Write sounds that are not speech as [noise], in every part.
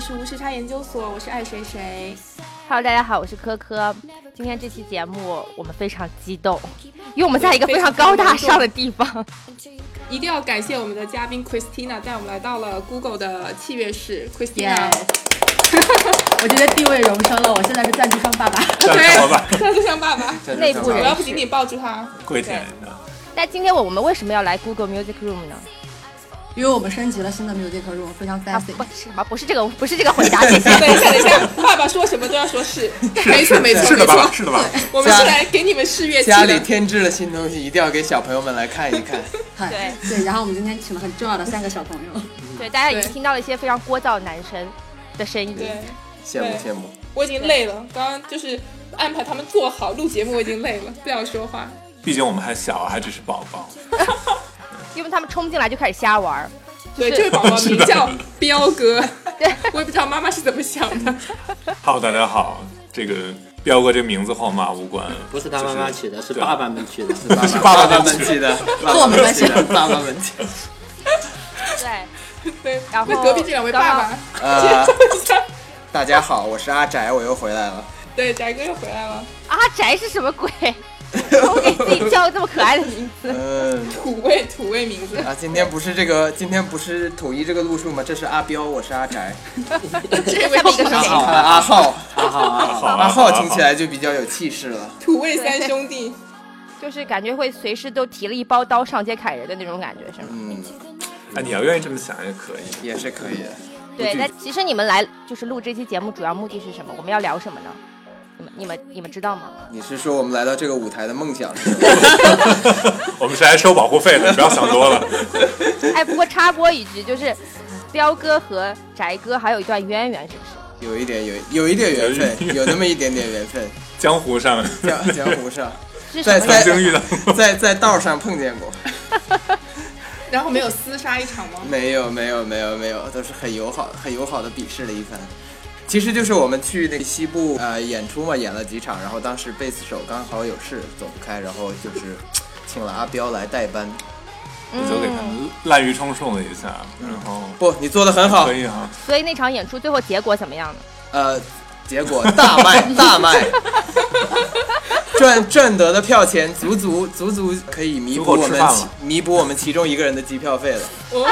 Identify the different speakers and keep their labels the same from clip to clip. Speaker 1: 是无时差研究所，我是爱谁谁。
Speaker 2: Hello，大家好，我是科科。今天这期节目我们非常激动，因为我们在一个非常高大上的地方。
Speaker 1: 一定要感谢我们的嘉宾 Christina 带我们来到了 Google 的器乐室。Christina，、
Speaker 3: [laughs] 我觉得地位荣升了，我现在是赞助商爸爸。
Speaker 4: 站住好吧，
Speaker 1: 对，赞助商爸爸，
Speaker 4: 站住
Speaker 2: 内部
Speaker 1: 我
Speaker 2: 人
Speaker 1: 要不紧紧抱住他。
Speaker 4: 跪舔的。
Speaker 2: 那今天我我们为什么要来 Google Music Room 呢？
Speaker 3: 因为我们升级了新的 music room，非常
Speaker 2: 啊，
Speaker 3: fancy
Speaker 2: 不。是什么，不是这个，不是这个回答，谢谢。 [laughs]
Speaker 1: 等一下，等一下，爸爸说什么都要说是，没错，没错，
Speaker 4: 是
Speaker 1: 没
Speaker 4: 的吧？
Speaker 1: 错。
Speaker 4: 是的吧？
Speaker 1: 我们是来给你们试乐器
Speaker 5: 家里
Speaker 1: 的。
Speaker 5: 添置了新东西，一定要给小朋友们来看一看。
Speaker 3: 对对，然后我们今天请了很重要的三个小朋友，
Speaker 2: 对，大家已
Speaker 1: 对
Speaker 2: 经听到了一些非常聒噪男生的声音。
Speaker 1: 对，
Speaker 5: 羡慕羡慕，
Speaker 1: 我已经累了，刚刚就是安排他们做好录节目，我已经累了，不想说话。
Speaker 4: 毕竟我们还小，还只是宝宝。
Speaker 2: 因为他们冲进来就开始瞎玩儿。
Speaker 1: 对，
Speaker 2: 是
Speaker 1: 这位宝宝名
Speaker 4: 是的
Speaker 1: 叫彪
Speaker 2: [laughs]
Speaker 1: 哥，我也不知道妈妈是怎么想的。
Speaker 4: Hello，大家好，这个彪哥这个名字和我妈无关，
Speaker 6: 不是他妈妈取的，是
Speaker 4: 对
Speaker 6: 爸爸
Speaker 4: [laughs]
Speaker 6: 们取的。
Speaker 4: 是
Speaker 5: 爸
Speaker 4: 爸
Speaker 5: 爸
Speaker 4: 爸
Speaker 5: 们记 [laughs] 得，
Speaker 3: 跟我没关系
Speaker 5: 爸爸们记得爸爸们记得。
Speaker 2: 对，
Speaker 1: 对，
Speaker 2: 然后
Speaker 1: 那隔壁这两位爸爸，[laughs]
Speaker 5: 呃，
Speaker 1: 介绍一下。
Speaker 5: 大家好，我是阿宅，我又回来了。
Speaker 1: 对，翟哥又回来了，
Speaker 2: 阿啊宅是什么 [laughs] 鬼？我给自己叫这么可爱的名 [laughs] 字。
Speaker 5: 嗯，
Speaker 1: 土味土味名字。
Speaker 5: 啊，今天不是这个，今天不是统一这个路数吗？这是阿彪，我是阿宅，
Speaker 1: 这位
Speaker 2: 下面一个是
Speaker 5: 阿
Speaker 2: 谁
Speaker 5: 浩，阿浩，
Speaker 6: 啊好啊好，
Speaker 5: 阿浩听起来就比较有气势了。
Speaker 1: 土味三兄弟，
Speaker 2: 就是感觉会随时都提了一包刀上街砍人的那种感觉，是吗？
Speaker 5: 嗯，
Speaker 4: 哎，你要愿意这么想也可以。
Speaker 5: 也是可以的。
Speaker 2: 对，
Speaker 4: 不
Speaker 2: 那
Speaker 4: 具
Speaker 2: 其实你们来就是录这期节目，主要目的是什么？我们要聊什么呢？你们、你们、你们知道吗？
Speaker 5: 你是说我们来到这个舞台的梦想是吗？
Speaker 4: 我们是来收保护费的，你不要想多了。
Speaker 2: 哎，不过插播一句，就是彪哥和宅哥还有一段渊源，是不是？
Speaker 5: [laughs] 有一点有有一点缘
Speaker 4: 有一
Speaker 5: 分，
Speaker 4: 点
Speaker 5: 有那么一点点缘分，
Speaker 4: 江湖上
Speaker 1: 嗯
Speaker 5: 江江湖上
Speaker 2: 是什么？
Speaker 5: 在
Speaker 4: 曾
Speaker 5: 在
Speaker 4: 经遇 [laughs] 到过，
Speaker 5: 在在道上碰见过，
Speaker 1: 然后没有厮杀一场吗？
Speaker 5: 没有没有没有没有，都是很友好很友好的鄙视了一番。其实就是我们去那个西部呃演出嘛，演了几场，然后当时贝斯手刚好有事走不开，然后就是请了阿彪来代班。
Speaker 4: 我就给他们滥竽充数了一下，然后
Speaker 5: 不，你做的很
Speaker 1: 哦
Speaker 5: 好
Speaker 4: 可，以哈。
Speaker 2: 所以那场演出最后结果怎么样呢？
Speaker 5: 呃，结果大卖大卖，赚赚得的票钱足足足足可以弥
Speaker 4: 足
Speaker 5: 补
Speaker 4: 够
Speaker 5: 我
Speaker 4: 吃
Speaker 5: 们
Speaker 4: 饭
Speaker 5: 其
Speaker 4: 了
Speaker 5: 弥补我们其中一个人的机票费了。
Speaker 1: 哦，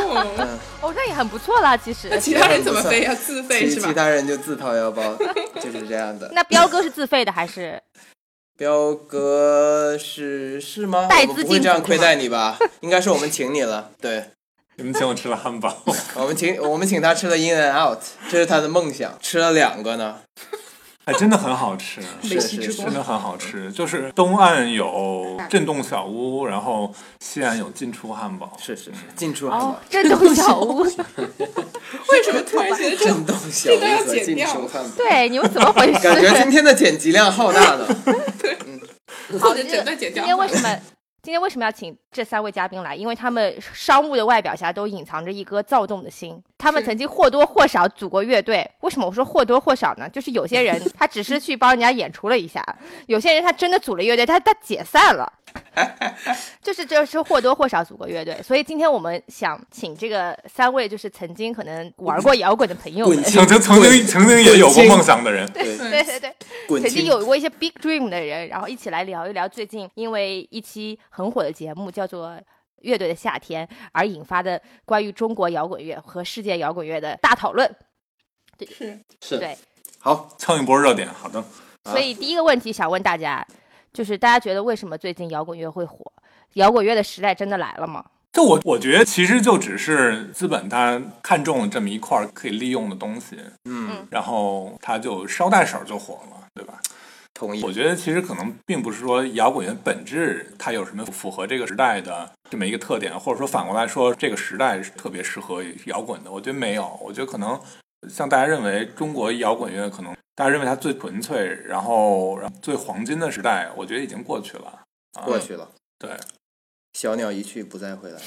Speaker 2: 哦，那也很不错啦，其实
Speaker 1: 那。其他人怎么飞啊？自费
Speaker 5: 其
Speaker 1: 是
Speaker 5: 其
Speaker 1: 吧？
Speaker 5: 他人就自掏腰包，就是这样的。
Speaker 2: 那彪哥是自费的还 [laughs] 是？
Speaker 5: 彪哥是是吗？
Speaker 2: 带
Speaker 5: 我们
Speaker 2: 资
Speaker 5: 不会
Speaker 2: 进
Speaker 5: 这样
Speaker 2: 组
Speaker 5: 亏
Speaker 2: 是吗
Speaker 5: 待你吧？应该是我们请你 [laughs] 了，对，
Speaker 4: 你们请我吃了汉堡，
Speaker 5: 我们请我们请他吃了 In and Out，这是他的梦想，吃了两个呢，
Speaker 4: 哎，真的很好吃。
Speaker 5: 是是是
Speaker 4: 真，的很好吃，就是东岸有震动小屋，然后西岸有进出汉堡。
Speaker 5: 是是是，进出汉
Speaker 2: 哦
Speaker 5: 堡，，
Speaker 2: 震动小屋。
Speaker 1: 为什么突然觉得这
Speaker 5: 震动小
Speaker 1: [laughs] 这都要
Speaker 5: 屋和
Speaker 1: 剪
Speaker 5: 进
Speaker 1: 掉
Speaker 5: 出汉堡。
Speaker 2: 对，你们怎么回事？
Speaker 5: 感觉今天的剪辑量浩大呢。 [laughs]
Speaker 1: 或者
Speaker 2: 就是
Speaker 1: 整段剪
Speaker 2: 今
Speaker 1: 掉？
Speaker 2: 天为什么？今天为什么要请这三位嘉宾来？因为他们商务的外表下都隐藏着一颗躁动的心。他们
Speaker 1: 是
Speaker 2: 曾经或多或少组过乐队。为什么我说或多或少呢？就是有些人他只是去帮人家演出了一下，有些人他真的组了乐队，他他解散了。就是就是或多或少组过乐队，所以今天我们想请这个三位就是曾经可能玩过摇滚的朋友们
Speaker 5: 滚，
Speaker 4: 曾经曾经曾经也有过梦想的人，
Speaker 2: 对对对，
Speaker 5: 滚
Speaker 2: 曾经
Speaker 5: 青
Speaker 2: 有过一些 big dream 的人，然后一起来聊一聊最近因为一期很火的节目叫做《乐队的夏天》而引发的关于中国摇滚乐和世界摇滚乐的大讨论。
Speaker 1: 是
Speaker 6: 是
Speaker 2: 对，
Speaker 5: 好，
Speaker 4: 蹭一波热点。好的，
Speaker 2: 所以第一个问题想问大家，就是大家觉得为什么最近摇滚乐会火？摇滚乐的时代真的来了吗？
Speaker 4: 就我我觉得其实就只是资本它看中了这么一块儿可以利用的东西，
Speaker 5: 嗯，
Speaker 4: 然后它就捎带手就火了，对吧？
Speaker 5: 同意
Speaker 4: 我。觉得其实可能并不是说摇滚乐本质它有什么符合这个时代的这么一个特点，或者说反过来说这个时代是特别适合摇滚的，我觉得没有。我觉得可能像大家认为中国摇滚乐可能大家认为它最纯粹，然后然后最黄金的时代，我觉得已经过去了。啊
Speaker 5: 过去了，
Speaker 4: 对，
Speaker 5: 小鸟一去不再回来。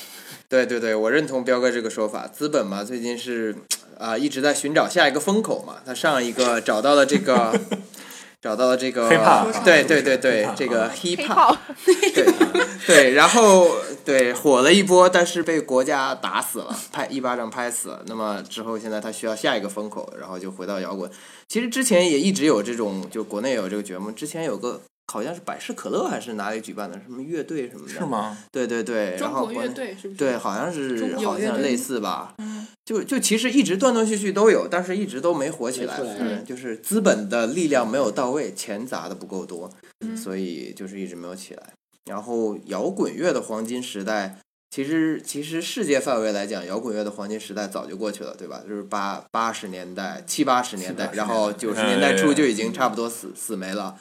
Speaker 5: 对对对，我认同彪哥这个说法。资本嘛，最近是啊、一直在寻找下一个风口嘛。他上一个找到了这
Speaker 4: [laughs]
Speaker 5: 个，找到了这个
Speaker 4: Hip hop
Speaker 5: 对对对对
Speaker 4: Hip hop，
Speaker 5: 这个
Speaker 4: 啊
Speaker 5: hip
Speaker 2: 黑
Speaker 5: hop，
Speaker 2: 炮，
Speaker 5: [laughs] 对对，然后对，火了一波，但是被国家打死了，拍一巴掌拍死了。那么之后，现在他需要下一个风口，然后就回到摇滚。其实之前也一直有这种，就国内有这个节目，之前有个好像是百事可乐还是哪里举办的，什么乐队什么的。
Speaker 4: 是？吗？
Speaker 5: 对对对，
Speaker 1: 中
Speaker 5: 然后
Speaker 1: 国
Speaker 5: 国
Speaker 1: 乐
Speaker 5: 内
Speaker 1: 队是不是？
Speaker 5: 对，好像
Speaker 1: 中
Speaker 5: 是
Speaker 1: 国
Speaker 5: 好
Speaker 1: 乐
Speaker 5: 像
Speaker 1: 队
Speaker 5: 类似吧。
Speaker 1: 嗯，
Speaker 5: 就就其实一直断断续续都有，但是一直都没火起来。
Speaker 6: 没出来
Speaker 1: 嗯
Speaker 5: 对，就是资本的力量没有到位，钱砸的不够多，
Speaker 1: 嗯
Speaker 5: 所以就是一直没有起来。然后摇滚乐的黄金时代，其实其实世界范围来讲，摇滚乐的黄金时代早就过去了，对吧？就是八八十年代、七八十年代，哎然后九十年代初就已经差不多死死没了。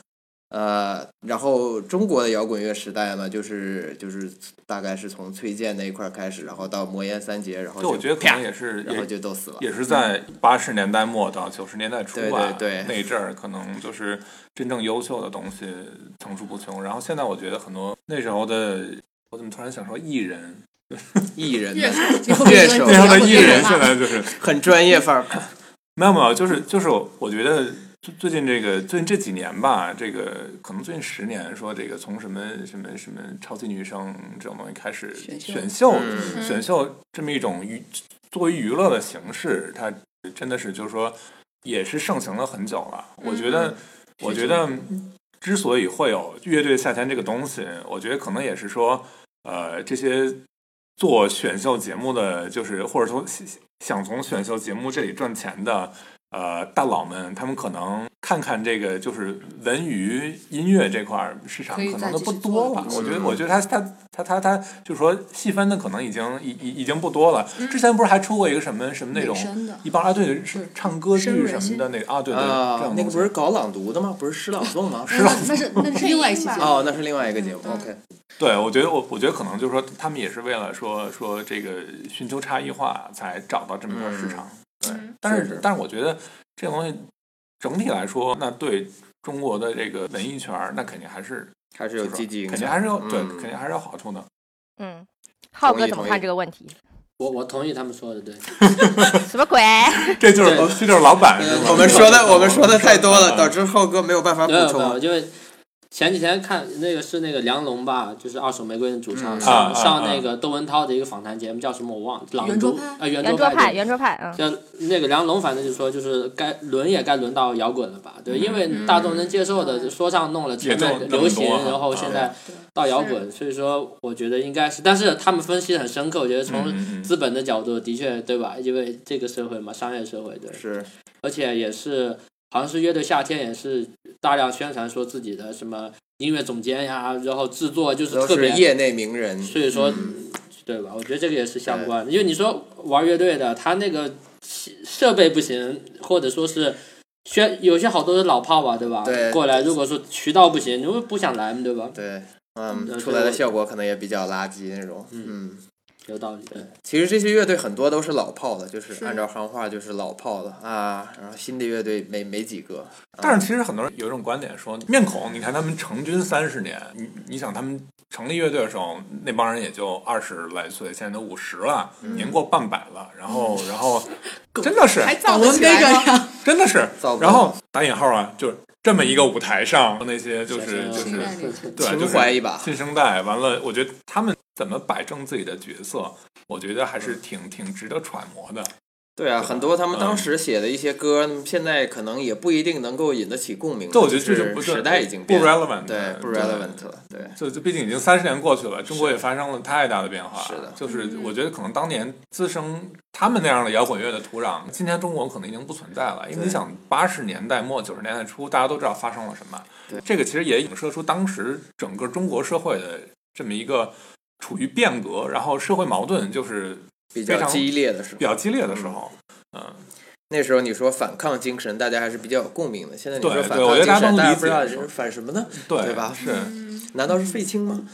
Speaker 5: 呃，然后中国的摇滚乐时代嘛，就是就是大概是从崔健那一块儿开始，然后到魔岩三杰，然后
Speaker 4: 就
Speaker 5: 就
Speaker 4: 我觉得可
Speaker 5: 啪
Speaker 4: 能也是
Speaker 5: 然后
Speaker 4: 也
Speaker 5: 就都死了。
Speaker 4: 也是在八十年代末到九十年代初吧，
Speaker 5: 对对对
Speaker 4: 那一阵儿可能就是真正优秀的东西层出不穷。然后现在我觉得很多那时候的，我怎么突然想说艺人，
Speaker 5: 艺人
Speaker 1: 乐
Speaker 5: 呢
Speaker 1: 手
Speaker 3: 你会不会觉得
Speaker 5: 乐手
Speaker 3: 这样
Speaker 4: 那时候
Speaker 5: 然
Speaker 4: 的
Speaker 5: 后
Speaker 3: 会
Speaker 4: 艺
Speaker 3: 变
Speaker 4: 人
Speaker 3: 吧
Speaker 4: 现在就是
Speaker 5: 很专业范儿，
Speaker 4: 没有没有，就是就是，我觉得最最近这个最近这几年吧，这个可能最近十年，说这个从什么什么什么超级女声这种东西开始
Speaker 1: 选秀
Speaker 4: 选秀
Speaker 5: 嗯
Speaker 4: 选秀这么一种娱作为娱乐的形式，它真的是就是说也是盛行了很久了。我觉
Speaker 3: 嗯
Speaker 4: 得，我觉得之所以会有乐队夏天这个东西，我觉得可能也是说，呃，这些做选秀节目的，就是或者说想想从选秀节目这里赚钱的。呃，大佬们，他们可能看看这个，就是文娱音乐这块儿市场
Speaker 3: 可以
Speaker 4: 可
Speaker 3: 再
Speaker 4: 能都
Speaker 3: 继
Speaker 4: 不
Speaker 3: 续
Speaker 4: 多
Speaker 3: 做
Speaker 4: 了。我觉得，
Speaker 5: 嗯
Speaker 4: 我觉得他他他他他，就是说细分的可能已经已已已经不多了。之前不是还出过一个什么什么那
Speaker 3: 嗯
Speaker 4: 种
Speaker 3: 美声的
Speaker 4: 一帮啊，对，是
Speaker 3: 对
Speaker 4: 唱歌
Speaker 3: 深入人
Speaker 4: 剧什么
Speaker 3: 心
Speaker 4: 的那个啊，对对，这
Speaker 5: 啊
Speaker 4: 样，
Speaker 5: 那
Speaker 4: 东
Speaker 5: 个
Speaker 4: 西
Speaker 5: 不是搞朗读的吗？ [laughs] 不是诗朗诵吗？
Speaker 3: 那那是那是另外一期节 [laughs] 目，
Speaker 5: [laughs] 哦，那是另外一个节目。OK，
Speaker 4: 对，我觉得我我觉得可能就是说，他们也是为了说说这个寻求差异化，才找到这么一块市场。对
Speaker 1: 嗯，
Speaker 4: 但是
Speaker 5: 是是
Speaker 4: 但是我觉得这个东西整体来说，那对中国的这个文艺圈儿，那肯定还是
Speaker 5: 还是
Speaker 4: 就
Speaker 5: 有
Speaker 4: 是说
Speaker 5: 积极影响，
Speaker 4: 肯定还是有对，
Speaker 5: 嗯
Speaker 4: 肯定还是有好处的。 [laughs]
Speaker 2: 嗯，浩
Speaker 5: 同
Speaker 2: 哥
Speaker 5: 意
Speaker 2: 怎么
Speaker 5: 同意
Speaker 2: 看这个问题？
Speaker 6: 我我同意他们说的，对，
Speaker 2: 什么鬼？
Speaker 4: 这就是
Speaker 6: 对
Speaker 4: 这就是老板是吧？
Speaker 5: 嗯我们说的我们说的太多
Speaker 4: 嗯
Speaker 5: 了，导致浩哥没有办法补
Speaker 6: 没有
Speaker 4: 啊
Speaker 6: 没有，
Speaker 5: 充。
Speaker 6: 因为前几天看那个是那个梁龙吧，就是二手玫瑰的主唱，
Speaker 5: 嗯
Speaker 4: 啊啊
Speaker 6: 上上
Speaker 4: 啊
Speaker 6: 那个窦文涛的一个访谈节目叫什么我忘了，朗
Speaker 3: 圆桌
Speaker 6: 读
Speaker 3: 派
Speaker 6: 啊圆
Speaker 2: 圆
Speaker 6: 桌
Speaker 2: 桌
Speaker 6: 派
Speaker 2: 派，
Speaker 6: 对
Speaker 2: 圆桌派，嗯，
Speaker 6: 就那个梁龙，反正就说就是该轮也该轮到摇滚了吧？对，因为大众能接受的就说唱弄了前
Speaker 4: 嗯也就
Speaker 6: 面
Speaker 4: 那么
Speaker 6: 流行
Speaker 4: 多啊，
Speaker 6: 然后现在到摇滚，所以说我觉得应该是，但是他们分析得很深刻，我觉得从
Speaker 4: 嗯嗯
Speaker 6: 资本的角度的确对吧？因为这个社会嘛，商业社会对，
Speaker 5: 是，
Speaker 6: 而且也是好像是乐队夏天也是大量宣传说自己的什么音乐总监呀，然后制作就是
Speaker 5: 都
Speaker 6: 特
Speaker 5: 是嗯
Speaker 6: 别
Speaker 5: 业内名人。
Speaker 6: 所以说，对吧？我觉得这个也是相关的，因为你说玩乐队的，他那个器设备不行，或者说是宣有些好多是老炮吧，对吧？
Speaker 5: 对
Speaker 6: 过来如果说渠道不行，你会不想来嘛，对吧？
Speaker 5: 对，嗯，
Speaker 6: 对
Speaker 5: 出来的效果可能也比较垃圾那种。嗯，
Speaker 6: 有道理，对，
Speaker 5: 其实这些乐队很多都是老炮了，就是
Speaker 1: 是
Speaker 5: 按照行话就是老炮了啊。然后新的乐队没没几个，啊
Speaker 4: 但是其实很多人有一种观点说，面孔，你看他们成军三十年，你你想他们成立乐队的时候，那帮人也就二十来岁，现在都五十了，
Speaker 5: 嗯
Speaker 4: 年过半百了，然后然
Speaker 5: [laughs]
Speaker 4: 后真的是
Speaker 1: 还造
Speaker 3: 我
Speaker 1: 得
Speaker 3: 们
Speaker 1: 起
Speaker 3: 背着
Speaker 1: 来吗？
Speaker 3: 呀，
Speaker 4: 真的是
Speaker 5: 造，不
Speaker 4: 然后打引号啊，就是这么一个舞台上那些就是
Speaker 6: 小
Speaker 4: 就
Speaker 6: 鲜
Speaker 4: 是
Speaker 6: 肉
Speaker 4: 对啊
Speaker 5: 情
Speaker 4: 就是
Speaker 5: 怀一把。
Speaker 4: 新生代，完了，我觉得他们怎么摆正自己的角色，我觉得还是
Speaker 5: 嗯
Speaker 4: 挺挺值得揣摩的。
Speaker 5: 对啊，
Speaker 4: 吧
Speaker 5: 很多他们当
Speaker 4: 嗯
Speaker 5: 时写的一些歌，那么现在可能也不一定能够引得起共鸣。
Speaker 4: 这我觉得这
Speaker 5: 就
Speaker 4: 就是不
Speaker 5: 时代已经
Speaker 4: 不
Speaker 5: 变了，
Speaker 4: relevant，
Speaker 5: 对，不 relevant 了，对。
Speaker 4: 就就毕竟已经三十年过去了，中国也发生了太大的变化。
Speaker 5: 是的
Speaker 4: 就是我觉得可能当年滋生他们那样的摇滚乐的土壤，今天中国可能已经不存在了。因为
Speaker 5: 对
Speaker 4: 你想，八十年代末九十年代初，大家都知道发生了什么
Speaker 5: 对。
Speaker 4: 这个其实也影射出当时整个中国社会的这么一个处于变革，然后社会矛盾就是
Speaker 5: 比
Speaker 4: 非
Speaker 5: 较
Speaker 4: 常
Speaker 5: 激烈的时候
Speaker 4: 比，较激烈的时候。嗯，
Speaker 5: 那时候你说反抗精神，大家还是比较有共鸣的。现在你
Speaker 4: 对
Speaker 5: 说反
Speaker 4: 对
Speaker 5: 抗
Speaker 4: 我觉得
Speaker 5: 精
Speaker 4: 大家
Speaker 5: 神，
Speaker 4: 都
Speaker 5: 大家
Speaker 4: 理解
Speaker 5: 不知道
Speaker 4: 是
Speaker 5: 是反什么呢？
Speaker 4: 对，
Speaker 5: 对吧
Speaker 4: 是，
Speaker 5: 难道是废青吗？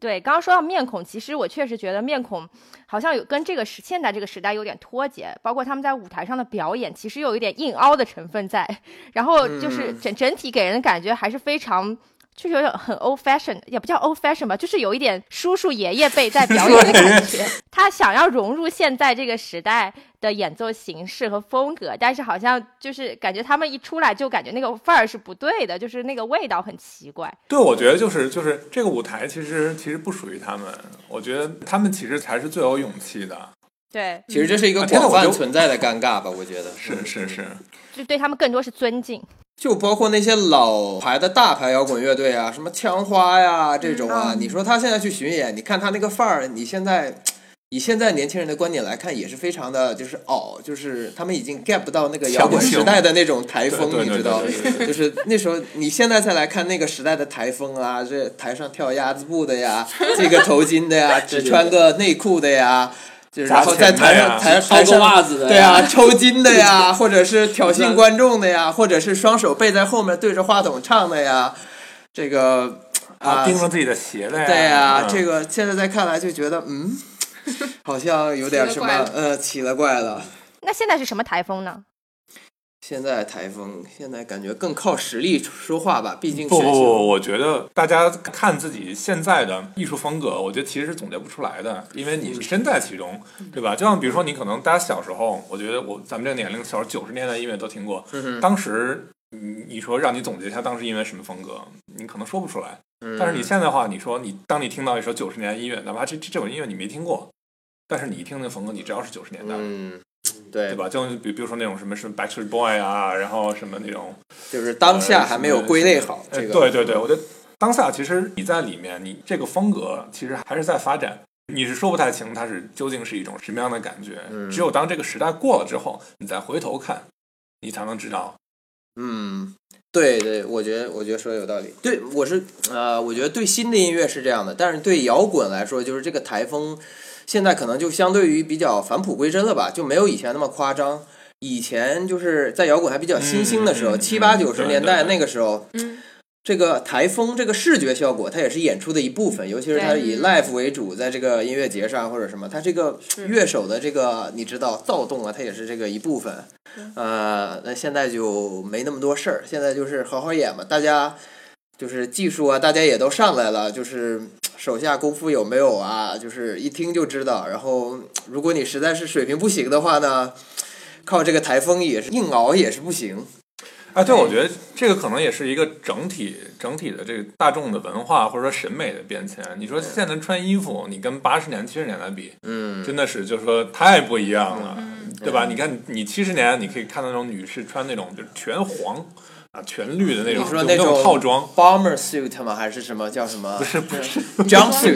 Speaker 2: 对，刚刚说到面孔，其实我确实觉得面孔好像有跟这个时现在这个时代有点脱节，包括他们在舞台上的表演，其嗯实有一点硬凹的成分在，然后就是整整体给人的感觉还是非常就是有种很 old fashion，也不叫 old fashion 吧，就是有一点叔叔爷爷辈在表演的感觉。他想要融入现在这个时代的演奏形式和风格，但是好像就是感觉他们一出来就感觉那个范儿是不对的，就是那个味道很奇怪。
Speaker 4: 对，我觉得就是就是这个舞台其实其实不属于他们，我觉得他们其实才是最有勇气的。
Speaker 2: 对，
Speaker 5: 其实这是一个
Speaker 4: 啊天哪
Speaker 5: 广
Speaker 4: 我
Speaker 5: 泛
Speaker 4: 就
Speaker 5: 存在的尴尬吧，我觉得
Speaker 4: 是是是，
Speaker 2: 就对他们更多是尊敬。
Speaker 5: 就包括那些老牌的大牌摇滚乐队啊，什么枪花呀、这种啊，你说他现在去巡演，你看他那个范儿，你现在以现在年轻人的观点来看，也是非常的就是袄，就是他们已经 get 不到那个摇滚
Speaker 4: 强行
Speaker 5: 时代的那种台风，
Speaker 4: 对对
Speaker 5: 你
Speaker 4: 对
Speaker 5: 知道
Speaker 4: 对对，
Speaker 5: 就是那时候你现在再来看那个时代的台风啊，这台上跳鸭子步的呀，这个头巾的呀，只穿个内裤的呀。就是然后在台上
Speaker 4: 砸钱的呀
Speaker 5: 台台
Speaker 6: 掏个
Speaker 5: 上
Speaker 6: 袜子的呀
Speaker 5: 对啊，抽筋的
Speaker 4: [laughs]
Speaker 5: 呀，或者是挑衅观众的呀，或者是双手背在后面对着话筒唱的呀，这个啊，
Speaker 4: 盯着自己的鞋的呀。
Speaker 5: 对呀，
Speaker 4: 嗯
Speaker 5: 这个现在再看来就觉得
Speaker 4: [laughs]
Speaker 5: 嗯，好像有点什么
Speaker 1: 奇了怪了
Speaker 5: 呃奇了怪了。
Speaker 2: 那现在是什么台风呢？
Speaker 5: 现在台风，现在感觉更靠实力说话吧，毕竟
Speaker 4: 不不
Speaker 5: 选秀
Speaker 4: 不，我觉得大家看自己现在的艺术风格，我觉得其实是总结不出来的，因为你身在其中，
Speaker 5: 嗯
Speaker 4: 对吧？就像比如说你可能大家小时候，我觉得我咱们这个年龄，小时候九十年代音乐都听过，
Speaker 5: 嗯
Speaker 4: 当时你你说让你总结一下当时音乐什么风格，你可能说不出来。
Speaker 5: 嗯
Speaker 4: 但是你现在的话，你说你当你听到一首九十年代音乐，哪怕这这这种音乐你没听过，但是你一听那风格，你知道是九十年代。
Speaker 5: 嗯，对
Speaker 4: 对？吧？就比比如说那种什么什么 Backstreet Boy 啊，然后什么那种
Speaker 5: 就是当下还没有归类好
Speaker 4: 呃
Speaker 5: 这个。
Speaker 4: 对对对，我觉得当下其实你在里面，你这个风格其实还是在发展，你是说不太清它是究竟是一种什么样的感觉。
Speaker 5: 嗯
Speaker 4: 只有当这个时代过了之后，你再回头看，你才能知道。
Speaker 5: 嗯，对对，我觉得我觉得说的有道理。对，我是呃，我觉得对新的音乐是这样的，但是对摇滚来说，就是这个台风现在可能就相对于比较返璞归真了吧，就没有以前那么夸张。以前就是在摇滚还比较新兴的时候，
Speaker 4: 嗯嗯
Speaker 5: 七八
Speaker 4: 嗯
Speaker 5: 九十
Speaker 4: 对
Speaker 5: 年代
Speaker 4: 对
Speaker 5: 那个时候，
Speaker 1: 嗯
Speaker 5: 这个台风这个视觉效果，它也是演出的一部分，尤其是它
Speaker 2: 对
Speaker 5: 以 live 为主，在这个音乐节上或者什么，它这个
Speaker 1: 是
Speaker 5: 乐手的这个你知道躁动啊，它也是这个一部分。
Speaker 1: 嗯
Speaker 5: 呃，那现在就没那么多事儿，现在就是好好演嘛，大家就是技术啊，大家也都上来了，就是手下功夫有没有啊，就是一听就知道。然后如果你实在是水平不行的话呢，靠这个台风也是硬熬也是不行。
Speaker 4: 啊，对，我觉得这个可能也是一个整体整体的这个大众的文化或者说审美的变迁。你说现在穿衣服，你跟八十年、七十年代比，
Speaker 5: 嗯，
Speaker 4: 真的是就是说太不一样了，
Speaker 3: 嗯
Speaker 4: 对吧？你看你你七十年，你可以看到那种女士穿那种就是全黄啊、全绿的那种，
Speaker 5: 你说
Speaker 4: 有那
Speaker 5: 种
Speaker 4: 套装，
Speaker 5: bomber suit 吗？还是什么叫什么
Speaker 4: 不是不是
Speaker 3: [laughs]
Speaker 5: jumpsuit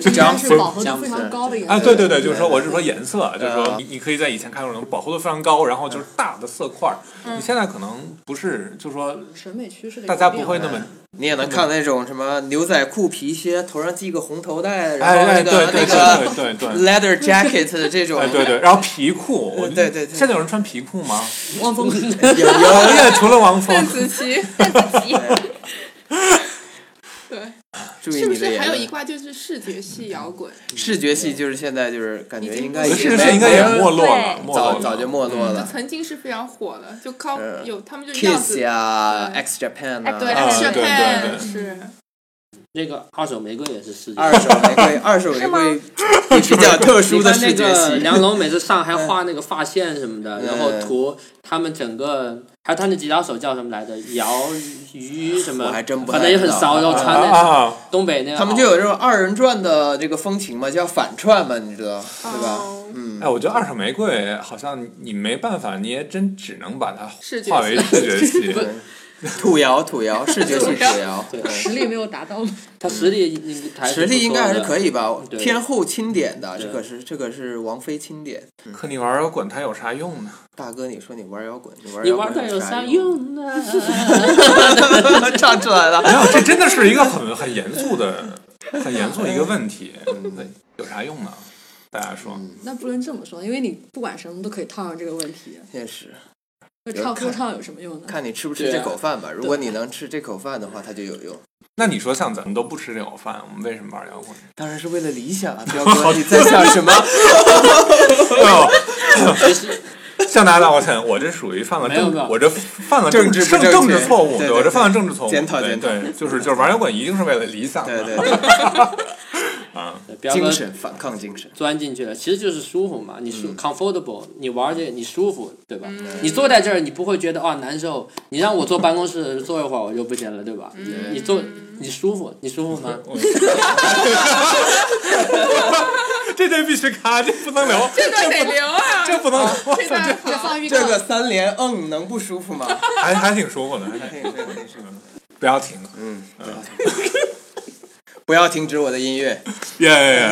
Speaker 5: jumpsuit
Speaker 3: 应该是
Speaker 5: jumpsuit？
Speaker 3: 饱和度非常高的一个。
Speaker 4: 啊，对对对，就是说我是说颜色，就是说
Speaker 5: 啊
Speaker 4: 你你可以在以前看过那种饱和度非常高，然后就是大的色块儿，你现在可能不是，就是说
Speaker 3: 嗯审美趋势的一个
Speaker 4: 大家不会
Speaker 3: 变
Speaker 4: 那
Speaker 3: 化
Speaker 4: 么
Speaker 5: 你也能看那种什么牛仔裤、皮靴，头上系个红头带，然
Speaker 4: 哎
Speaker 5: 后
Speaker 4: 哎
Speaker 5: 那
Speaker 4: 对
Speaker 5: 个
Speaker 4: 对
Speaker 5: 那
Speaker 4: 对
Speaker 5: 个
Speaker 4: 对对。
Speaker 5: leather jacket 的这种
Speaker 4: 哎，，对对，然后皮裤，我
Speaker 5: 嗯对对对
Speaker 4: 现在有人穿皮裤吗？
Speaker 3: 汪峰，
Speaker 5: 有有
Speaker 4: 现在除了王
Speaker 1: 邓
Speaker 3: [laughs]
Speaker 4: 峰，
Speaker 1: 紫棋， [laughs]
Speaker 5: [laughs]
Speaker 1: 对，
Speaker 5: 注意
Speaker 1: 是不
Speaker 5: 你的
Speaker 1: 是还有一
Speaker 5: 言
Speaker 1: 挂就是视觉系摇滚？
Speaker 5: 论。视觉系就是现在就是感觉应该
Speaker 1: 已
Speaker 5: 也
Speaker 1: 经
Speaker 4: 这
Speaker 1: 不
Speaker 4: 个
Speaker 1: 是
Speaker 4: 是应该也没落了，
Speaker 2: 对
Speaker 4: 没落
Speaker 5: 早
Speaker 4: 了
Speaker 5: 早就没落了。
Speaker 1: 曾经是非常火的，就靠
Speaker 5: 嗯
Speaker 1: 有他们就样
Speaker 5: Kiss
Speaker 1: 子，
Speaker 5: 呀
Speaker 1: 对
Speaker 5: ，X Japan
Speaker 2: 哎
Speaker 5: 啊，
Speaker 2: 对
Speaker 4: 啊
Speaker 1: 是
Speaker 4: 对对对
Speaker 1: 看是
Speaker 6: 那个二手玫瑰也是世界。
Speaker 5: 二手玫瑰，二手玫
Speaker 2: 是吗
Speaker 5: 瑰比较特殊
Speaker 6: 你
Speaker 5: 的
Speaker 6: 看那
Speaker 5: 视觉
Speaker 6: 个
Speaker 5: 系。
Speaker 6: 梁龙每次上还画那个发线什
Speaker 5: [laughs]
Speaker 6: 么的，
Speaker 5: 嗯
Speaker 6: 然后涂他们整个，还有他那吉他手叫什么来着？姚鱼什么？
Speaker 5: 我还真不太
Speaker 6: 反正也很骚，
Speaker 5: 知
Speaker 6: 然
Speaker 5: 道
Speaker 6: 后
Speaker 4: 啊
Speaker 6: 穿那
Speaker 4: 啊！
Speaker 6: 东北那
Speaker 5: [laughs]
Speaker 6: 个。
Speaker 5: 他们就有这种二人转的这个风情嘛，叫反串嘛，你知道对吧？
Speaker 1: 哦
Speaker 5: 嗯
Speaker 4: 哎，，我觉得二手玫瑰好像你没办法，你也真只能把它
Speaker 1: 视觉
Speaker 4: 化为视觉
Speaker 5: [laughs]
Speaker 4: 系。
Speaker 5: 土窑土窑，视觉系
Speaker 1: 土窑
Speaker 5: 土窑，
Speaker 6: 对，
Speaker 3: 实力没有达到吗？
Speaker 6: 他实力应该还
Speaker 5: 实力应该还是可
Speaker 6: 以。
Speaker 5: 以吧，
Speaker 6: 对
Speaker 5: 偏后钦点的，
Speaker 6: 对
Speaker 5: 这个是这个是王菲钦点。
Speaker 4: 可你玩摇滚，它有啥用呢？
Speaker 5: 大哥，你说你玩摇滚，你玩
Speaker 6: 你
Speaker 5: 摇
Speaker 6: 玩的
Speaker 5: 滚
Speaker 6: 有
Speaker 5: 啥
Speaker 6: 啥？用啊？
Speaker 5: [laughs] 唱出来
Speaker 4: [laughs] 没 [laughs]
Speaker 5: 了。
Speaker 4: 有，这真的是一个很很严肃的、很严肃的一个问题。嗯对有啥用呢？大家说，
Speaker 3: 那不能这么说，因为你不管什么都可以套上这个问题，
Speaker 5: 现实，
Speaker 3: 那
Speaker 5: 有
Speaker 3: 唱
Speaker 5: 看
Speaker 3: 说唱有什么用呢？
Speaker 5: 看你吃不吃
Speaker 6: 对啊
Speaker 5: 这口饭吧。如果你能吃这口饭的话，它就有用。
Speaker 4: 那你说像咱们都不吃这种饭，我们为什么玩摇滚？ [laughs]
Speaker 5: 当然是为了理想啊，彪哥，你在想什么？
Speaker 4: 哎呦，
Speaker 6: 其实
Speaker 4: [laughs] 向大家道个歉，我这属于犯了
Speaker 6: 没有
Speaker 4: 政
Speaker 6: 没有
Speaker 4: 我这犯了
Speaker 5: 政
Speaker 4: 治
Speaker 5: 治不
Speaker 4: 政
Speaker 5: 正
Speaker 4: 政
Speaker 5: 确
Speaker 4: 治错误，
Speaker 5: 对对
Speaker 4: 我这
Speaker 5: 对
Speaker 4: 犯了政治错误。
Speaker 5: 检讨
Speaker 4: 对
Speaker 5: 检讨
Speaker 4: 对，就是就是玩摇滚一定是为了理想
Speaker 5: [laughs] 对
Speaker 4: 的，
Speaker 5: [laughs] 对对，
Speaker 6: [laughs] 彪哥
Speaker 5: 精神嗯反抗精神，
Speaker 6: 钻进去了，其实就是舒服嘛，你舒 comfortable，你玩这个你舒服，对吧？
Speaker 3: 嗯
Speaker 6: 你坐在这儿，你不会觉得啊难受，你让我坐办公室坐一会儿我就不行了，对吧？你坐你舒服，你舒服吗？
Speaker 4: [laughs] 这这必须卡，这不能
Speaker 5: [laughs]
Speaker 4: 留，
Speaker 1: 这段得留啊，
Speaker 4: 这不能留，
Speaker 1: 这段好。
Speaker 5: 这个三连嗯能不舒服 [laughs] 吗？
Speaker 4: 还还挺舒服的，还挺
Speaker 5: 对对对是
Speaker 4: 不要停，
Speaker 5: 嗯， [laughs] 不要停止我的音乐，
Speaker 4: 耶耶耶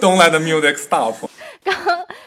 Speaker 4: ，Don't let the music stop。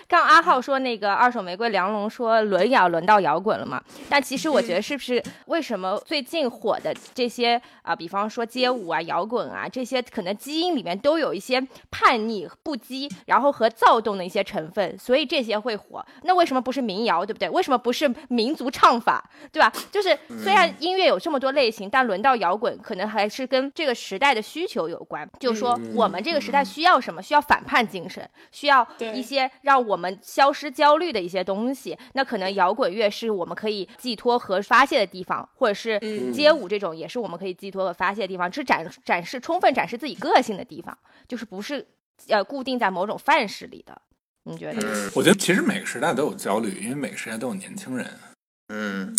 Speaker 2: 刚阿浩说那个二手玫瑰梁龙说轮摇轮到摇滚了嘛？但其实我觉得是不是为什么最近火的这些啊、比方说街舞啊、摇滚啊这些，可能基因里面都有一些叛逆、不羁，然后和躁动的一些成分，所以这些会火。那为什么不是民谣，对不对？为什么不是民族唱法，对吧？就是虽然音乐有这么多类型，但轮到摇滚，可能还是跟这个时代的需求有关。就是说我们这个时代需要什么？需要反叛精神，需要
Speaker 1: 对
Speaker 2: 一些让我们消失焦虑的一些东西。那可能摇滚乐是我们可以寄托和发泄的地方，或者是
Speaker 1: 嗯
Speaker 2: 街舞这种也是我们可以寄托和发泄的地方，是展展示充分展示自己个性的地方，就是不是呃固定在某种范式里的。你觉得
Speaker 5: 嗯
Speaker 2: 呢？
Speaker 4: 我觉得其实每个时代都有焦虑，因为每个时代都有年轻人。
Speaker 5: 嗯，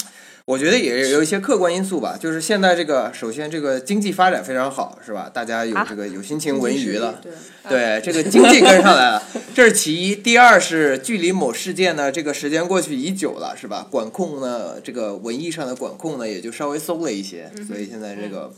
Speaker 5: 我觉得也有一些客观因素吧，就是现在这个，首先这个经济发展非常好，是吧？大家有
Speaker 2: 啊
Speaker 5: 这个有心情文娱了，
Speaker 3: 对，
Speaker 5: [laughs] 对，这个经济跟上来了，这是其一。第二是距离某事件呢，这个时间过去已久了，是吧？管控呢，这个文艺上的管控呢，也就稍微松了一些，所以现在这个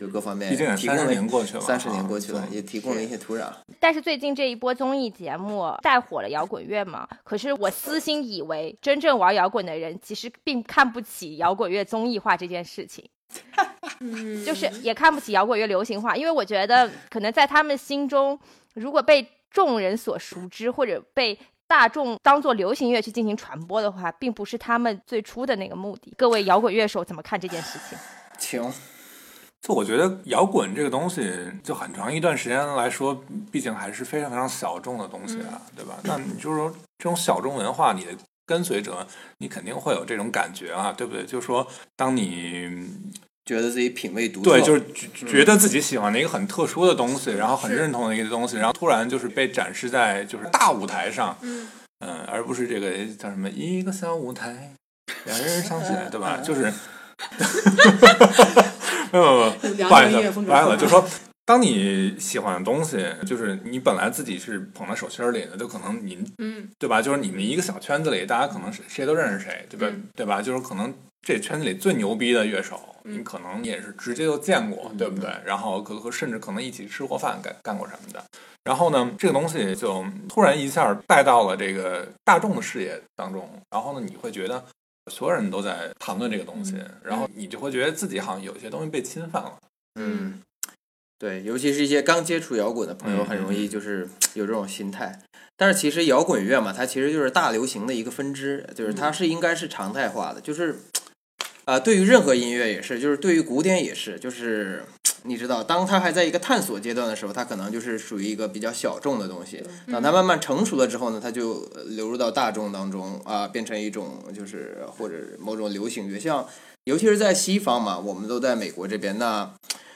Speaker 5: 就各方面
Speaker 4: 毕竟也
Speaker 5: 提供
Speaker 4: 三十年
Speaker 5: 了。
Speaker 4: 过去了，
Speaker 5: 三十年过去了
Speaker 4: 啊，
Speaker 5: 也提供了一些土壤。
Speaker 2: 但是最近这一波综艺节目带火了摇滚乐嘛？可是我私心以为，真正玩摇滚的人其实并看不起摇滚乐综艺化这件事情，就是也看不起摇滚乐流行化，因为我觉得可能在他们心中，如果被众人所熟知或者被大众当做流行乐去进行传播的话，并不是他们最初的那个目的。各位摇滚乐手怎么看这件事 [laughs] 情？
Speaker 5: 请
Speaker 4: 就我觉得摇滚这个东西，就很长一段时间来说，毕竟还是非常非常小众的东西啊，
Speaker 1: 嗯
Speaker 4: 对吧？那你就是说这种小众文化，你的跟随者，你肯定会有这种感觉啊，对不对？就是说，当你
Speaker 5: 觉得自己品味独特，
Speaker 4: 对，就是觉觉得自己喜欢的一个很特殊的东西，然后很认同的一个东西，然后突然就是被展示在就是大舞台上，嗯而不是这个叫什么一个小舞台，两人唱起来，对
Speaker 3: 嗯
Speaker 4: 吧？
Speaker 3: [laughs]
Speaker 4: 就是，没有没有没有，不好意
Speaker 3: 聊音乐
Speaker 4: 思，
Speaker 3: 风
Speaker 4: 不
Speaker 3: 格
Speaker 4: 好意思，就说。当你喜欢的东西，就是你本来自己是捧在手心里的，就可能你
Speaker 1: 嗯，
Speaker 4: 对吧？就是你们一个小圈子里，大家可能谁谁都认识谁，对吧？
Speaker 3: 嗯
Speaker 4: 对吧？就是可能这圈子里最牛逼的乐手，
Speaker 3: 嗯
Speaker 4: 你可能也是直接就见过，对不对？然后可可甚至可能一起吃过饭，干干过什么的。然后呢，这个东西就突然一下带到了这个大众的视野当中，然后呢，你会觉得所有人都在谈论这个东西，然后你就会觉得自己好像有些东西被侵犯了。
Speaker 5: 嗯，对，尤其是一些刚接触摇滚的朋友，
Speaker 4: 嗯
Speaker 5: 很容易就是有这种心态。但是其实摇滚乐嘛，它其实就是大流行的一个分支，就是
Speaker 4: 嗯
Speaker 5: 它是应该是常态化的，就是啊、对于任何音乐也是，就是对于古典也是，就是你知道，当它还在一个探索阶段的时候，它可能就是属于一个比较小众的东西。等它慢慢成熟了之后呢，它就呃流入到大众当中啊、变成一种就是或者某种流行乐，像尤其是在西方嘛，我们都在美国这边那。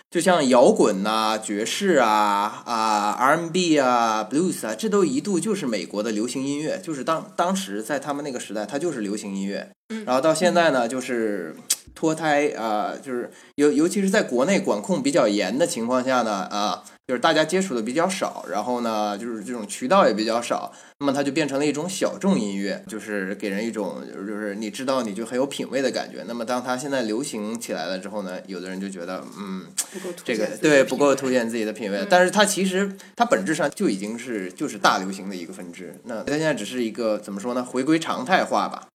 Speaker 5: 就像摇滚呐、爵士啊、啊 R&B 啊、blues 啊，这都一度就是美国的流行音乐，就是当当时在他们那个时代，它就是流行音乐。然后到现在呢，就是嘖脱胎啊、就是尤尤其是在国内管控比较严的情况下呢，啊、就是大家接触的比较少，然后呢，就是这种渠道也比较少，那么它就变成了一种小众音乐，就是给人一种就是你知道你就很有品味的感觉。那么当它现在流行起来了之后呢，有的人就觉得嗯。
Speaker 1: 不够突
Speaker 5: 这个
Speaker 1: 显自己的
Speaker 5: 对
Speaker 1: 品
Speaker 5: 不够
Speaker 1: 味嗯
Speaker 5: 凸显自己的品味，但是它其实它本质上就已经是就是大流行的一个分支，那它现在只是一个怎么说呢，回归常态化吧。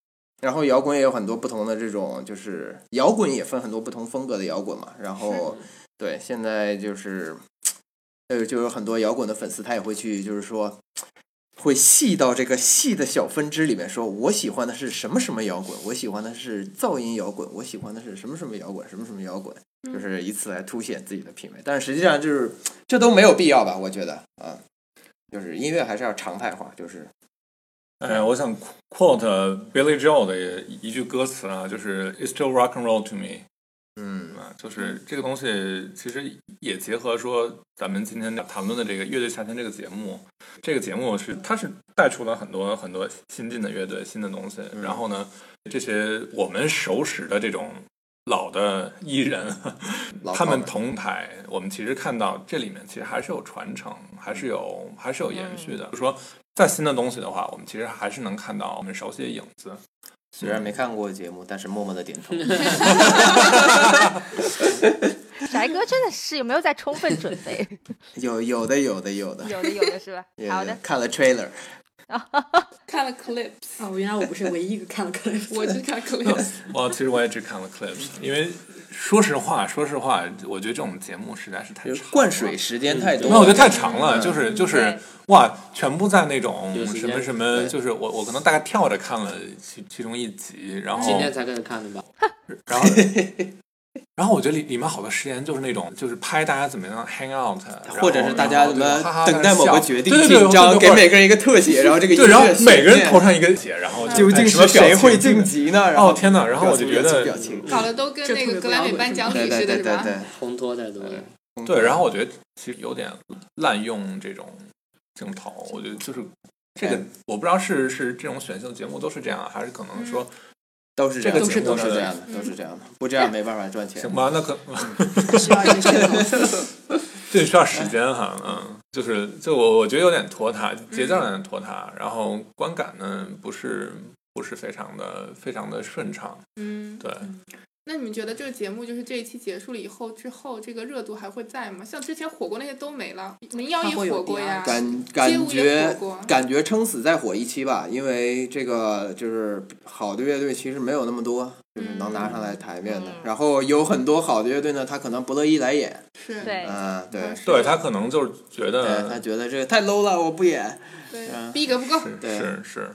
Speaker 5: 然后摇滚也有很多不同的这种，就是摇滚也分很多不同风格的摇滚嘛。然后对，现在就是呃，就有很多摇滚的粉丝，他也会去就是说会细到这个细的小分支里面说，我喜欢的是什么什么摇滚，我喜欢的是噪音摇滚，我喜欢的是什么什么摇滚，什么什么摇滚。
Speaker 4: 嗯
Speaker 5: 就是以此来凸显自己的品味。但是实际上就是这都没有必要吧？我觉得啊，就是音乐还是要常态化，就是
Speaker 4: 呃，我想 quote Billy Joel 的一句歌词啊，就是 "It's still rock and roll to me"。
Speaker 5: 嗯，
Speaker 4: 啊，就是这个东西其实也结合说咱们今天谈论的这个《乐队夏天》这个节目，这个节目是它是带出了很多很多新进的乐队、新的东西。然后呢，这些我们熟识的这种老的艺人，
Speaker 5: 老
Speaker 4: 他们
Speaker 5: 炮儿
Speaker 4: 同台，我们其实看到这里面其实还是有传承，还是有
Speaker 5: 嗯
Speaker 4: 还是有延续的。就说再新的东西的话，我们其实还是能看到我们熟悉的影
Speaker 5: [laughs]
Speaker 4: 子。
Speaker 5: 虽然没看过节目，但是默默的点
Speaker 4: [laughs]
Speaker 5: 头。 [laughs]
Speaker 2: 翟哥真的是有没有在充分准备？
Speaker 5: 有有的有的
Speaker 4: [laughs]
Speaker 5: 有的，
Speaker 2: 有的，有的是吧？
Speaker 5: [laughs] 有
Speaker 2: 好
Speaker 5: 的
Speaker 2: 的，
Speaker 5: 看了 trailer，
Speaker 1: 看了 clips，
Speaker 3: 哦，原来我不是唯一一个看了克莱夫 [laughs]
Speaker 1: 我就看 clips，
Speaker 4: 我其实我也只看了 clips，因为说实话，说实话，我觉得这种节目实在是太长了
Speaker 5: 灌水。嗯时间太多了。
Speaker 4: 那我觉得太长了，就是就是
Speaker 2: 对
Speaker 4: 哇，全部在那种
Speaker 6: 有时
Speaker 4: 什
Speaker 6: 间
Speaker 4: 么什么，
Speaker 5: 对
Speaker 4: 就是我我可能大概跳着看了其其中一集，
Speaker 2: 哦
Speaker 4: 然后
Speaker 6: 今天才开始看的吧？
Speaker 4: 然
Speaker 5: [laughs]
Speaker 4: 后然后我觉得里里面好多实验就是那种就是拍大家怎么样 hang out，然后
Speaker 5: 或者是大家
Speaker 4: 然后
Speaker 5: 怎
Speaker 4: 就哈哈
Speaker 5: 么等待某个决
Speaker 4: [laughs]
Speaker 5: 定
Speaker 4: 对对对
Speaker 5: 紧张，
Speaker 4: 对
Speaker 5: 给
Speaker 4: 或者
Speaker 5: 每个人一个特写，然后这个
Speaker 4: 对，然后每个人头
Speaker 5: 投
Speaker 4: 上一个血，然后就
Speaker 5: 究
Speaker 4: 哎
Speaker 5: 竟
Speaker 4: 什么
Speaker 5: 是谁
Speaker 4: 表情
Speaker 5: 会晋级啊呢？然后
Speaker 4: 哦天哪！然后我就觉得嗯
Speaker 5: 表情，表
Speaker 1: 搞得都跟
Speaker 3: 这
Speaker 1: 那个
Speaker 3: 特别
Speaker 1: 格
Speaker 3: 不
Speaker 1: 莱美
Speaker 3: 摇滚
Speaker 1: 颁
Speaker 3: 是
Speaker 1: 奖
Speaker 5: 情
Speaker 1: 礼
Speaker 5: 对
Speaker 1: 似
Speaker 5: 对
Speaker 1: 的，
Speaker 5: 对
Speaker 1: 是
Speaker 5: 对
Speaker 1: 吧？
Speaker 5: 对，
Speaker 6: 烘托太多
Speaker 2: 嗯
Speaker 6: 了，
Speaker 4: 对，然后我觉得其实有点滥用这种镜头，我觉得就是这个
Speaker 5: 哎，
Speaker 4: 我不知道是是这种选秀节目都是这样，啊还是可
Speaker 5: 嗯
Speaker 4: 能说
Speaker 5: 都是
Speaker 4: 这
Speaker 5: 这样，
Speaker 4: 个节目
Speaker 5: 都
Speaker 4: 是
Speaker 5: 是这样的，嗯都是这样的，不这样没办法赚钱
Speaker 4: 行。吧，那可
Speaker 3: 需要一个噱头。
Speaker 4: 这需要时间哈，嗯，就是就我我觉得有点拖沓，节奏有点拖
Speaker 5: 嗯
Speaker 4: 沓，然后观感呢不是不是非常的非常的顺畅，
Speaker 1: 嗯，
Speaker 4: 对，
Speaker 1: 那你们觉得这个节目就是这一期结束了以后之后，这个热度还会在吗？像之前火锅那些都没了，民谣也
Speaker 3: 还会有
Speaker 1: 火过呀，
Speaker 5: [laughs] 感
Speaker 1: 街
Speaker 5: 感
Speaker 1: 舞
Speaker 5: 觉
Speaker 1: 也火过
Speaker 5: 感觉撑死再火一期吧，因为这个就是好的乐队其实没有那么多，就是能拿上来台面的。然后有很多好的乐队呢，他可能不乐意来演，
Speaker 1: 是
Speaker 2: 对
Speaker 5: 嗯，对，
Speaker 4: 对他可能就是觉
Speaker 5: 对他
Speaker 4: 得
Speaker 5: 觉得这个太 low 了，我不演。
Speaker 1: 对，
Speaker 5: 嗯
Speaker 1: 逼格不够，
Speaker 4: 是
Speaker 5: 对
Speaker 4: 是是，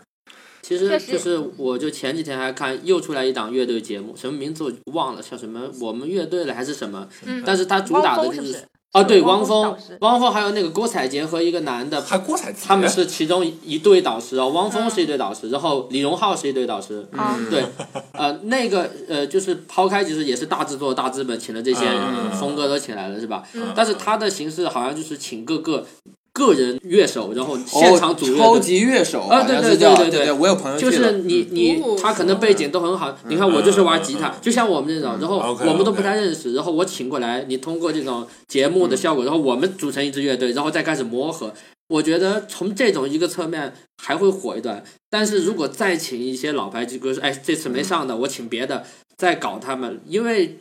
Speaker 6: 其实
Speaker 2: 确实
Speaker 6: 就是，我就前几天还看又出来一档乐队节目，什么名字我忘了，叫什么我们乐队了还是什么？
Speaker 1: 嗯
Speaker 6: 但是它主
Speaker 2: 汪
Speaker 6: 打的
Speaker 2: 峰
Speaker 6: 就是
Speaker 2: 不是？
Speaker 6: 哦，对，
Speaker 2: 汪
Speaker 6: 汪
Speaker 2: 峰
Speaker 6: 峰
Speaker 2: 导师，
Speaker 6: 汪峰还有那个郭采洁和一个
Speaker 2: [laughs]
Speaker 6: 男的，
Speaker 4: 还郭采洁，
Speaker 6: 他们是其中一对导师哦，汪峰是一对导师，然后李荣浩是一对导师。
Speaker 4: 嗯
Speaker 2: 啊，
Speaker 6: 对，呃，那个呃，就是抛开，其实也是大制作、大资本请的这些
Speaker 4: 嗯
Speaker 6: 人，峰哥都请来了，是吧？
Speaker 4: 嗯
Speaker 6: 但是他的形式好像就是请各个个人乐手，然后现
Speaker 5: 哦，
Speaker 6: 场组乐
Speaker 5: 超
Speaker 6: 队
Speaker 5: 级乐手
Speaker 6: 啊
Speaker 5: 好像
Speaker 6: 对
Speaker 5: 是
Speaker 6: 对
Speaker 5: 叫
Speaker 6: 对对
Speaker 5: 对
Speaker 6: 对
Speaker 5: 我有朋友去
Speaker 6: 就
Speaker 5: 了
Speaker 6: 是你你
Speaker 1: 哦
Speaker 6: 他可能背景都很好，你看我就是玩吉他
Speaker 4: 嗯嗯，
Speaker 6: 就像我们这种，然后
Speaker 4: 嗯，OK，
Speaker 6: 我们都不
Speaker 4: OK
Speaker 6: 太认识，然后我请过来，你通过这种节目
Speaker 5: 嗯
Speaker 6: 的效果，然后我们组成一支乐队，然后再开始磨合。我觉得从这种一个侧面还会火一段，但是如果再请一些老牌机歌手，哎，这
Speaker 5: 嗯
Speaker 6: 次没上的，我请别的再搞他们，因为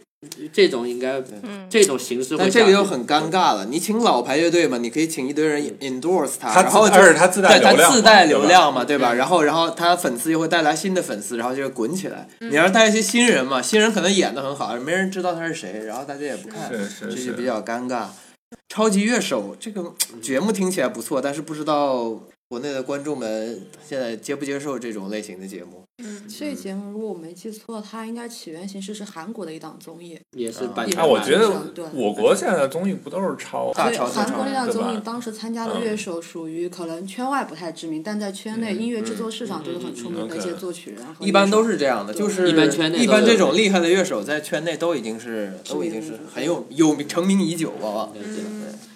Speaker 6: 这种应该
Speaker 2: 嗯，
Speaker 6: 这种形式会
Speaker 5: 但
Speaker 6: 下
Speaker 5: 这
Speaker 6: 去。
Speaker 5: 个又很尴尬了，你请老牌乐队嘛，你可以请一堆人 endorse 他，
Speaker 4: 他
Speaker 5: 然后
Speaker 4: 自
Speaker 5: 就
Speaker 4: 而且他自带
Speaker 5: 对他
Speaker 4: 流量嘛
Speaker 5: 自带
Speaker 4: 对吧
Speaker 5: 流量嘛，对吧？嗯然后然后他粉丝又会带来新的粉丝，然后就滚起来。你要是带一些新人嘛，新人可能演的很好，没人知道他是谁，然后大家也不看，
Speaker 4: 是是
Speaker 5: 这
Speaker 4: 是
Speaker 5: 就比较尴尬。超级乐手这个节目听起来不错，但是不知道国内的观众们现在接不接受这种类型的节目。
Speaker 3: 这节目如果我没记错，它应该起源形式是韩国的一档综艺，
Speaker 6: 也
Speaker 5: 嗯
Speaker 6: 是版权
Speaker 5: 啊
Speaker 4: 哎，我觉得
Speaker 3: 对
Speaker 4: 我国现在的综艺不都是抄
Speaker 5: 大
Speaker 3: 所以
Speaker 5: 潮特
Speaker 3: 韩
Speaker 5: 潮
Speaker 3: 国那档
Speaker 4: 对吧
Speaker 3: 综艺当时参加的
Speaker 5: 嗯
Speaker 3: 乐手属于可能圈外不太知名，但在圈内音乐
Speaker 5: 嗯
Speaker 3: 制作市场就是很出名的一些作曲人和
Speaker 5: 一般都
Speaker 3: 乐手
Speaker 5: 是这样的，就是
Speaker 6: 一般圈内都
Speaker 5: 一般
Speaker 6: 有
Speaker 5: 这种厉害的乐手在圈内都已经是都已经是很有有成名已久了，
Speaker 6: 对对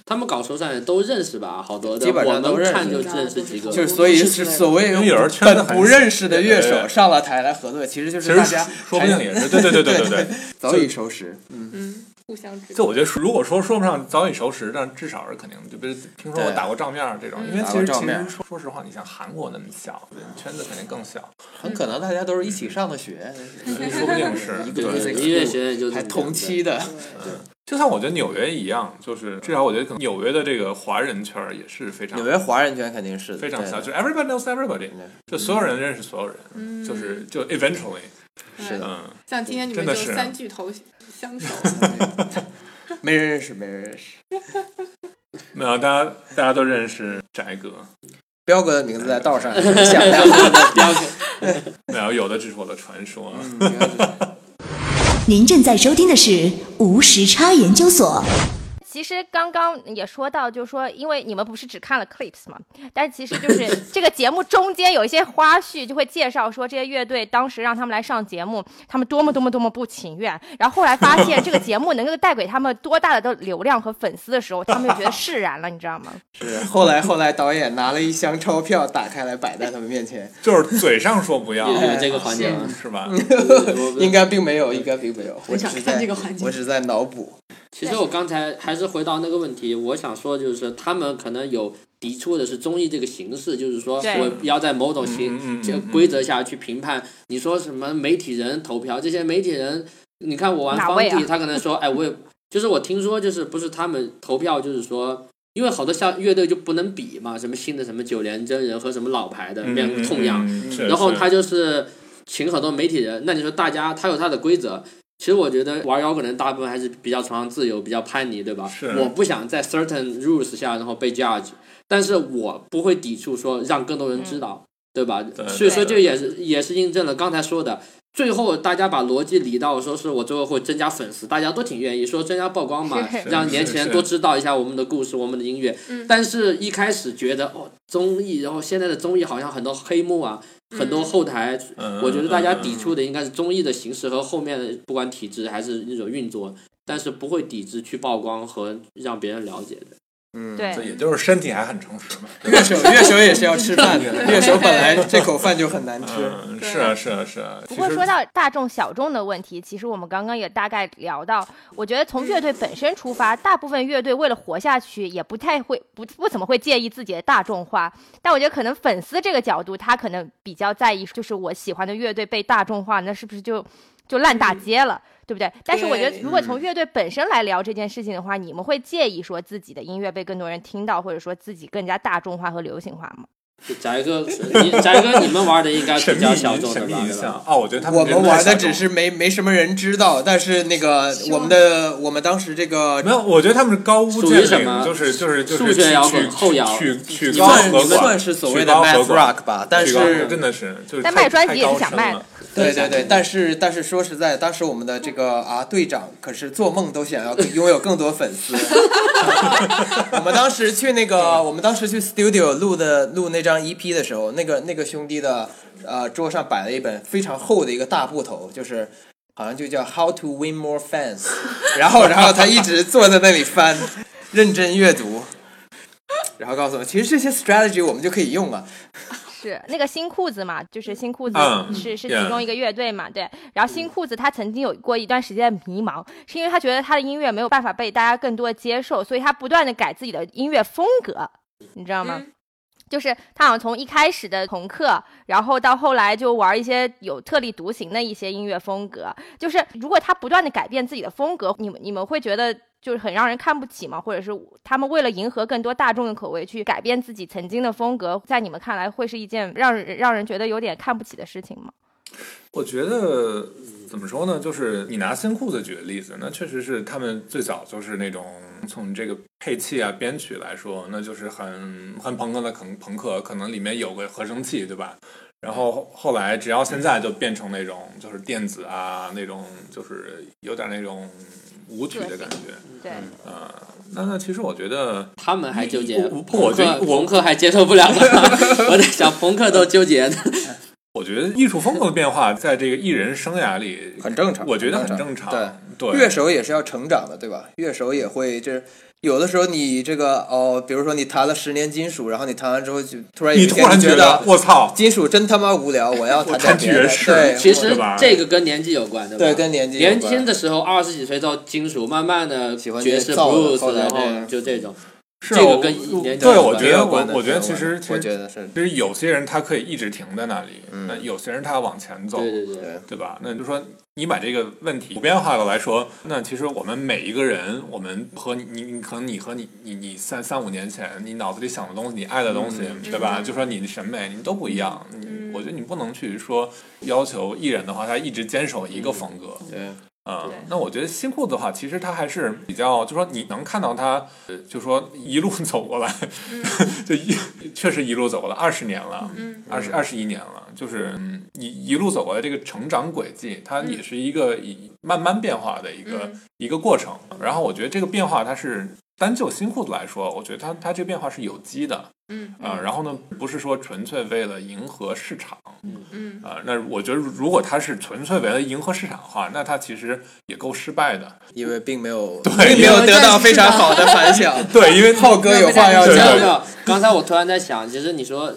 Speaker 6: 他们搞说唱也都认识吧，好多的
Speaker 5: 基本上都
Speaker 6: 我
Speaker 5: 认识
Speaker 6: 们看就认识几个，
Speaker 5: 就是所以是所谓
Speaker 4: 因为有人圈子
Speaker 5: 本
Speaker 4: 很
Speaker 5: 不认识的乐手
Speaker 4: 对
Speaker 5: 上了台来合作，其实就
Speaker 4: 其
Speaker 5: 是
Speaker 4: 实
Speaker 5: 大家
Speaker 4: 说不定也是对对对对
Speaker 5: [laughs]
Speaker 4: 对对。
Speaker 5: 早已熟识。
Speaker 1: 嗯，互相指
Speaker 4: 就我觉得，如果说说不上早已熟识，但至少是肯定，就比如听说我
Speaker 5: 对
Speaker 4: 打过照面儿这种，
Speaker 1: 嗯
Speaker 4: 因为
Speaker 5: 打
Speaker 4: 其
Speaker 5: 过
Speaker 4: 实
Speaker 5: 照
Speaker 4: 其
Speaker 5: 面儿
Speaker 4: 实说说实话，你像韩国那么小，圈子肯定更小，
Speaker 5: 很可能大家都是一起上的学，
Speaker 4: [laughs] 说不定是
Speaker 5: 一个
Speaker 6: 对
Speaker 5: 东西
Speaker 6: 对音乐学院就
Speaker 5: 还
Speaker 6: 这么讲
Speaker 5: 同期的， [laughs]
Speaker 4: 就像我觉得纽约一样，就是至少我觉得可能纽约的这个华人圈儿也是非常
Speaker 5: 纽约华人圈肯定是的
Speaker 4: 非常
Speaker 5: 对嗯
Speaker 4: 小，就是 everybody knows everybody，
Speaker 5: 对
Speaker 4: 就所有人认识所有
Speaker 6: 嗯
Speaker 4: 人，就是就 eventually，
Speaker 5: 是的，
Speaker 4: 嗯，
Speaker 1: 嗯像今天你
Speaker 4: 真
Speaker 1: 们
Speaker 4: 的啊
Speaker 1: 就是三巨头相
Speaker 4: [laughs]
Speaker 1: 守，
Speaker 5: [laughs] 没人认识，没人认识。
Speaker 4: 没有大家大家都认识翟哥，
Speaker 5: 彪哥的名字在道上响亮， [laughs] 彪哥。
Speaker 4: 没有有的只是我的传说，
Speaker 5: 彪哥
Speaker 7: 您正在收听的是《无时差研究所》。
Speaker 2: 其实刚刚也说到，就是说，因为你们不是只看了 clips 嘛，但其实就是
Speaker 6: [laughs]
Speaker 2: 这个节目中间有一些花絮，就会介绍说这些乐队当时让他们来上节目，他们多么多么多么不情愿，然后后来发现这个节目能够带给他们多大的的流量和粉丝的时候，他们就觉得释然了，你知道吗？
Speaker 5: 是后来后来导演拿了一箱钞票打开来摆在他们面
Speaker 6: [laughs]
Speaker 5: 前，
Speaker 4: [laughs] 就是嘴上说不要，
Speaker 6: 有这个环节吗？
Speaker 4: 是吧？
Speaker 5: 应该并没有，应该并没有，我只是
Speaker 3: 想看
Speaker 5: 在
Speaker 3: 这个环节
Speaker 5: 我只是在脑补。
Speaker 6: 其实我刚才还是回到那个问题，我想说的就是他们可能有抵触的是综艺这个形式，就是说
Speaker 2: 对
Speaker 6: 我要在某种
Speaker 4: 嗯嗯
Speaker 6: 形
Speaker 4: 嗯
Speaker 6: 这个规则下去评判。你说什么媒体人投票，这些媒体人，你看我玩
Speaker 2: 哪
Speaker 6: 方
Speaker 2: 位啊
Speaker 6: 地，他可能说，哎，我也就是我听说就是不是他们投票，就是说。因为好多像乐队就不能比嘛，什么新的什么九连真人和什么老牌的，变成痛痒，
Speaker 4: 嗯，是
Speaker 6: 然后
Speaker 4: 是
Speaker 6: 他就是请很多媒体人，那你说大家他有他的规则。其实我觉得玩摇滚的大部分还是比较崇尚自由，比较叛逆，对吧？
Speaker 4: 是
Speaker 6: 我不想在 certain rules 下然后被 judge，但是我不会抵触说让更多人知道，对吧？
Speaker 4: 对
Speaker 6: 所以说
Speaker 4: 对
Speaker 6: 这也是也是印证了刚才说的，最后大家把逻辑理到说是我最后会增加粉丝，大家都挺愿意说增加曝光嘛
Speaker 2: 是，
Speaker 6: 让年轻
Speaker 4: 是
Speaker 6: 人
Speaker 4: 是
Speaker 6: 多知道一下我们的故事、我们的音乐。
Speaker 1: 嗯
Speaker 6: 但是一开始觉得哦，综艺，然后现在的综艺好像很多黑幕啊，很多后台，
Speaker 4: 嗯
Speaker 6: 我觉得大家
Speaker 4: 嗯嗯
Speaker 6: 抵触的应该是综艺的形式和后面的不管体制还是那种运作，但是不会抵制去曝光和让别人了解的。
Speaker 5: 嗯，
Speaker 2: 对
Speaker 4: 这也就是身体还很诚实嘛。[laughs]
Speaker 5: 乐手乐手也是要吃饭的，乐手本来这口饭就很难吃。
Speaker 4: 嗯，是啊，是啊，是啊。
Speaker 2: 不过
Speaker 4: 其实
Speaker 2: 说到大众小众的问题，其实我们刚刚也大概聊到，我觉得从乐队本身出发，大部分乐队为了活下去，也不太会不不怎么会介意自己的大众化。但我觉得可能粉丝这个角度，他可能比较在意，就是我喜欢的乐队被大众化，那是不是就就烂
Speaker 4: 嗯
Speaker 2: 大街了？对不对？但是我觉得，
Speaker 1: 对
Speaker 2: 如果从乐队本身来聊这件事情的话，你们会介意说自己的音乐被更多人听到，或者说自己更加大众化和流行化吗？
Speaker 6: 就
Speaker 4: [laughs]
Speaker 6: 翟哥，你翟哥，你们玩的应该
Speaker 4: 神
Speaker 6: 比
Speaker 4: 秘
Speaker 6: 较小众
Speaker 4: 神 [laughs]
Speaker 6: 的
Speaker 4: 秘
Speaker 6: 吧？
Speaker 4: 一
Speaker 6: 对吧
Speaker 4: 项哦，我觉得他
Speaker 5: 我们玩的
Speaker 4: 的
Speaker 5: 只是没没什么人知道，但是那个我们的我们当时这个
Speaker 4: 没有，我觉得他们是高屋建
Speaker 6: 属于什
Speaker 4: 瓴，
Speaker 6: 么
Speaker 4: 就是就是就是
Speaker 6: 数学摇滚
Speaker 4: 去
Speaker 6: 后摇
Speaker 4: 去去去高
Speaker 5: 算
Speaker 4: 和
Speaker 5: 你们算
Speaker 4: 馆，
Speaker 5: 是所
Speaker 4: 去
Speaker 5: 谓的
Speaker 4: 高和
Speaker 5: math
Speaker 4: 馆
Speaker 5: rock 吧，但
Speaker 4: 去高
Speaker 5: 是
Speaker 4: 真的是就是
Speaker 2: 但
Speaker 4: 太
Speaker 2: 卖专辑
Speaker 4: 太
Speaker 2: 也是
Speaker 4: 高
Speaker 2: 想
Speaker 4: 深
Speaker 2: 卖
Speaker 4: 了
Speaker 2: 的
Speaker 5: 对对对，但是但是说实在，当时我们的这个啊队长可是做梦都想要拥有更多粉丝。 [laughs] 我们当时去那个，我们当时去 studio 录的录那张 EP 的时候，那个那个兄弟的呃桌上摆了一本非常厚的一个大布头，就是。好像就叫 How to Win More Fans，然后然后他一直坐在那里翻，认真阅读，然后告诉我，其实这些 strategy 我们就可以用啊，
Speaker 2: 是那个新裤子嘛，就是新裤子
Speaker 4: 嗯
Speaker 2: 是、是
Speaker 4: ，yeah
Speaker 2: 其中一个乐队嘛，对。然后新裤子他曾经有过一段时间迷茫，是因为他觉得他的音乐没有办法被大家更多接受，所以他不断的改自己的音乐风格，你知道吗？
Speaker 1: 嗯
Speaker 2: 就是他好像从一开始的朋克，然后到后来就玩一些有特立独行的一些音乐风格。就是如果他不断的改变自己的风格，你们你们会觉得就是很让人看不起吗？或者是他们为了迎合更多大众的口味去改变自己曾经的风格，在你们看来会是一件让人让人觉得有点看不起的事情吗？
Speaker 4: 我觉得怎么说呢？就是你拿新裤子举个例子，那确实是他们最早就是那种从这个配器啊、编曲来说，那就是很很朋克的朋朋克，可能里面有个合成器，对吧？然后后来，只要现在就变成那种就是电子啊，那种就是有点那种舞曲的感觉。
Speaker 2: 对，
Speaker 4: 那那其实我觉得，
Speaker 6: 他们还纠结
Speaker 4: 我我，
Speaker 6: 朋
Speaker 4: 我觉得
Speaker 6: 克
Speaker 4: 我
Speaker 6: 朋克还接受不了 [laughs] 吗？我在想，朋克都纠结呢。
Speaker 4: 我觉得艺术风格的变化，在这个艺人生涯里
Speaker 5: 很正常
Speaker 4: 我觉得很
Speaker 5: 很
Speaker 4: 正
Speaker 5: 正
Speaker 4: 常。
Speaker 5: 常
Speaker 4: 对，
Speaker 5: 乐手也是要成长的，对吧？乐手也会这。有的时候你这个哦，比如说你弹了十年金属，然后你弹完之后就突然有
Speaker 4: 你
Speaker 5: 一
Speaker 4: 突
Speaker 5: 天
Speaker 4: 然
Speaker 5: 你觉
Speaker 4: 得
Speaker 5: 得
Speaker 4: 我操，
Speaker 5: 金属真他妈无聊，我
Speaker 4: [laughs]
Speaker 5: 要
Speaker 4: 我
Speaker 5: 弹
Speaker 4: 弹
Speaker 5: 点别的
Speaker 4: 爵士
Speaker 5: 对，
Speaker 6: 其
Speaker 5: 我
Speaker 4: 对
Speaker 6: 实
Speaker 4: 吧
Speaker 6: 这个跟年纪有关，对吧？
Speaker 5: 对跟年纪有关
Speaker 6: 年轻的时候二十几岁到金属，慢慢的
Speaker 5: 喜欢
Speaker 6: 爵
Speaker 5: 这
Speaker 6: 士、
Speaker 5: 造的哦
Speaker 6: blues，
Speaker 5: 后来
Speaker 6: 然
Speaker 5: 这
Speaker 6: 后
Speaker 5: 样
Speaker 6: 就这种。
Speaker 4: 是
Speaker 6: 这个
Speaker 4: 我
Speaker 6: 跟年纪
Speaker 4: 对，
Speaker 6: 有
Speaker 4: 我
Speaker 6: 关
Speaker 4: 觉
Speaker 5: 也
Speaker 4: 得
Speaker 5: 有
Speaker 4: 我
Speaker 5: 关的
Speaker 4: 我觉得
Speaker 5: 也有
Speaker 4: 其
Speaker 5: 关
Speaker 4: 实
Speaker 5: 的
Speaker 4: 其
Speaker 5: 我
Speaker 4: 实
Speaker 5: 觉得嗯是
Speaker 4: 其实有些人他可以一直停在那里，那有些人他要往前走，
Speaker 6: 对对对，
Speaker 4: 对吧？那就说你把这个问题普遍化的来说，那其实我们每一个人，我们和你你你可能你和你你你三三五年前你脑子里想的东西，你爱的东西，
Speaker 5: 嗯
Speaker 4: 对吧？就说你的审美，你都不一样。
Speaker 5: 嗯
Speaker 4: 你我觉得你不能去说要求艺人的话，他一直坚守一个风格。
Speaker 5: 对
Speaker 4: 嗯
Speaker 2: 对，
Speaker 4: 那我觉得新裤子的话，其实它还是比较，就说你能看到它，呃就说一路走过来， [laughs] 就一确实一路走过来，二十年了，
Speaker 1: 嗯
Speaker 4: 二十二十一年了，就是嗯一一路走过来这个成长轨迹，它也是一个以慢慢变化的一个、
Speaker 1: 嗯
Speaker 4: 一个过程。然后我觉得这个变化它是。单就新裤子来说，我觉得它它这个变化是有机的
Speaker 1: 嗯
Speaker 4: 啊、然后呢，不是说纯粹为了迎合市场，
Speaker 1: 嗯
Speaker 4: 啊、那我觉得如果它是纯粹为了迎合市场的话，那它其实也够失败的。
Speaker 5: 因为并没有，
Speaker 4: 对
Speaker 5: 并没有得到非常好的反
Speaker 6: [laughs]
Speaker 5: 响。
Speaker 4: 对，因为
Speaker 5: 浩哥有话要
Speaker 4: 对
Speaker 6: 没有没
Speaker 5: 讲，
Speaker 6: 有，刚才我突然在想，其实你说，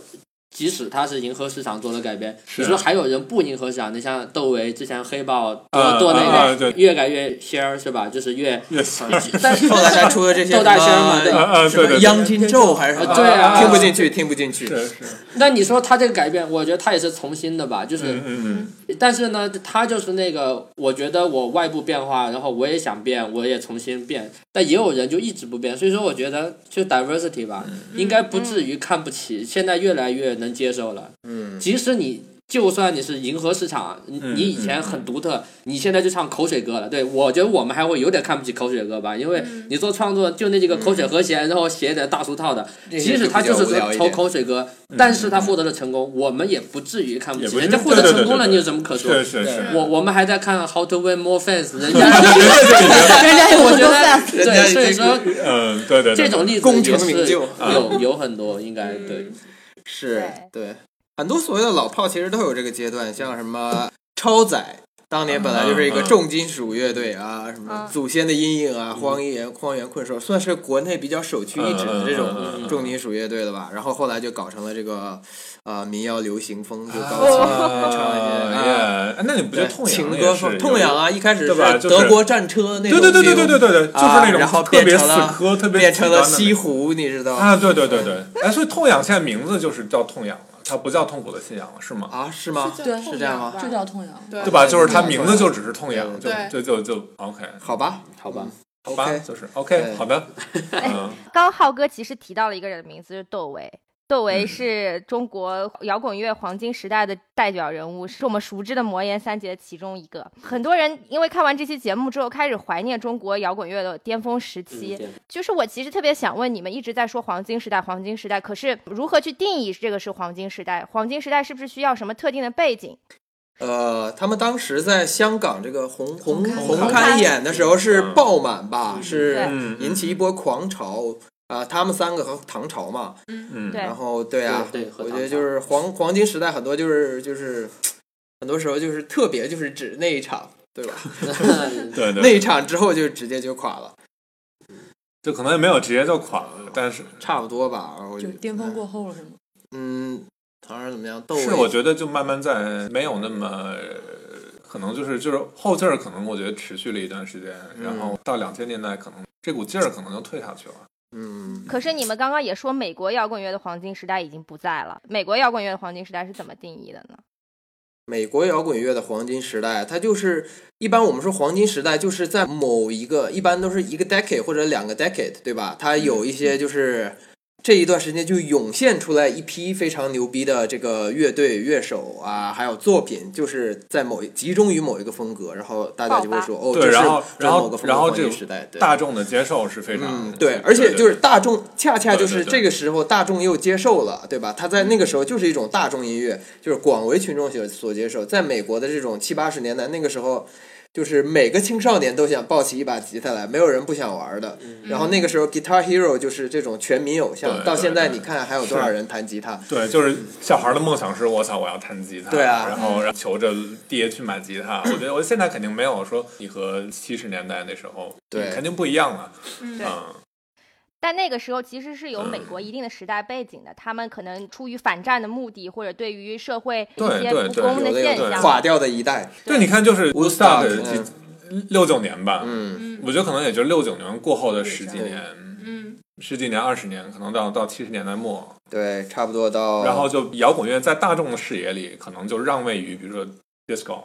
Speaker 6: 即使他是迎合市场做的改变，
Speaker 4: 是
Speaker 6: 你说还有人不迎合市场，你像窦唯之前黑豹
Speaker 4: 啊
Speaker 6: 做做
Speaker 4: 啊啊
Speaker 6: 那个
Speaker 4: 对
Speaker 6: 越改越仙儿是吧？就是越，
Speaker 4: 也行
Speaker 6: [laughs] 但是
Speaker 5: 后来他出了
Speaker 6: [laughs]
Speaker 5: 这些
Speaker 6: 窦大仙嘛
Speaker 5: 什
Speaker 6: 对
Speaker 5: 么
Speaker 4: 啊啊
Speaker 5: 什么
Speaker 4: 对对对
Speaker 5: 央金咒还是什么，
Speaker 6: 对啊
Speaker 5: 听不进去，听不进去。
Speaker 4: 是是，
Speaker 6: 那你说他这个改变，我觉得他也是从心的吧，就是。
Speaker 4: 嗯嗯
Speaker 6: 但是呢，他就是那个，我觉得我外部变化，然后我也想变，我也重新变，但也有人就一直不变，所以说我觉得就 diversity 吧，
Speaker 4: 嗯
Speaker 6: 应该不至于看不起，现在越来越能接受了。
Speaker 5: 嗯，
Speaker 6: 即使你就算你是迎合市场，你
Speaker 4: 嗯
Speaker 6: 你以前很独特，你现在就唱口水歌了。对我觉得我们还会有点看不起口水歌吧，因为
Speaker 4: 嗯
Speaker 6: 你做创作就那几个口水和弦，然后写点大俗套的。
Speaker 5: 这个
Speaker 6: 即使他
Speaker 5: 就
Speaker 6: 就
Speaker 5: 比
Speaker 6: 是
Speaker 5: 较无聊一
Speaker 6: 投
Speaker 5: 点嗯
Speaker 6: 口水歌，但是他获得了成功，我们也不至于看不
Speaker 4: 也
Speaker 6: 起。
Speaker 4: 不
Speaker 6: 人
Speaker 4: 至
Speaker 6: 家
Speaker 4: 于
Speaker 6: 获得
Speaker 4: 对对
Speaker 6: 成功了，
Speaker 4: 对对
Speaker 6: 你有什么可说
Speaker 4: 是？是是，
Speaker 6: 我我们还在看 How to Win More Fans，人家
Speaker 5: [laughs]
Speaker 2: 人家有
Speaker 6: 我
Speaker 2: 很
Speaker 6: 觉
Speaker 2: 多
Speaker 6: 得
Speaker 2: fans
Speaker 5: 人家
Speaker 6: 对，
Speaker 5: 已
Speaker 6: 所以
Speaker 5: 经
Speaker 6: 说
Speaker 4: 嗯，对对对，
Speaker 6: 这种例子
Speaker 5: 功
Speaker 6: 也
Speaker 5: 成
Speaker 6: 是
Speaker 5: 名就啊
Speaker 6: 有有很多，应该
Speaker 2: 嗯
Speaker 6: 对。
Speaker 5: 是对，很多所谓的老炮其实都有这个阶段，像什么超载。当年本来就是一
Speaker 4: 嗯
Speaker 5: 个
Speaker 4: 嗯嗯
Speaker 5: 重金属乐队啊，什么
Speaker 2: 嗯
Speaker 5: 祖先的阴影啊，荒野荒原困兽，算是国内比较首屈一指的这
Speaker 4: 嗯嗯嗯嗯
Speaker 5: 种
Speaker 4: 嗯
Speaker 5: 重金属乐队了吧。然后后来就搞成了这个，呃，民谣流行风，就高
Speaker 4: 高
Speaker 5: 级
Speaker 4: 啊
Speaker 5: 唱一些啊，
Speaker 4: 耶，哎那你不觉
Speaker 5: 对
Speaker 4: 得痛
Speaker 5: 情
Speaker 4: 痒
Speaker 5: 歌
Speaker 4: 也是
Speaker 5: 风，痛痒？啊，一开始
Speaker 4: 对吧
Speaker 5: 是
Speaker 4: 就是
Speaker 5: 德国战车那
Speaker 4: 对
Speaker 5: 种
Speaker 4: 对
Speaker 5: feel，
Speaker 4: 对对对对对对，就是
Speaker 5: 啊
Speaker 4: 那种
Speaker 5: 然后
Speaker 4: 特
Speaker 5: 变
Speaker 4: 别
Speaker 5: 成
Speaker 4: 死
Speaker 5: 了
Speaker 4: 磕，特别
Speaker 5: 变成
Speaker 4: 极
Speaker 5: 了
Speaker 4: 端的那
Speaker 5: 西
Speaker 4: 种
Speaker 5: 湖，你知道吗？
Speaker 4: 啊，对对对对，哎，所以痛痒现在名字就是叫痛痒了，它不叫痛苦的信仰了，是吗？
Speaker 5: 啊，是吗？
Speaker 1: 对，
Speaker 5: 是这样吗
Speaker 3: 就叫痛痒。
Speaker 1: 对
Speaker 4: 对吧？就是它名字就只是痛痒，就
Speaker 1: 对
Speaker 4: 就就就 OK，
Speaker 5: 好吧
Speaker 6: 好吧，
Speaker 2: 嗯
Speaker 4: 好吧，
Speaker 5: ，OK，
Speaker 4: 就是
Speaker 5: 对
Speaker 4: OK，好
Speaker 5: [laughs]
Speaker 4: 的，嗯，
Speaker 2: 刚刚浩哥其实提到了一个人的名字，就是窦唯。窦唯是中国摇滚乐黄金时代的代表人物，是我们熟知的魔岩三杰的其中一个。很多人因为看完这期节目之后，开始怀念中国摇滚乐的巅峰时期。
Speaker 6: 嗯
Speaker 2: 就是我其实特别想问你们，一直在说黄金时代，黄金时代，可是如何去定义这个是黄金时代？黄金时代是不是需要什么特定的背景？
Speaker 5: 呃，他们当时在香港这个红
Speaker 3: 红
Speaker 5: 红红
Speaker 2: 红
Speaker 5: 磡
Speaker 2: 磡
Speaker 5: 演的时候是爆满吧，是
Speaker 4: 嗯
Speaker 5: 引起一波狂潮啊、他们三个和唐朝嘛，
Speaker 4: 嗯，
Speaker 2: 对
Speaker 5: 然后对啊，
Speaker 6: 对对和
Speaker 5: 我
Speaker 6: 唐
Speaker 5: 觉得
Speaker 6: 朝
Speaker 5: 就是黄黄金时代很多就是就是很多时候就是特别就是指那一场。对吧？ [laughs]
Speaker 4: 对
Speaker 5: 那
Speaker 4: 对，
Speaker 5: 一场之后就直接就垮了，
Speaker 4: 就可能也没有直接就垮了，但是
Speaker 5: 差不多吧，我觉
Speaker 3: 就
Speaker 5: 得
Speaker 3: 是巅峰。过后了是吗？
Speaker 5: 嗯，唐人怎么样？窦
Speaker 4: 是，
Speaker 5: 唯
Speaker 4: 我觉得就慢慢在没有那么，可能就是就是后劲儿，可能我觉得持续了一段时间，然后到两千年代，可能这股劲儿可能就退下去了。
Speaker 5: 嗯，
Speaker 2: 可是你们刚刚也说，美国摇滚乐的黄金时代已经不在了。美国摇滚乐的黄金时代是怎么定义的呢？
Speaker 5: 美国摇滚乐的黄金时代，它就是一般我们说黄金时代，就是在某一个一般都是一个 decade 或者两个 decade，对吧？它有一些就是这一段时间就涌现出来一批非常牛逼的这个乐队、乐手啊，还有作品，就是在某一集中于某一个风格，然后大家就会说哦，
Speaker 4: 对
Speaker 5: 这是
Speaker 4: 然后
Speaker 5: 这是
Speaker 4: 然后
Speaker 5: 某个风格
Speaker 4: 然后
Speaker 5: 黄
Speaker 4: 这
Speaker 5: 金
Speaker 4: 个
Speaker 5: 时代，对
Speaker 4: 大众的接受是非常、
Speaker 5: 嗯，对，而且就是大众，恰恰就
Speaker 4: 对
Speaker 5: 是
Speaker 4: 对对嗯
Speaker 5: 这个时候大众又接受了，对吧？他在那个时候就是一种大众音乐，就是广为群众所所接受。在美国的这种七八十年代，那个时候就是每个青少年都想抱起一把吉他来，没有人不想玩的。然后那个时候 Guitar Hero 就是这种全民偶像，
Speaker 4: 嗯对
Speaker 5: 到
Speaker 4: 对
Speaker 5: 现在
Speaker 4: 对
Speaker 5: 你看还有多少人弹吉他？
Speaker 4: 对，就是小孩的梦想是我操，我要弹吉他，
Speaker 5: 对啊
Speaker 4: 然后然后求着爹去买吉他。我觉得我现在肯定没有说你和七十年代那时候，
Speaker 5: 对
Speaker 4: 肯定不一样了，
Speaker 1: 嗯
Speaker 2: 对
Speaker 4: 嗯，
Speaker 2: 但那个时候其实是有美国一定的时代背景的，他们可能出于反战的目的，或者对于社会一
Speaker 4: 对
Speaker 2: 些
Speaker 4: 对
Speaker 2: 不
Speaker 4: 对
Speaker 2: 公的
Speaker 5: 有的有
Speaker 2: 现
Speaker 5: 的
Speaker 2: 象，
Speaker 5: 垮掉的一代，
Speaker 4: 对，你看就是
Speaker 5: Woodstock，
Speaker 4: Woodstock 几六九年吧，
Speaker 5: 嗯，
Speaker 1: 嗯
Speaker 4: 我觉得可能也就六九年过后的十几
Speaker 5: 对
Speaker 4: 年，
Speaker 1: 嗯
Speaker 4: 十几年、二十年，可能到到七十年代末，
Speaker 5: 对，差不多到
Speaker 4: 然后就摇滚乐在大众的视野里，可能就让位于比如说 disco，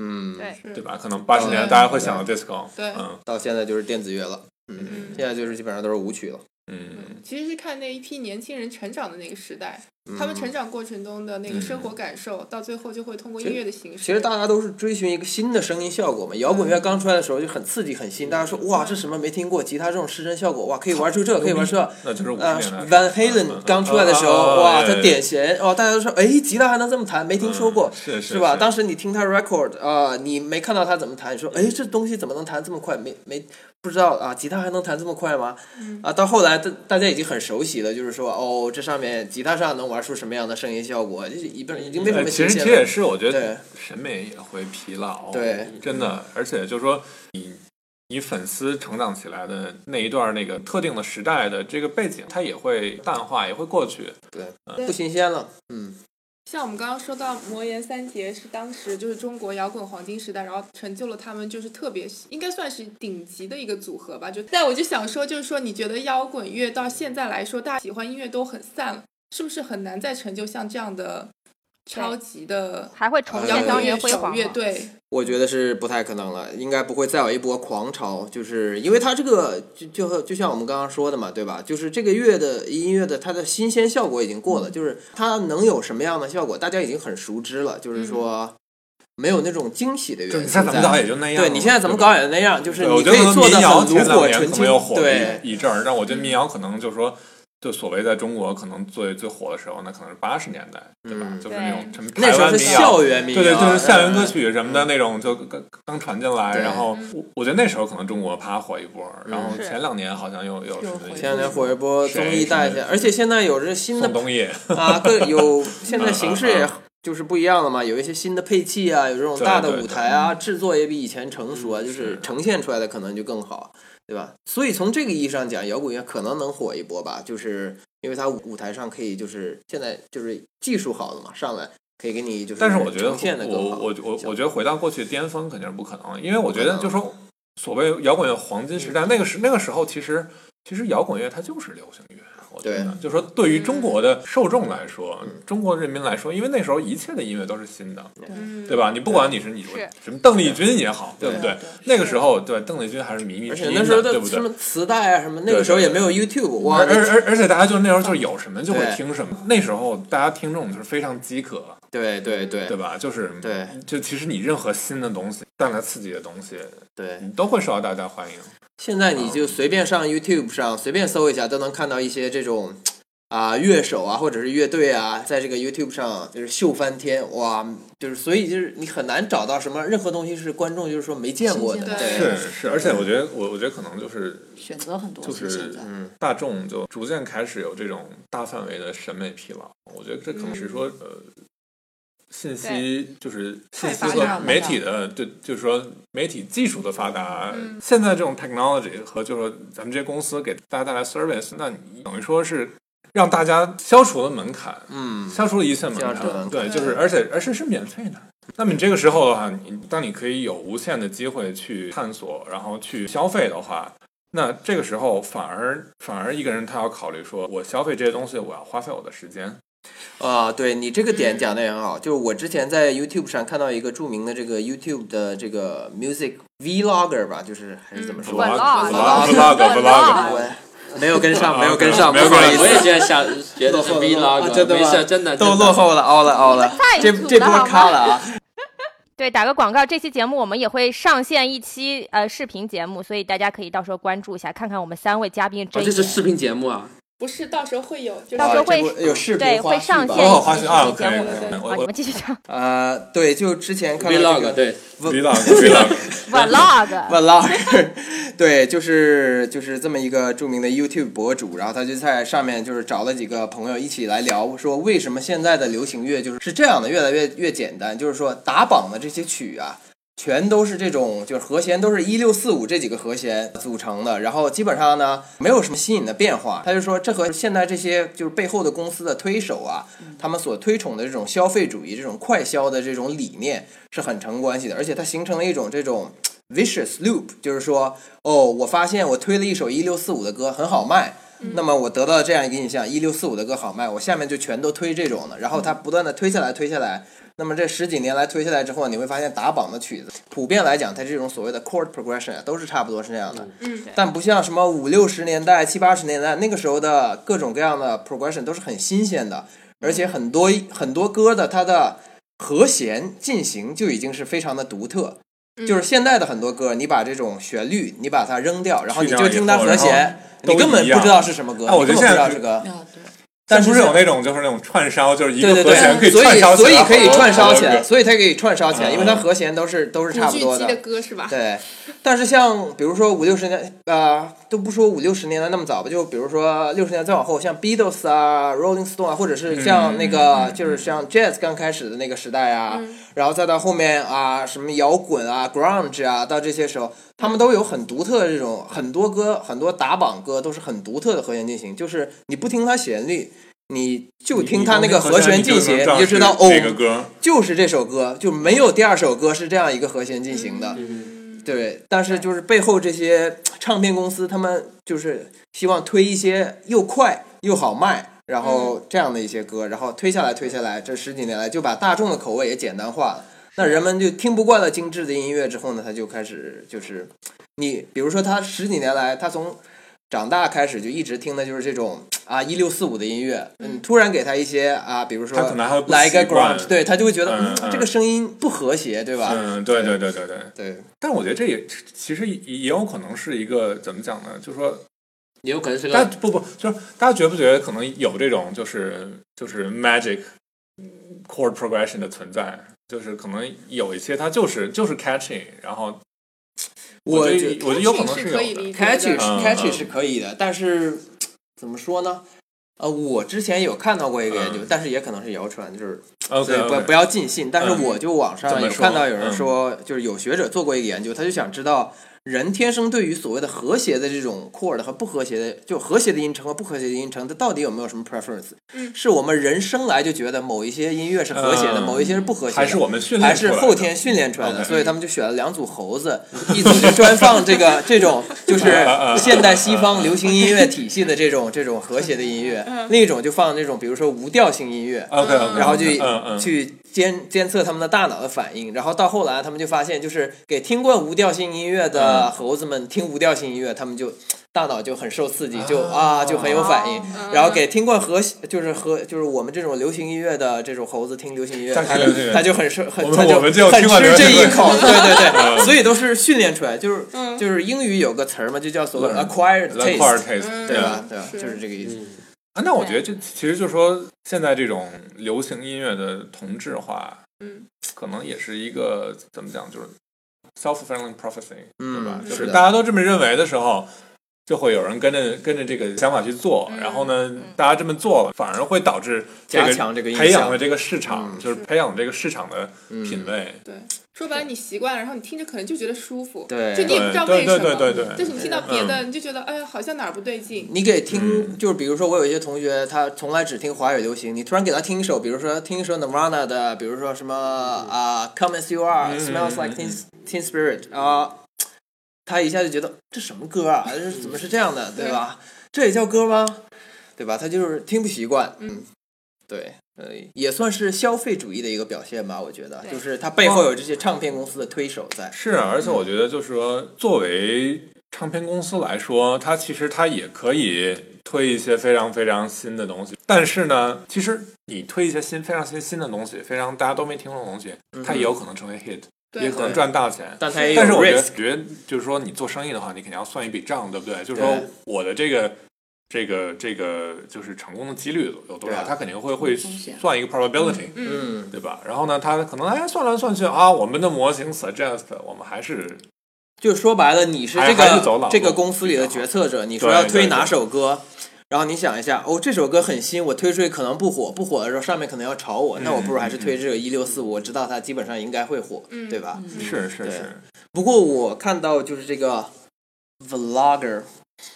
Speaker 5: 嗯，
Speaker 2: 对，
Speaker 1: 是
Speaker 4: 对吧？可能八十年
Speaker 5: 哦
Speaker 4: 代
Speaker 1: 对
Speaker 4: 大家会想到 disco，
Speaker 1: 对
Speaker 4: 嗯
Speaker 5: 到现在就是电子乐了，
Speaker 1: 嗯
Speaker 5: 现在就是基本上都是舞曲了。
Speaker 4: 嗯，嗯
Speaker 1: 其实是看那一批年轻人成长的那个时代，他们成长过程中的那个生活感受，到最后就会通过音乐的形式。
Speaker 5: 其实大家都是追寻一个新的声音效果嘛。摇滚乐刚出来的时候就很刺激、很新，大家说哇，这什么没听过？吉他这种失真效果，哇，可以玩出这，可以玩这。
Speaker 4: 那就是五
Speaker 5: 啊
Speaker 4: 十年代。嗯
Speaker 5: ，Van Halen 刚出来的时候，
Speaker 4: 啊啊啊
Speaker 5: 哇，
Speaker 4: 对
Speaker 5: 他
Speaker 4: 对
Speaker 5: 点弦，哦，大家都说，哎，吉他还能这么弹，没听说过，
Speaker 4: 嗯是是
Speaker 5: 吧？
Speaker 4: 是
Speaker 5: 当时你听他 record 啊、你没看到他怎么弹，你说，哎，这东西怎么能弹这么快？没没不知道啊，吉他还能弹这么快吗？啊，到后来大大家已经很熟悉了，就是说，哦，这上面吉他上能玩出什么样的声音效果，就是一般已经没什
Speaker 4: 呃
Speaker 5: 么
Speaker 4: 其
Speaker 5: 新
Speaker 4: 实
Speaker 5: 鲜
Speaker 4: 其
Speaker 5: 了。
Speaker 4: 实也是，我觉
Speaker 5: 对
Speaker 4: 得审美也会疲劳。
Speaker 5: 对，
Speaker 4: 真的，而且就是说你。你粉丝成长起来的那一段那个特定的时代的这个背景，它也会淡化，也会过去。
Speaker 5: 不新鲜了，嗯，
Speaker 1: 像我们刚刚说到魔岩三杰是当时就是中国摇滚黄金时代，然后成就了他们就是特别应该算是顶级的一个组合吧。就但我就想说，就是说你觉得摇滚乐到现在来说，大家喜欢音乐都很散了，是不是很难再成就像这样的超级的
Speaker 2: 还会
Speaker 4: 呃
Speaker 2: 重
Speaker 1: 摇
Speaker 2: 现当
Speaker 1: 滚
Speaker 2: 年
Speaker 1: 乐
Speaker 2: 辉
Speaker 1: 手
Speaker 2: 煌
Speaker 1: 乐
Speaker 2: 吗。
Speaker 1: 队？
Speaker 5: 我觉得是不太可能了，应该不会再有一波狂潮，就是因为它这个就就就像我们刚刚说的嘛，对吧？就是这个月的音乐的它的新鲜效果已经过了，就是它能有什么样的效果，大家已经很熟知了，就是说没有那种惊喜的元素
Speaker 4: 就
Speaker 5: 在。
Speaker 4: 你现在怎么搞也就那样了。
Speaker 5: 对你现在怎么
Speaker 4: 对吧
Speaker 5: 搞也那样，就是
Speaker 4: 对，
Speaker 5: 你
Speaker 4: 我觉
Speaker 5: 可
Speaker 4: 得可
Speaker 5: 以
Speaker 4: 能
Speaker 5: 做
Speaker 4: 民
Speaker 5: 的
Speaker 4: 谣
Speaker 5: 很炉
Speaker 4: 前两
Speaker 5: 火
Speaker 4: 年
Speaker 5: 纯
Speaker 4: 可
Speaker 5: 青
Speaker 4: 能又，火
Speaker 5: 对，嗯
Speaker 4: 一一阵儿，但我觉得民谣可能就说，就所谓在中国可能最最火的时候，那可能是八十年代，对吧？
Speaker 5: 嗯
Speaker 4: 就是
Speaker 2: 对
Speaker 4: 那种什么
Speaker 5: 那
Speaker 4: 台
Speaker 5: 时候
Speaker 4: 湾
Speaker 5: 是
Speaker 4: 民谣
Speaker 5: 校。园民
Speaker 4: 对对，就是校园歌
Speaker 5: 嗯
Speaker 4: 曲什么的那种，就刚刚传进来，
Speaker 5: 对嗯
Speaker 4: 然后我我觉得那时候可能中国啪火一波，然后
Speaker 2: 是
Speaker 4: 前两年好像又又是那个
Speaker 5: 前两年火一波综艺带起来，而且现在有这新的
Speaker 4: 宋冬野， [laughs]
Speaker 5: 啊，各有现在形式
Speaker 4: 嗯
Speaker 5: 也
Speaker 4: 嗯
Speaker 5: 就是不一样了嘛，有一些新的配器啊，有这种大的
Speaker 4: 对对嗯
Speaker 5: 舞台啊，制作也比以前成熟啊，就是
Speaker 4: 是
Speaker 5: 呈现出来的可能就更好，对吧？所以从这个意义上讲，摇滚乐可能能火一波吧，就是因为它舞台上可以就是现在就是技术好了嘛，上来可以给你就是
Speaker 4: 但是我觉得
Speaker 5: 呈现的
Speaker 4: 我
Speaker 5: 更好。
Speaker 4: 我我我觉得回到过去巅峰肯定是不可能了，因为我觉得就说所谓摇滚乐黄金时
Speaker 5: 嗯
Speaker 4: 代，那个时那个时候其实其实摇滚乐它就是流行乐，我觉得
Speaker 5: 对嗯
Speaker 4: 就说对于中国的受众来说，中国人民来说，因为那时候一切的音乐都是新的，
Speaker 1: 嗯，
Speaker 4: 对吧？你不管你是你
Speaker 2: 是
Speaker 4: 什么邓丽君也好，对不
Speaker 1: 对
Speaker 4: 对？那个时候对邓丽君还是靡靡
Speaker 5: 而
Speaker 4: 之
Speaker 5: 且
Speaker 4: 音
Speaker 5: 那时候
Speaker 4: 的，对
Speaker 5: 的
Speaker 4: 不
Speaker 5: 什
Speaker 4: 对？
Speaker 5: 么磁带啊什么，那个时候也没有 YouTube，哇，
Speaker 4: 而
Speaker 5: 那
Speaker 4: 而而而且大家就那时候就是有什么就会
Speaker 5: 嗯对
Speaker 4: 听什么，那时候大家听众就是非常饥渴，
Speaker 5: 对对对
Speaker 4: 对吧？就是
Speaker 5: 对，
Speaker 4: 就其实你任何新的东西带来刺激的东西，
Speaker 5: 对，
Speaker 4: 你都会受到大家欢迎。
Speaker 5: 现在
Speaker 4: 啊
Speaker 5: 你就随便上 YouTube 上随便搜一下，都能看到一些这种啊、乐手啊，或者是乐队啊，在这个 YouTube 上就是秀翻天，哇，就是所以就是你很难找到什么任何东西是观众就是说没见过的，
Speaker 3: 新鲜
Speaker 5: 对
Speaker 3: 的
Speaker 4: 是是，而且我觉得我我觉得可能就是
Speaker 3: 选择很多
Speaker 4: 就
Speaker 3: 其实现
Speaker 4: 是
Speaker 3: 在。
Speaker 5: 嗯
Speaker 4: 大众就逐渐开始有这种大范围的审美疲劳。我觉得这可能是说呃。信息就是信
Speaker 1: 太
Speaker 4: 息
Speaker 1: 发达
Speaker 4: 和
Speaker 3: 了
Speaker 4: 媒体的，对，就是说媒体技术的发达，
Speaker 1: 嗯
Speaker 4: 现在这种 technology 和就是说咱们这些公司给大家带来 service，那你等于说是让大家消除了门槛，
Speaker 5: 嗯，
Speaker 4: 消除了一切门
Speaker 5: 消除了
Speaker 4: 槛，
Speaker 5: 门
Speaker 4: 对，
Speaker 1: 槛
Speaker 4: 就是而且而且是免费的。那么你这个时候的话，你当你可以有无限的机会去探索，然后去消费的话，那这个时候反而反而一个人他要考虑说，我消费这些东西，我要花费我的时间。
Speaker 5: 啊，对你这个
Speaker 2: 嗯
Speaker 5: 点讲的也很好，就是我之前在 YouTube 上看到一个著名的这个 YouTube 的这个 music vlogger 吧，就是还是怎么说
Speaker 2: 嗯
Speaker 5: 啊
Speaker 2: Vlog
Speaker 4: vlog
Speaker 5: vlog
Speaker 4: vlog 啊
Speaker 5: 我没有跟上，没有跟上，
Speaker 4: 没有
Speaker 5: 不好
Speaker 4: 关系
Speaker 5: 意思
Speaker 6: 我也觉得想
Speaker 5: [laughs]
Speaker 6: 觉得是
Speaker 5: 落后了
Speaker 6: vlog，、
Speaker 5: 啊真的
Speaker 6: 没
Speaker 5: 吗
Speaker 6: 事，真的
Speaker 5: 都落。后了，凹了凹了，这
Speaker 2: 太土
Speaker 5: 这波
Speaker 2: 了好吗
Speaker 5: 卡了啊！
Speaker 2: 对，打个广告，这期节目我们也会上线一期呃视频节目，所以大家可以到时候关注一下，看看我们三位嘉宾
Speaker 6: 真
Speaker 2: 真
Speaker 6: 的哦，这是视频节目啊！
Speaker 1: 不是，到时候会有，就是
Speaker 2: 到时候会
Speaker 5: 啊这不有视频
Speaker 2: 对
Speaker 5: 花絮
Speaker 2: 会上
Speaker 5: 吧
Speaker 2: 线
Speaker 5: 对
Speaker 4: 哦，花
Speaker 2: 一
Speaker 4: 絮
Speaker 2: 期
Speaker 4: 啊
Speaker 2: 视频
Speaker 4: ，OK，
Speaker 2: 节目。
Speaker 4: OK，
Speaker 2: 好，
Speaker 4: 我
Speaker 2: 你
Speaker 4: 我
Speaker 2: 们继续
Speaker 5: [laughs]
Speaker 2: 讲
Speaker 5: 呃，对，就之前看到这
Speaker 6: vlog
Speaker 5: 个
Speaker 6: 对，
Speaker 4: vlog vlog，
Speaker 5: [laughs]
Speaker 2: vlog。
Speaker 5: vlog，对，就是就是这么一个著名的 YouTube 博主，然后他就在上面就是找了几个朋友一起来聊，说为什么现在的流行乐就是是这样的，越来越越简单，就是说打榜的这些曲啊。全都是这种，就是和弦都是一六四五这几个和弦组成的，然后基本上呢没有什么新颖的变化。他就说，这和现在这些就是背后的公司的推手啊，他们所推崇的这种消费主义、这种快消的这种理念是很成关系的，而且它形成了一种这种 vicious loop，就是说，哦，我发现我推了一首一六四五的歌很好卖，那么我得到了这样一个印象，一六四五的歌好卖，我下面就全都推这种的，然后它不断的推下来，推下来。那么这十几年来推下来之后，你会发现打榜的曲子，普遍来讲，它这种所谓的 chord progression 啊，都是差不多是那样的。
Speaker 1: 嗯，
Speaker 5: 但不像什么五六十年代、七八十年代那个时候的各种各样的 progression 都是很新鲜的，而且很多很多歌的它的和弦进行就已经是非常的独特。
Speaker 4: 嗯
Speaker 5: 就是现在的很多歌，你把这种旋律你把它扔掉，然后你就听它和弦，
Speaker 4: 去掉以后然后
Speaker 5: 你根本
Speaker 4: 都一样
Speaker 5: 不知道是什么歌，
Speaker 4: 哎我
Speaker 5: 你
Speaker 4: 觉
Speaker 5: 根
Speaker 4: 得现
Speaker 5: 本不知
Speaker 4: 在
Speaker 5: 道是歌。
Speaker 3: 啊，对，
Speaker 5: 但是
Speaker 4: 不是有
Speaker 5: 现
Speaker 4: 那种就是那种串烧，就是一
Speaker 5: 对
Speaker 4: 个
Speaker 5: 对
Speaker 4: 和
Speaker 5: 对
Speaker 4: 弦可以
Speaker 5: 所
Speaker 4: 串
Speaker 5: 以
Speaker 4: 烧起来
Speaker 5: 所以可以
Speaker 4: 好多
Speaker 5: 串烧起
Speaker 4: 好多
Speaker 5: 来，
Speaker 4: 歌
Speaker 5: 所以它可以串烧起来，
Speaker 4: 嗯
Speaker 5: 因为它和弦都是都是差
Speaker 1: 古
Speaker 5: 不
Speaker 1: 巨
Speaker 5: 多
Speaker 1: 基的
Speaker 5: 的。
Speaker 1: 歌是吧？
Speaker 5: 对，但是像比如说五六十年啊、呃都不说五六十年代那么早吧，就比如说六十年代再往后，像 Beatles 啊、Rolling Stone 啊，或者是像那个、就是像 Jazz 刚开始的那个时代啊，然后再到后面啊什么摇滚啊、Grunge 啊，到这些时候，他们都有很独特的这种很多歌，很多打榜歌都是很独特的和弦进行，就是你不听它旋律。你就听它那个和弦进行，你就知道哦，
Speaker 4: 哪个歌。
Speaker 5: 就是这首歌，就没有第二首歌是这样一个和弦进行的。
Speaker 4: 嗯
Speaker 5: 对，但是就是背后这些唱片公司，他们就是希望推一些又快又好卖，然后这样的一些歌，然后推下来推下来，这十几年来就把大众的口味也简单化了。那人们就听不惯了精致的音乐之后呢，他就开始就是你，比如说他十几年来，他从长大开始就一直听的就是这种啊一六四五的音乐，嗯，突然给他一些啊，比如说
Speaker 4: 他可能还不
Speaker 5: 来一个
Speaker 4: 习惯
Speaker 5: grunge，对他就会觉得
Speaker 4: 嗯嗯
Speaker 5: 这个声音不和谐，对吧？
Speaker 4: 嗯，对对对对对。
Speaker 5: 对，
Speaker 4: 但我觉得这也其实也也有可能是一个怎么讲呢？就是说，
Speaker 6: 也有可能是
Speaker 4: 大
Speaker 6: 个
Speaker 4: 家不不，就是大家觉不觉得可能有这种就是就是 magic chord progression 的存在？就是可能有一些它就是就是 catchy，然后我
Speaker 5: 觉
Speaker 4: 觉得我觉得有可能
Speaker 1: 是
Speaker 4: 是
Speaker 1: 可以
Speaker 4: 有的
Speaker 1: 理。解的
Speaker 5: catchy 是
Speaker 4: 嗯
Speaker 5: catchy
Speaker 4: 嗯
Speaker 5: 是可以的，但是怎么说呢？呃，我之前有看到过一个研究，
Speaker 4: 嗯
Speaker 5: 但是也可能是谣传，就是所
Speaker 4: OK，
Speaker 5: 以不不要尽信。但是
Speaker 4: 嗯
Speaker 5: 我就网
Speaker 4: 怎
Speaker 5: 上
Speaker 4: 么
Speaker 5: 有
Speaker 4: 说
Speaker 5: 看到有人
Speaker 4: 嗯
Speaker 5: 说，就是有学者做过一个研究，他就想知道人天生对于所谓的和谐的这种 chord 和不和谐的，就和谐的音程和不和谐的音程，它到底有没有什么 preference？
Speaker 1: 嗯
Speaker 5: 是我们人生来就觉得某一些音乐是和谐的，
Speaker 4: 嗯
Speaker 5: 某一些是不和谐的，
Speaker 4: 还是我们训练
Speaker 5: 还
Speaker 4: 出来
Speaker 5: 是
Speaker 4: 的
Speaker 5: 后天训练出来的，
Speaker 4: OK
Speaker 5: 所以他们就选了两组猴子，一组就专放这个这种就是现代西方流行音乐体系的这种这种和谐的音乐，另一种就放那种比如说无调性音乐，
Speaker 4: OK，
Speaker 5: 然后就
Speaker 4: 嗯嗯，
Speaker 5: 去监监测他们的大脑的反应，然后到后来他们就发现，就是给听惯无调性音乐
Speaker 4: 嗯
Speaker 5: 的猴子们听无调性音乐，他们就大脑就很受刺激，
Speaker 4: 哦
Speaker 5: 就啊就很有反应。
Speaker 1: 嗯
Speaker 5: 然后给听惯和就是和就是我们这种流行音乐的这种猴子听流行音乐，
Speaker 4: 再
Speaker 5: 他
Speaker 4: 听流行乐
Speaker 5: 他就很受很
Speaker 4: 我们
Speaker 5: 他
Speaker 4: 我们就
Speaker 5: 很
Speaker 4: 听惯流
Speaker 5: 吃
Speaker 4: 行
Speaker 5: 这
Speaker 4: 乐
Speaker 5: 一
Speaker 4: [laughs]
Speaker 5: 口，对对
Speaker 4: 嗯
Speaker 5: 对，所以都是训练出来，就是
Speaker 1: 嗯
Speaker 5: 就是英语有个词儿嘛，就叫所谓
Speaker 4: 嗯
Speaker 5: acquired
Speaker 4: l a q u a r
Speaker 5: taste，
Speaker 4: taste，
Speaker 5: 对吧？
Speaker 1: 嗯
Speaker 5: 对吧？
Speaker 1: 是
Speaker 5: 就是这个意思。
Speaker 4: 啊，那我觉得这其实就是说，现在这种流行音乐的同质化，
Speaker 1: 嗯，
Speaker 4: 可能也是一个怎么讲，就是 self-fulfilling prophecy，
Speaker 5: 嗯
Speaker 4: 对吧？
Speaker 5: 是
Speaker 4: 就是
Speaker 5: 的
Speaker 4: 大家都这么认为的时候，就会有人跟着跟着这个想法去做，然后呢，大家这么做了，反而会导致这
Speaker 5: 嗯加强这个印象
Speaker 4: 培养了这个市场，
Speaker 5: 嗯
Speaker 4: 就是培养这个市场的品味。
Speaker 1: 对，说白了你习惯了，然后你听着可能就觉得舒服，
Speaker 5: 对
Speaker 1: 就你也不知道
Speaker 4: 对
Speaker 1: 为什
Speaker 4: 对
Speaker 1: 么，
Speaker 4: 对对对对
Speaker 1: 但是你听到别的，你就觉得哎呀，好像哪儿不对劲，
Speaker 5: 你给
Speaker 4: 嗯
Speaker 5: 听，就是比如说我有一些同学，他从来只听华语流行，你突然给他听一首，比如说听一首 Nirvana 的，比如说什么啊、Come as You Are、
Speaker 4: 嗯
Speaker 5: Smells Like Teen Teen Spirit 啊，他一下就觉得这什么歌啊，这是怎么是这样
Speaker 4: 嗯
Speaker 5: 的，对吧？这也叫歌吗？对吧？他就是听不习惯，嗯，对。呃，也算是消费主义的一个表现吧，我觉得，就是它背后有这些唱片公司的推手在。
Speaker 4: 是啊，而且我觉得就是说，作为唱片公司来说，它其实它也可以推一些非常非常新的东西，但是呢，其实你推一些新非常新新的东西，非常大家都没听过的东西，它也有可能成为 hit，、
Speaker 1: 对
Speaker 4: 也可能赚大钱。
Speaker 5: 但它也有
Speaker 4: 但是我觉得
Speaker 5: risk，
Speaker 4: 觉得就是说，你做生意的话，你肯定要算一笔账，对不对？就是说
Speaker 5: 对
Speaker 4: 我的这个。这个这个就是成功的几率有多
Speaker 5: 对
Speaker 4: 少？
Speaker 5: 啊
Speaker 4: 它肯定会会
Speaker 3: 风险
Speaker 4: 算一个 probability，
Speaker 5: 嗯，
Speaker 4: 对吧？然后呢，他可能哎算来算去啊，我们的模型 suggest 我们还是
Speaker 5: 就说白了，你是
Speaker 4: 还
Speaker 5: 这
Speaker 4: 还是走老
Speaker 5: 个
Speaker 4: 路
Speaker 5: 这个公司里的
Speaker 4: 比较好
Speaker 5: 决策者，你说
Speaker 4: 对
Speaker 5: 要
Speaker 4: 对
Speaker 5: 推
Speaker 4: 对
Speaker 5: 哪首歌，然后你想一下，哦，这首歌很新，我推出去可能不火，不火的时候上面可能要炒我，
Speaker 4: 嗯
Speaker 5: 那我不如还是推这个一六四五，我知道它基本上应该会火，对吧？
Speaker 4: 是是
Speaker 5: 对
Speaker 4: 是，
Speaker 5: 不过我看到就是这个 vlogger，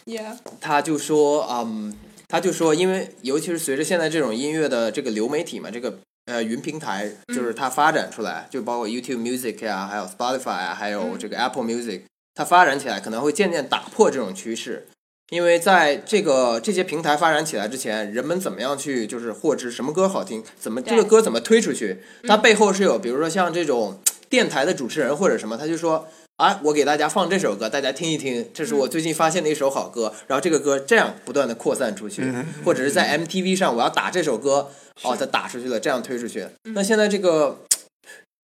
Speaker 1: ，yeah，
Speaker 5: 他就说，嗯，他就说，因为尤其是随着现在这种音乐的这个流媒体嘛，这个呃云平台，就是它发展出来，就包括 YouTube Music 呀、还有 Spotify 啊，还有这个 Apple Music，它发展起来可能会渐渐打破这种趋势。因为在这个这些平台发展起来之前，人们怎么样去就是获知什么歌好听，怎么这个歌怎么推出去，它背后是有，比如说像这种电台的主持人或者什么，他就说啊，我给大家放这首歌，大家听一听，这是我最近发现的一首好歌。然后这个歌这样不断的扩散出
Speaker 4: 嗯
Speaker 5: 去，或者是在 MTV 上我要打这首歌，哦，它打出去了，这样推出去。那现在这个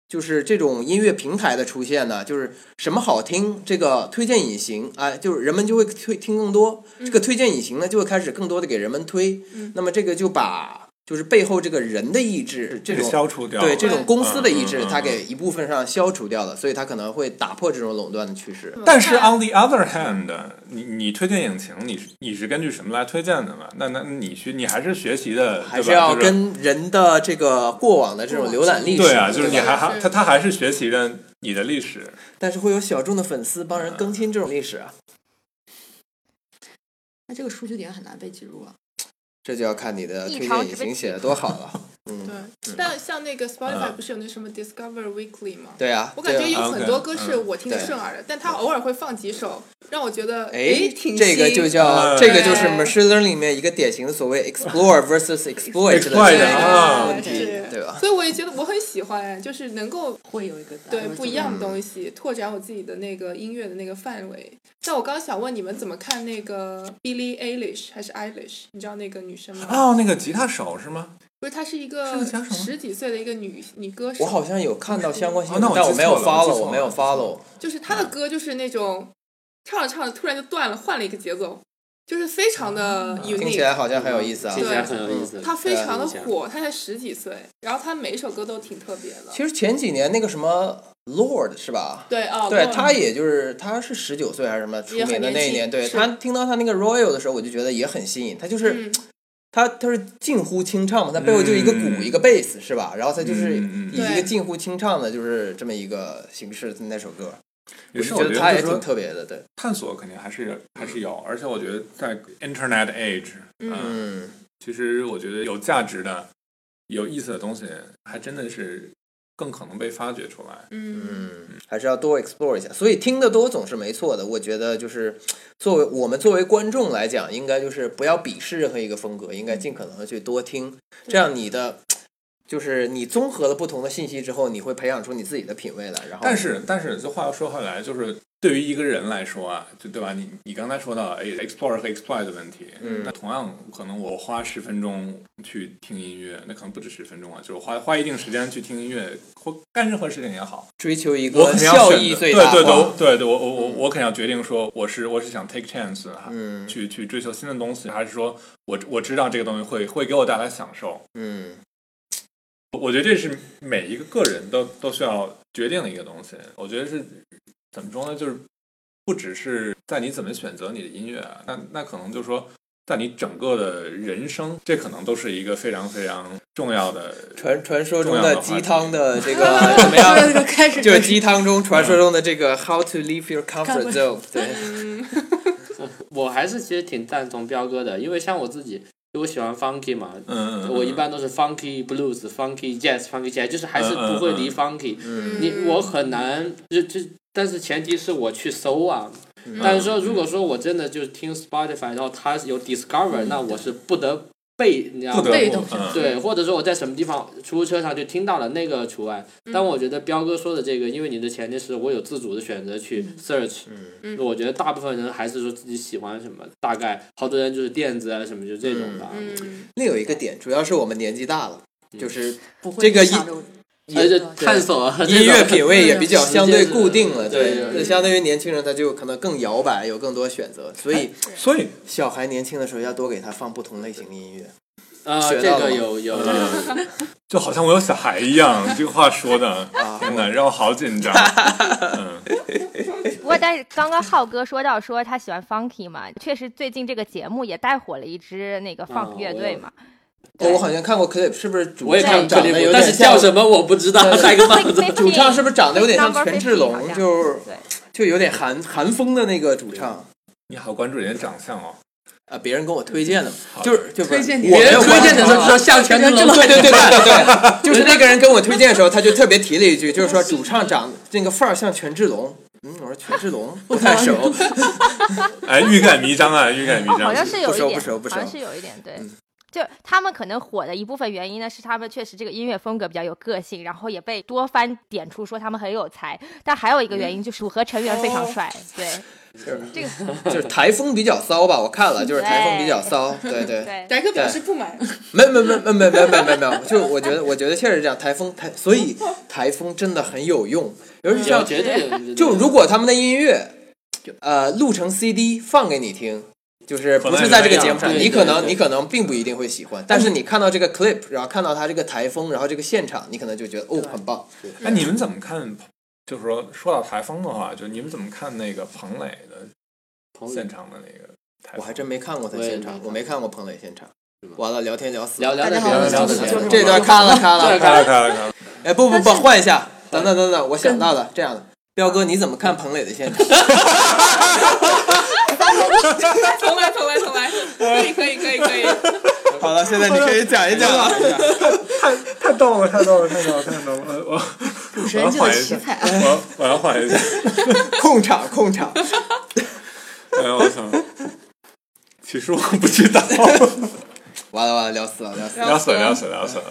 Speaker 5: 就是这种音乐平台的出现呢，就是什么好听，这个推荐隐形啊、就是人们就会推听更多。这个推荐隐形呢，就会开始更多的给人们推。那么这个就把就是背后这个人的意志，这种
Speaker 4: 消除掉了，
Speaker 5: 对这种公司的意
Speaker 4: 嗯
Speaker 5: 志
Speaker 4: 嗯，嗯
Speaker 5: 它给一部分上消除掉了，所以它可能会打破这种垄断的趋势。
Speaker 1: 嗯
Speaker 4: 但是 on the other hand，你你推荐引擎，你是你是根据什么来推荐的嘛？那那你去你还是学习的，
Speaker 5: 还
Speaker 4: 对
Speaker 5: 是
Speaker 4: 吧
Speaker 5: 要
Speaker 4: 就是
Speaker 5: 跟人的这个过往的这种浏览历史，
Speaker 4: 对啊，就是你
Speaker 5: 吧
Speaker 4: 还还他他还是学习的你的历史，
Speaker 5: 但是会有小众的粉丝帮人更新这种历史啊，
Speaker 3: 那这个数据点很难被记录了。啊
Speaker 5: 这就要看你的
Speaker 2: 一
Speaker 5: 推荐
Speaker 2: 朝
Speaker 5: 引
Speaker 2: 之被
Speaker 5: 擎写
Speaker 1: [laughs]
Speaker 5: 的多好了。嗯，
Speaker 1: 对，但像那个 Spotify
Speaker 4: 嗯
Speaker 1: 不是有那什么 Discover Weekly 吗？
Speaker 5: 对啊，
Speaker 1: 我感觉
Speaker 5: 对
Speaker 1: 有
Speaker 5: 啊
Speaker 4: 啊
Speaker 1: 很
Speaker 4: ，OK，
Speaker 1: 多歌是
Speaker 4: 嗯
Speaker 1: 我听得顺耳的，但他偶尔会放几首，让我觉得
Speaker 5: 哎
Speaker 1: 挺，
Speaker 5: 这
Speaker 1: 新
Speaker 5: 个
Speaker 1: 哎
Speaker 5: 就
Speaker 4: 嗯
Speaker 5: 叫这个就是
Speaker 1: 对
Speaker 5: machine learning 里面一个典型的所谓 explore versus exploit 的
Speaker 4: Exploit，
Speaker 5: 这
Speaker 4: 啊
Speaker 5: 个问题
Speaker 1: 是，
Speaker 5: 对吧？
Speaker 1: 所以我也觉得我很喜欢，就是能够
Speaker 3: 会有一个
Speaker 1: 对不一
Speaker 3: [laughs]
Speaker 5: 嗯
Speaker 1: 样的东西，拓展我自己的那个音乐的那个范围。但我刚想问你们怎么看那个 Billie Eilish 还是 Eilish？你知道那个女生吗？
Speaker 5: 啊
Speaker 4: 哦，那个吉他手是吗？
Speaker 1: 不是，她是一
Speaker 4: 是
Speaker 1: 个
Speaker 4: 个讲什么
Speaker 1: 十几岁的一个女女歌手，
Speaker 5: 我好像有看到相关新
Speaker 4: 哦那我，
Speaker 5: 闻但我
Speaker 4: 记
Speaker 5: 没有
Speaker 4: 错了我记
Speaker 5: follow，
Speaker 4: 错
Speaker 5: 我没有
Speaker 4: 了
Speaker 5: follow。
Speaker 1: 就是
Speaker 5: 嗯
Speaker 1: 她的歌就是那种唱着唱着突然就断了，换了一个节奏，就是非常的
Speaker 5: 啊听起
Speaker 1: unique。
Speaker 5: 来好像很有意思啊
Speaker 6: 听。起来
Speaker 1: 对
Speaker 6: 很有意思。
Speaker 1: 她非常的
Speaker 6: 对啊
Speaker 1: 火，她才十几岁，然后她每一首歌都挺特别的。
Speaker 5: 其实前几年那个什么 Lord 是吧？
Speaker 1: 对哦，
Speaker 5: 对
Speaker 1: 够了
Speaker 5: 他也就是他是十九岁还是什么出
Speaker 1: 也很
Speaker 5: 名的那一
Speaker 1: 年
Speaker 5: 年，
Speaker 1: 轻
Speaker 5: 对
Speaker 1: 是
Speaker 5: 他听到他那个 Royal 的时候，我就觉得也很新颖。他就是、
Speaker 1: 嗯，
Speaker 5: 他他是近乎清唱嘛，他背后就一个鼓、
Speaker 4: 嗯
Speaker 5: 一个贝斯是吧？然后他就是
Speaker 4: 嗯嗯
Speaker 5: 以一
Speaker 1: 对
Speaker 5: 个近乎清唱的，就是这么一个形式那首歌，
Speaker 4: 也是
Speaker 5: 就
Speaker 4: 我
Speaker 5: 觉
Speaker 4: 觉
Speaker 5: 得
Speaker 4: 得
Speaker 5: 他
Speaker 4: 就
Speaker 5: 也
Speaker 4: 是说
Speaker 5: 挺特别的，对，
Speaker 4: 探索肯定还是还是有，而且我觉得在 Internet Age，
Speaker 1: 嗯
Speaker 5: 嗯，
Speaker 4: 其实我觉得有价值的、有意思的东西，还真的是更可能被发掘出来。
Speaker 5: 哦
Speaker 1: 嗯，
Speaker 5: 还是要多 explore 一下。所以听得多总是没错的。我觉得就是作为我们作为观众来讲，应该就是不要鄙视任何一个风格，应该尽可能的去多听，这样你的。就是你综合了不同的信息之后，你会培养出你自己的品味来。然后，
Speaker 4: 但是，但是，这话又说回来，就是对于一个人来说啊，就对吧？你你刚才说到哎，explore 和 exploit 的问题，
Speaker 5: 嗯
Speaker 4: 那同样可能我花十分钟去听音乐，那可能不止十分钟啊，就是我花花一定时间去听音乐或干任何事情也好，
Speaker 5: 追求一
Speaker 4: 我
Speaker 5: 个
Speaker 4: 肯定要
Speaker 5: 效
Speaker 4: 选
Speaker 5: 益
Speaker 4: 择
Speaker 5: 最大化。
Speaker 4: 对对对我对对，我我我我肯定要决定说，我是我是想 take chance，啊、
Speaker 5: 嗯
Speaker 4: 去去追求新的东西，还是说我我知道这个东西会会给我带来享受？
Speaker 5: 嗯，
Speaker 4: 我觉得这是每一个个人都都需要决定的一个东西。我觉得是怎么说呢？就是不只是在你怎么选择你的音乐啊，那那可能就是说，在你整个的人生，这可能都是一个非常非常重要的。
Speaker 5: 传传说中
Speaker 4: 重要
Speaker 5: 的
Speaker 4: 的话题
Speaker 5: 鸡汤的这 [laughs] 个怎么样？
Speaker 3: 个开始
Speaker 5: 就是鸡汤中传说中的这个 how to leave your comfort zone。对，
Speaker 1: 嗯
Speaker 6: 我还是其实挺赞同彪哥的，因为像我自己，因为我喜欢 funky 嘛，
Speaker 4: 嗯，嗯嗯
Speaker 6: 我一般都是 funky blues、funky jazz、funky jazz，就是还是不
Speaker 4: 嗯
Speaker 6: 会离 funky。你我很难，就就，但是前提是我去搜啊。
Speaker 4: 嗯
Speaker 6: 但是说，如果说我真的就听 Spotify，然后它有 discover，那我是不得被，你知道
Speaker 4: 嗯不
Speaker 6: 吗？
Speaker 4: 得
Speaker 3: 被
Speaker 4: 不
Speaker 3: 动是吧
Speaker 4: 嗯
Speaker 6: 对，或者说我在什么地方出租车上就听到了那个除外。但我觉得彪哥说的这个，因为你的前提是我有自主的选择去 search，
Speaker 1: 嗯
Speaker 6: 我觉得大部分人还是说自己喜欢什么，大概好多人就是电子啊什么就这种吧。
Speaker 1: 嗯，
Speaker 5: [laughs]
Speaker 1: [laughs]
Speaker 5: 另有一个点，主要是我们年纪大了，
Speaker 4: 嗯
Speaker 5: 就是
Speaker 3: 不会
Speaker 5: 这个
Speaker 3: 影响
Speaker 5: 一
Speaker 3: 着我
Speaker 6: 而且
Speaker 3: 对
Speaker 6: 探索啊这
Speaker 5: [laughs] 音乐
Speaker 6: 种
Speaker 5: 品味也比较相对固定了。
Speaker 6: 对
Speaker 5: 对
Speaker 6: 对，
Speaker 5: 那相当于年轻人他就可能更摇摆，有更多选择。所以
Speaker 4: 嗯所以
Speaker 5: 小孩年轻的时候要多给他放不同类型的音乐。
Speaker 6: 啊，
Speaker 5: 学
Speaker 6: 这
Speaker 5: 到了
Speaker 6: 个
Speaker 5: 吗
Speaker 6: 有有有
Speaker 4: 嗯就好像我有小孩一样， [laughs] 这个话说的，天哪，让我好紧 [laughs] 张。
Speaker 2: 不过，但是刚刚浩哥说到说他喜欢 funky 嘛，确实最近这个节目也带火了一支那
Speaker 5: 啊
Speaker 2: 个 funk
Speaker 6: 我
Speaker 2: 乐队嘛。
Speaker 5: 哦，我好像看过 clip，是不是主
Speaker 6: 我也看
Speaker 5: 唱
Speaker 6: 过
Speaker 5: 长
Speaker 6: 这
Speaker 5: 得
Speaker 6: 个，
Speaker 5: 有
Speaker 6: 但
Speaker 5: 点
Speaker 6: 是叫
Speaker 5: 像
Speaker 6: 什么我不知道，戴个帽子。
Speaker 5: 主唱是不是长得有点像
Speaker 2: Number
Speaker 5: 权志
Speaker 2: 15好
Speaker 5: 龙？
Speaker 2: 像
Speaker 5: 就
Speaker 2: 对
Speaker 5: 就有点韩韩风的那个主唱。
Speaker 4: 你好，关注人家长相哦。
Speaker 5: 啊，别人跟我推荐的嘛，
Speaker 4: 好
Speaker 5: 就是就是
Speaker 3: 推荐你
Speaker 5: 我没有
Speaker 6: 人推荐的时候
Speaker 5: 关注
Speaker 6: 说像权志龙，
Speaker 5: 对对对对对，就是那个人跟我推荐的时候，他就特别提了一句，就是说主唱长那个范儿像权志龙。嗯，我说权志龙不太熟，
Speaker 4: 哎，欲盖弥彰啊，欲盖弥
Speaker 2: 哦，
Speaker 4: 彰 [laughs]
Speaker 2: 好。像是有
Speaker 5: 不
Speaker 2: 一
Speaker 5: 熟
Speaker 2: 点，
Speaker 5: 不熟不
Speaker 2: 好像
Speaker 5: 熟嗯
Speaker 2: 是有一点，对。就他们可能火的一部分原因呢，是他们确实这个音乐风格比较有个性，然后也被多番点出说他们很有才。但还有一个原因就是组合成员非常帅，对，
Speaker 5: 嗯哦就是
Speaker 2: 这个
Speaker 5: 就是台风比较骚吧，我看了，就是台风比较骚，对对， [laughs]
Speaker 2: 对
Speaker 1: 翟哥表示不满，
Speaker 5: 没没没没没没没没没，就我觉得我觉得确实这样，台风台所以台风真的很有用，尤其像
Speaker 6: 有绝对有绝对
Speaker 5: 就如果他们的音乐，呃，录成 CD 放给你听，就是不是在这个节目
Speaker 4: 可能
Speaker 5: 上，
Speaker 6: 是这样
Speaker 5: 你可能
Speaker 6: 对对对
Speaker 5: 你可能并不一定会喜欢，但是你看到这个 clip，然后看到他这个台风，然后这个现场，你可能就觉得哦，很棒。
Speaker 4: 哎，你们怎么看？就是说，说到台风的话，就你们怎么看那个彭磊的
Speaker 6: 彭
Speaker 4: 现
Speaker 6: 磊
Speaker 4: 场的那个台风？
Speaker 5: 我还真没看过他
Speaker 6: 我也
Speaker 5: 现
Speaker 6: 没
Speaker 5: 场
Speaker 6: 看，过
Speaker 5: 我没看过彭磊现场。完了，聊天聊死了
Speaker 6: 聊聊
Speaker 3: 大
Speaker 6: 的
Speaker 3: 家
Speaker 6: 别
Speaker 3: 好，
Speaker 6: 的
Speaker 3: 我
Speaker 6: 聊
Speaker 3: 就是
Speaker 6: 的别
Speaker 3: 就
Speaker 6: 的
Speaker 3: 是
Speaker 5: 这段咔了咔
Speaker 6: 这
Speaker 5: 了
Speaker 4: 开
Speaker 6: 段，
Speaker 4: 了开了开了，
Speaker 5: 哎，不不不，换一下。等等等等，我想到了，这样的，彪哥你怎么看彭磊的现场？
Speaker 1: 重来重来重来， [laughs] 可以可以可以
Speaker 5: [laughs]
Speaker 1: 可以，
Speaker 5: [laughs] 好了，现在你可以讲一讲了。
Speaker 4: 太逗了，太逗了，太逗了，太逗了！ [laughs] 我
Speaker 3: 主持
Speaker 4: 我要
Speaker 3: 人就
Speaker 4: 缓
Speaker 3: 的
Speaker 4: 一
Speaker 3: 奇
Speaker 4: 下，
Speaker 3: 才。
Speaker 4: 我我要缓一下，
Speaker 5: [laughs] 控场，控场。
Speaker 4: 哎呀，我操！其实我不知
Speaker 6: [laughs]
Speaker 4: 道，
Speaker 5: 完了完了，聊死了，聊死了。
Speaker 4: 聊死了，聊死了，聊死了！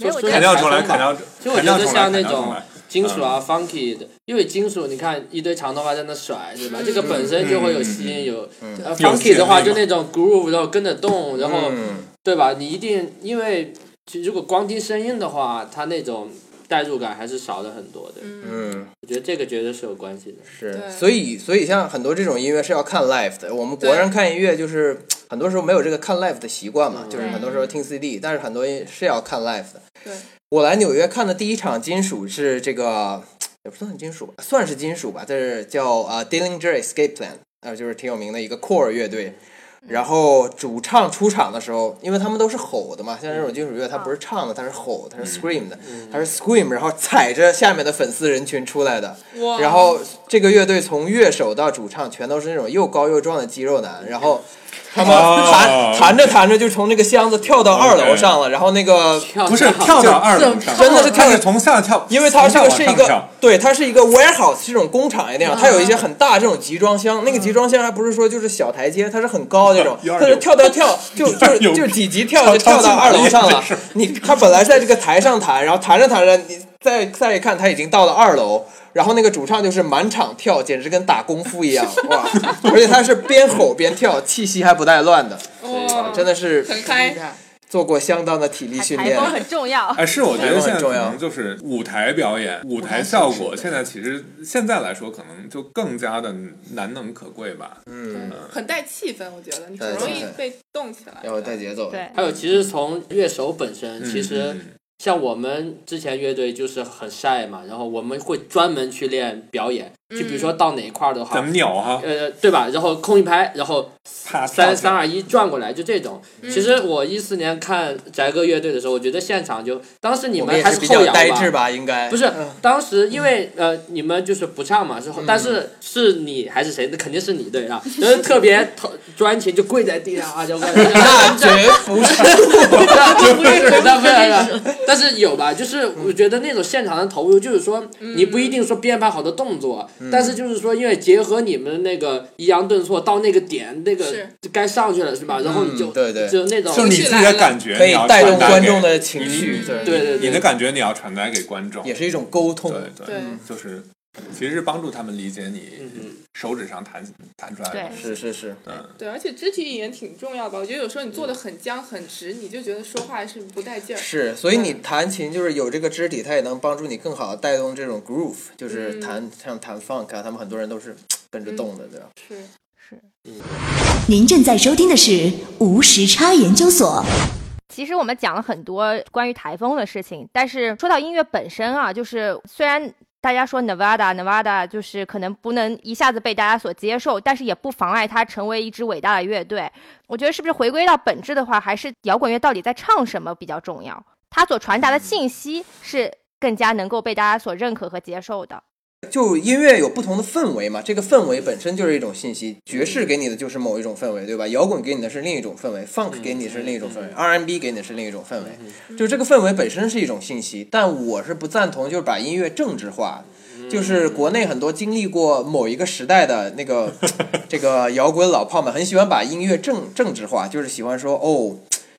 Speaker 2: 没有我觉
Speaker 4: 砍
Speaker 2: 得
Speaker 4: 掉重来，
Speaker 6: 台风
Speaker 4: 砍
Speaker 6: 吧
Speaker 4: 掉，
Speaker 6: 其实我
Speaker 4: 砍
Speaker 6: 觉
Speaker 4: 掉
Speaker 6: 得
Speaker 4: 重来，
Speaker 6: 像
Speaker 4: 砍
Speaker 6: 那
Speaker 4: 掉重
Speaker 6: 种
Speaker 4: 来。
Speaker 6: 金属
Speaker 4: 嗯
Speaker 6: 啊、funky 的，因为金属你看一堆长头发在那甩，对吧？
Speaker 4: 嗯
Speaker 6: 这个本身就会有吸引，有呃
Speaker 4: 有吸引
Speaker 6: funky 的话
Speaker 4: 力
Speaker 6: 就
Speaker 4: 嘛
Speaker 6: 那种 groove，然后跟着动，然后
Speaker 5: 嗯
Speaker 6: 对吧？你一定因为其如果光听声音的话，它那种代入感还是少了很多的。
Speaker 5: 嗯，
Speaker 6: 我觉得这个绝对是有关系的。
Speaker 5: 是。
Speaker 1: 对
Speaker 5: 所以所以像很多这种音乐是要看 live 的。我们国
Speaker 1: 对
Speaker 5: 人看音乐就是很多时候没有这个看 live 的习惯嘛，就是很多时候听 CD，但是很多音是要看 live 的。
Speaker 1: 对。
Speaker 5: 我来纽约看的第一场金属是这个，也不算金属吧，算是金属吧，但是叫啊、Dillinger Escape Plan，啊、就是挺有名的一个 core 乐队。然后主唱出场的时候，因为他们都是吼的嘛，像这种金属乐，它不是唱的，它是吼，它是 scream 的，它是 scream，然后踩着下面的粉丝人群出来的。
Speaker 1: 哇，
Speaker 5: 然后这个乐队从乐手到主唱全都是那种又高又壮的肌肉男，然后他们
Speaker 4: 哦
Speaker 5: 弹弹着弹着就从那个箱子跳到二楼上了，然后那个
Speaker 4: 不是跳到二楼上，
Speaker 5: 真的是跳
Speaker 4: 他是从下跳，
Speaker 5: 因为它这
Speaker 4: 从
Speaker 5: 个
Speaker 4: 下
Speaker 5: 是一
Speaker 4: 往上
Speaker 5: 个啊
Speaker 4: 跳，
Speaker 5: 对，它是一个 warehouse 这种工厂一样，它有一些很大这种集装箱，那个集装箱还不是说就是小台阶，它是很高那种，
Speaker 4: 嗯
Speaker 5: 它是跳跳跳，就
Speaker 4: 有点
Speaker 5: 就
Speaker 4: 有
Speaker 5: 就几级跳就跳到二楼上了
Speaker 4: 超级。
Speaker 5: 你它本来在这个台上弹，然后弹着弹着，你再再一看，它已经到了二楼。然后那个主唱就是满场跳，简直跟打功夫一样哇！而且他是边吼边跳，气息还不带乱的，
Speaker 1: 哇，
Speaker 5: 真的是
Speaker 1: 哦很嗨，
Speaker 5: 做过相当的体力训
Speaker 2: 台
Speaker 5: 练。
Speaker 2: 风很重
Speaker 5: [laughs]
Speaker 2: 要。
Speaker 4: 哎，是我觉得现在
Speaker 5: 台风很重
Speaker 4: 可
Speaker 5: 要
Speaker 4: 能就是舞台表演、舞台效果，现在其实现在来说可能就更加的难能可贵吧。
Speaker 5: 嗯，
Speaker 1: 很带气氛，我觉得你很容易被动起来。
Speaker 5: 要带节奏。
Speaker 2: 对，
Speaker 6: 还有，其实从乐手本身，其实
Speaker 4: 嗯
Speaker 6: 像我们之前乐队就是很晒嘛，然后我们会专门去练表演，就比如说到哪一块儿的
Speaker 5: 啊
Speaker 6: 话
Speaker 4: 嗯咱，们扭哈，
Speaker 6: 呃，对吧？然后空一拍，然后
Speaker 4: 啪跳
Speaker 6: 三
Speaker 4: 起来
Speaker 6: 三二一转过来，就这种。其实我一四年看翟哥乐队的时候，我觉得现场就当时你
Speaker 5: 我们也
Speaker 6: 还
Speaker 5: 是比
Speaker 6: 后
Speaker 5: 较
Speaker 6: 摇
Speaker 5: 呆滞吧，嗯应该
Speaker 6: 不是，当时因为呃，你们就是不唱嘛，
Speaker 5: 嗯
Speaker 6: 之后，但是是你还是谁？那肯定是你对啊，然后特别头专情，就跪在地上啊，就那
Speaker 5: 那绝不是。
Speaker 6: 不是，那不是，但是有吧？就是我觉得那种现场的投入，就是说你不一定说编排好的动作，但是就是说，因为结合你们那个抑扬顿挫到那个点，那个
Speaker 1: 是
Speaker 6: 该上去了是吧？然后你就
Speaker 5: 嗯对对
Speaker 6: 就那种
Speaker 4: 就是你自己的感觉，
Speaker 5: 可以
Speaker 4: 你要
Speaker 5: 带动
Speaker 4: 传达
Speaker 5: 观
Speaker 4: 给嗯
Speaker 5: 众的情绪，对
Speaker 6: 对对对，
Speaker 4: 你的感觉你要传达给观众，
Speaker 5: 也是一种沟通。
Speaker 4: 对对，
Speaker 1: 对
Speaker 4: 嗯就是其实是帮助他们理解你
Speaker 6: 嗯
Speaker 4: 手指上弹弹出来的
Speaker 2: 对
Speaker 4: 东西。
Speaker 5: 是是是，
Speaker 1: 对，而且肢体语言挺重要吧？我觉得有时候你做的很僵很直，你就觉得说话是不带劲儿。
Speaker 5: 嗯是，所以你弹琴就是有这个肢体，它也能帮助你更好的带动这种 groove，就是弹、像弹 funk 啊，他们很多人都是跟着动的，对吧？
Speaker 1: 是，
Speaker 7: 您正在收听的是无时差研究所。
Speaker 2: 其实我们讲了很多关于台风的事情，但是说到音乐本身啊，就是虽然。大家说 Nevada Nevada 就是可能不能一下子被大家所接受，但是也不妨碍它成为一支伟大的乐队。我觉得是不是回归到本质的话，还是摇滚乐到底在唱什么比较重要？它所传达的信息是更加能够被大家所认可和接受的。
Speaker 5: 就音乐有不同的氛围嘛，这个氛围本身就是一种信息。爵士给你的就是某一种氛围，对吧？摇滚给你的是另一种氛围，funk
Speaker 4: 嗯
Speaker 5: 给你是另一种氛围，R&B 给你的是另一种氛围。就这个氛围本身是一种信息，但我是不赞同就是把音乐政治化。
Speaker 4: 嗯
Speaker 5: 就是国内很多经历过某一个时代的
Speaker 4: [laughs]
Speaker 5: 那个这个摇滚老炮们，很喜欢把音乐政政治化，就是喜欢说哦，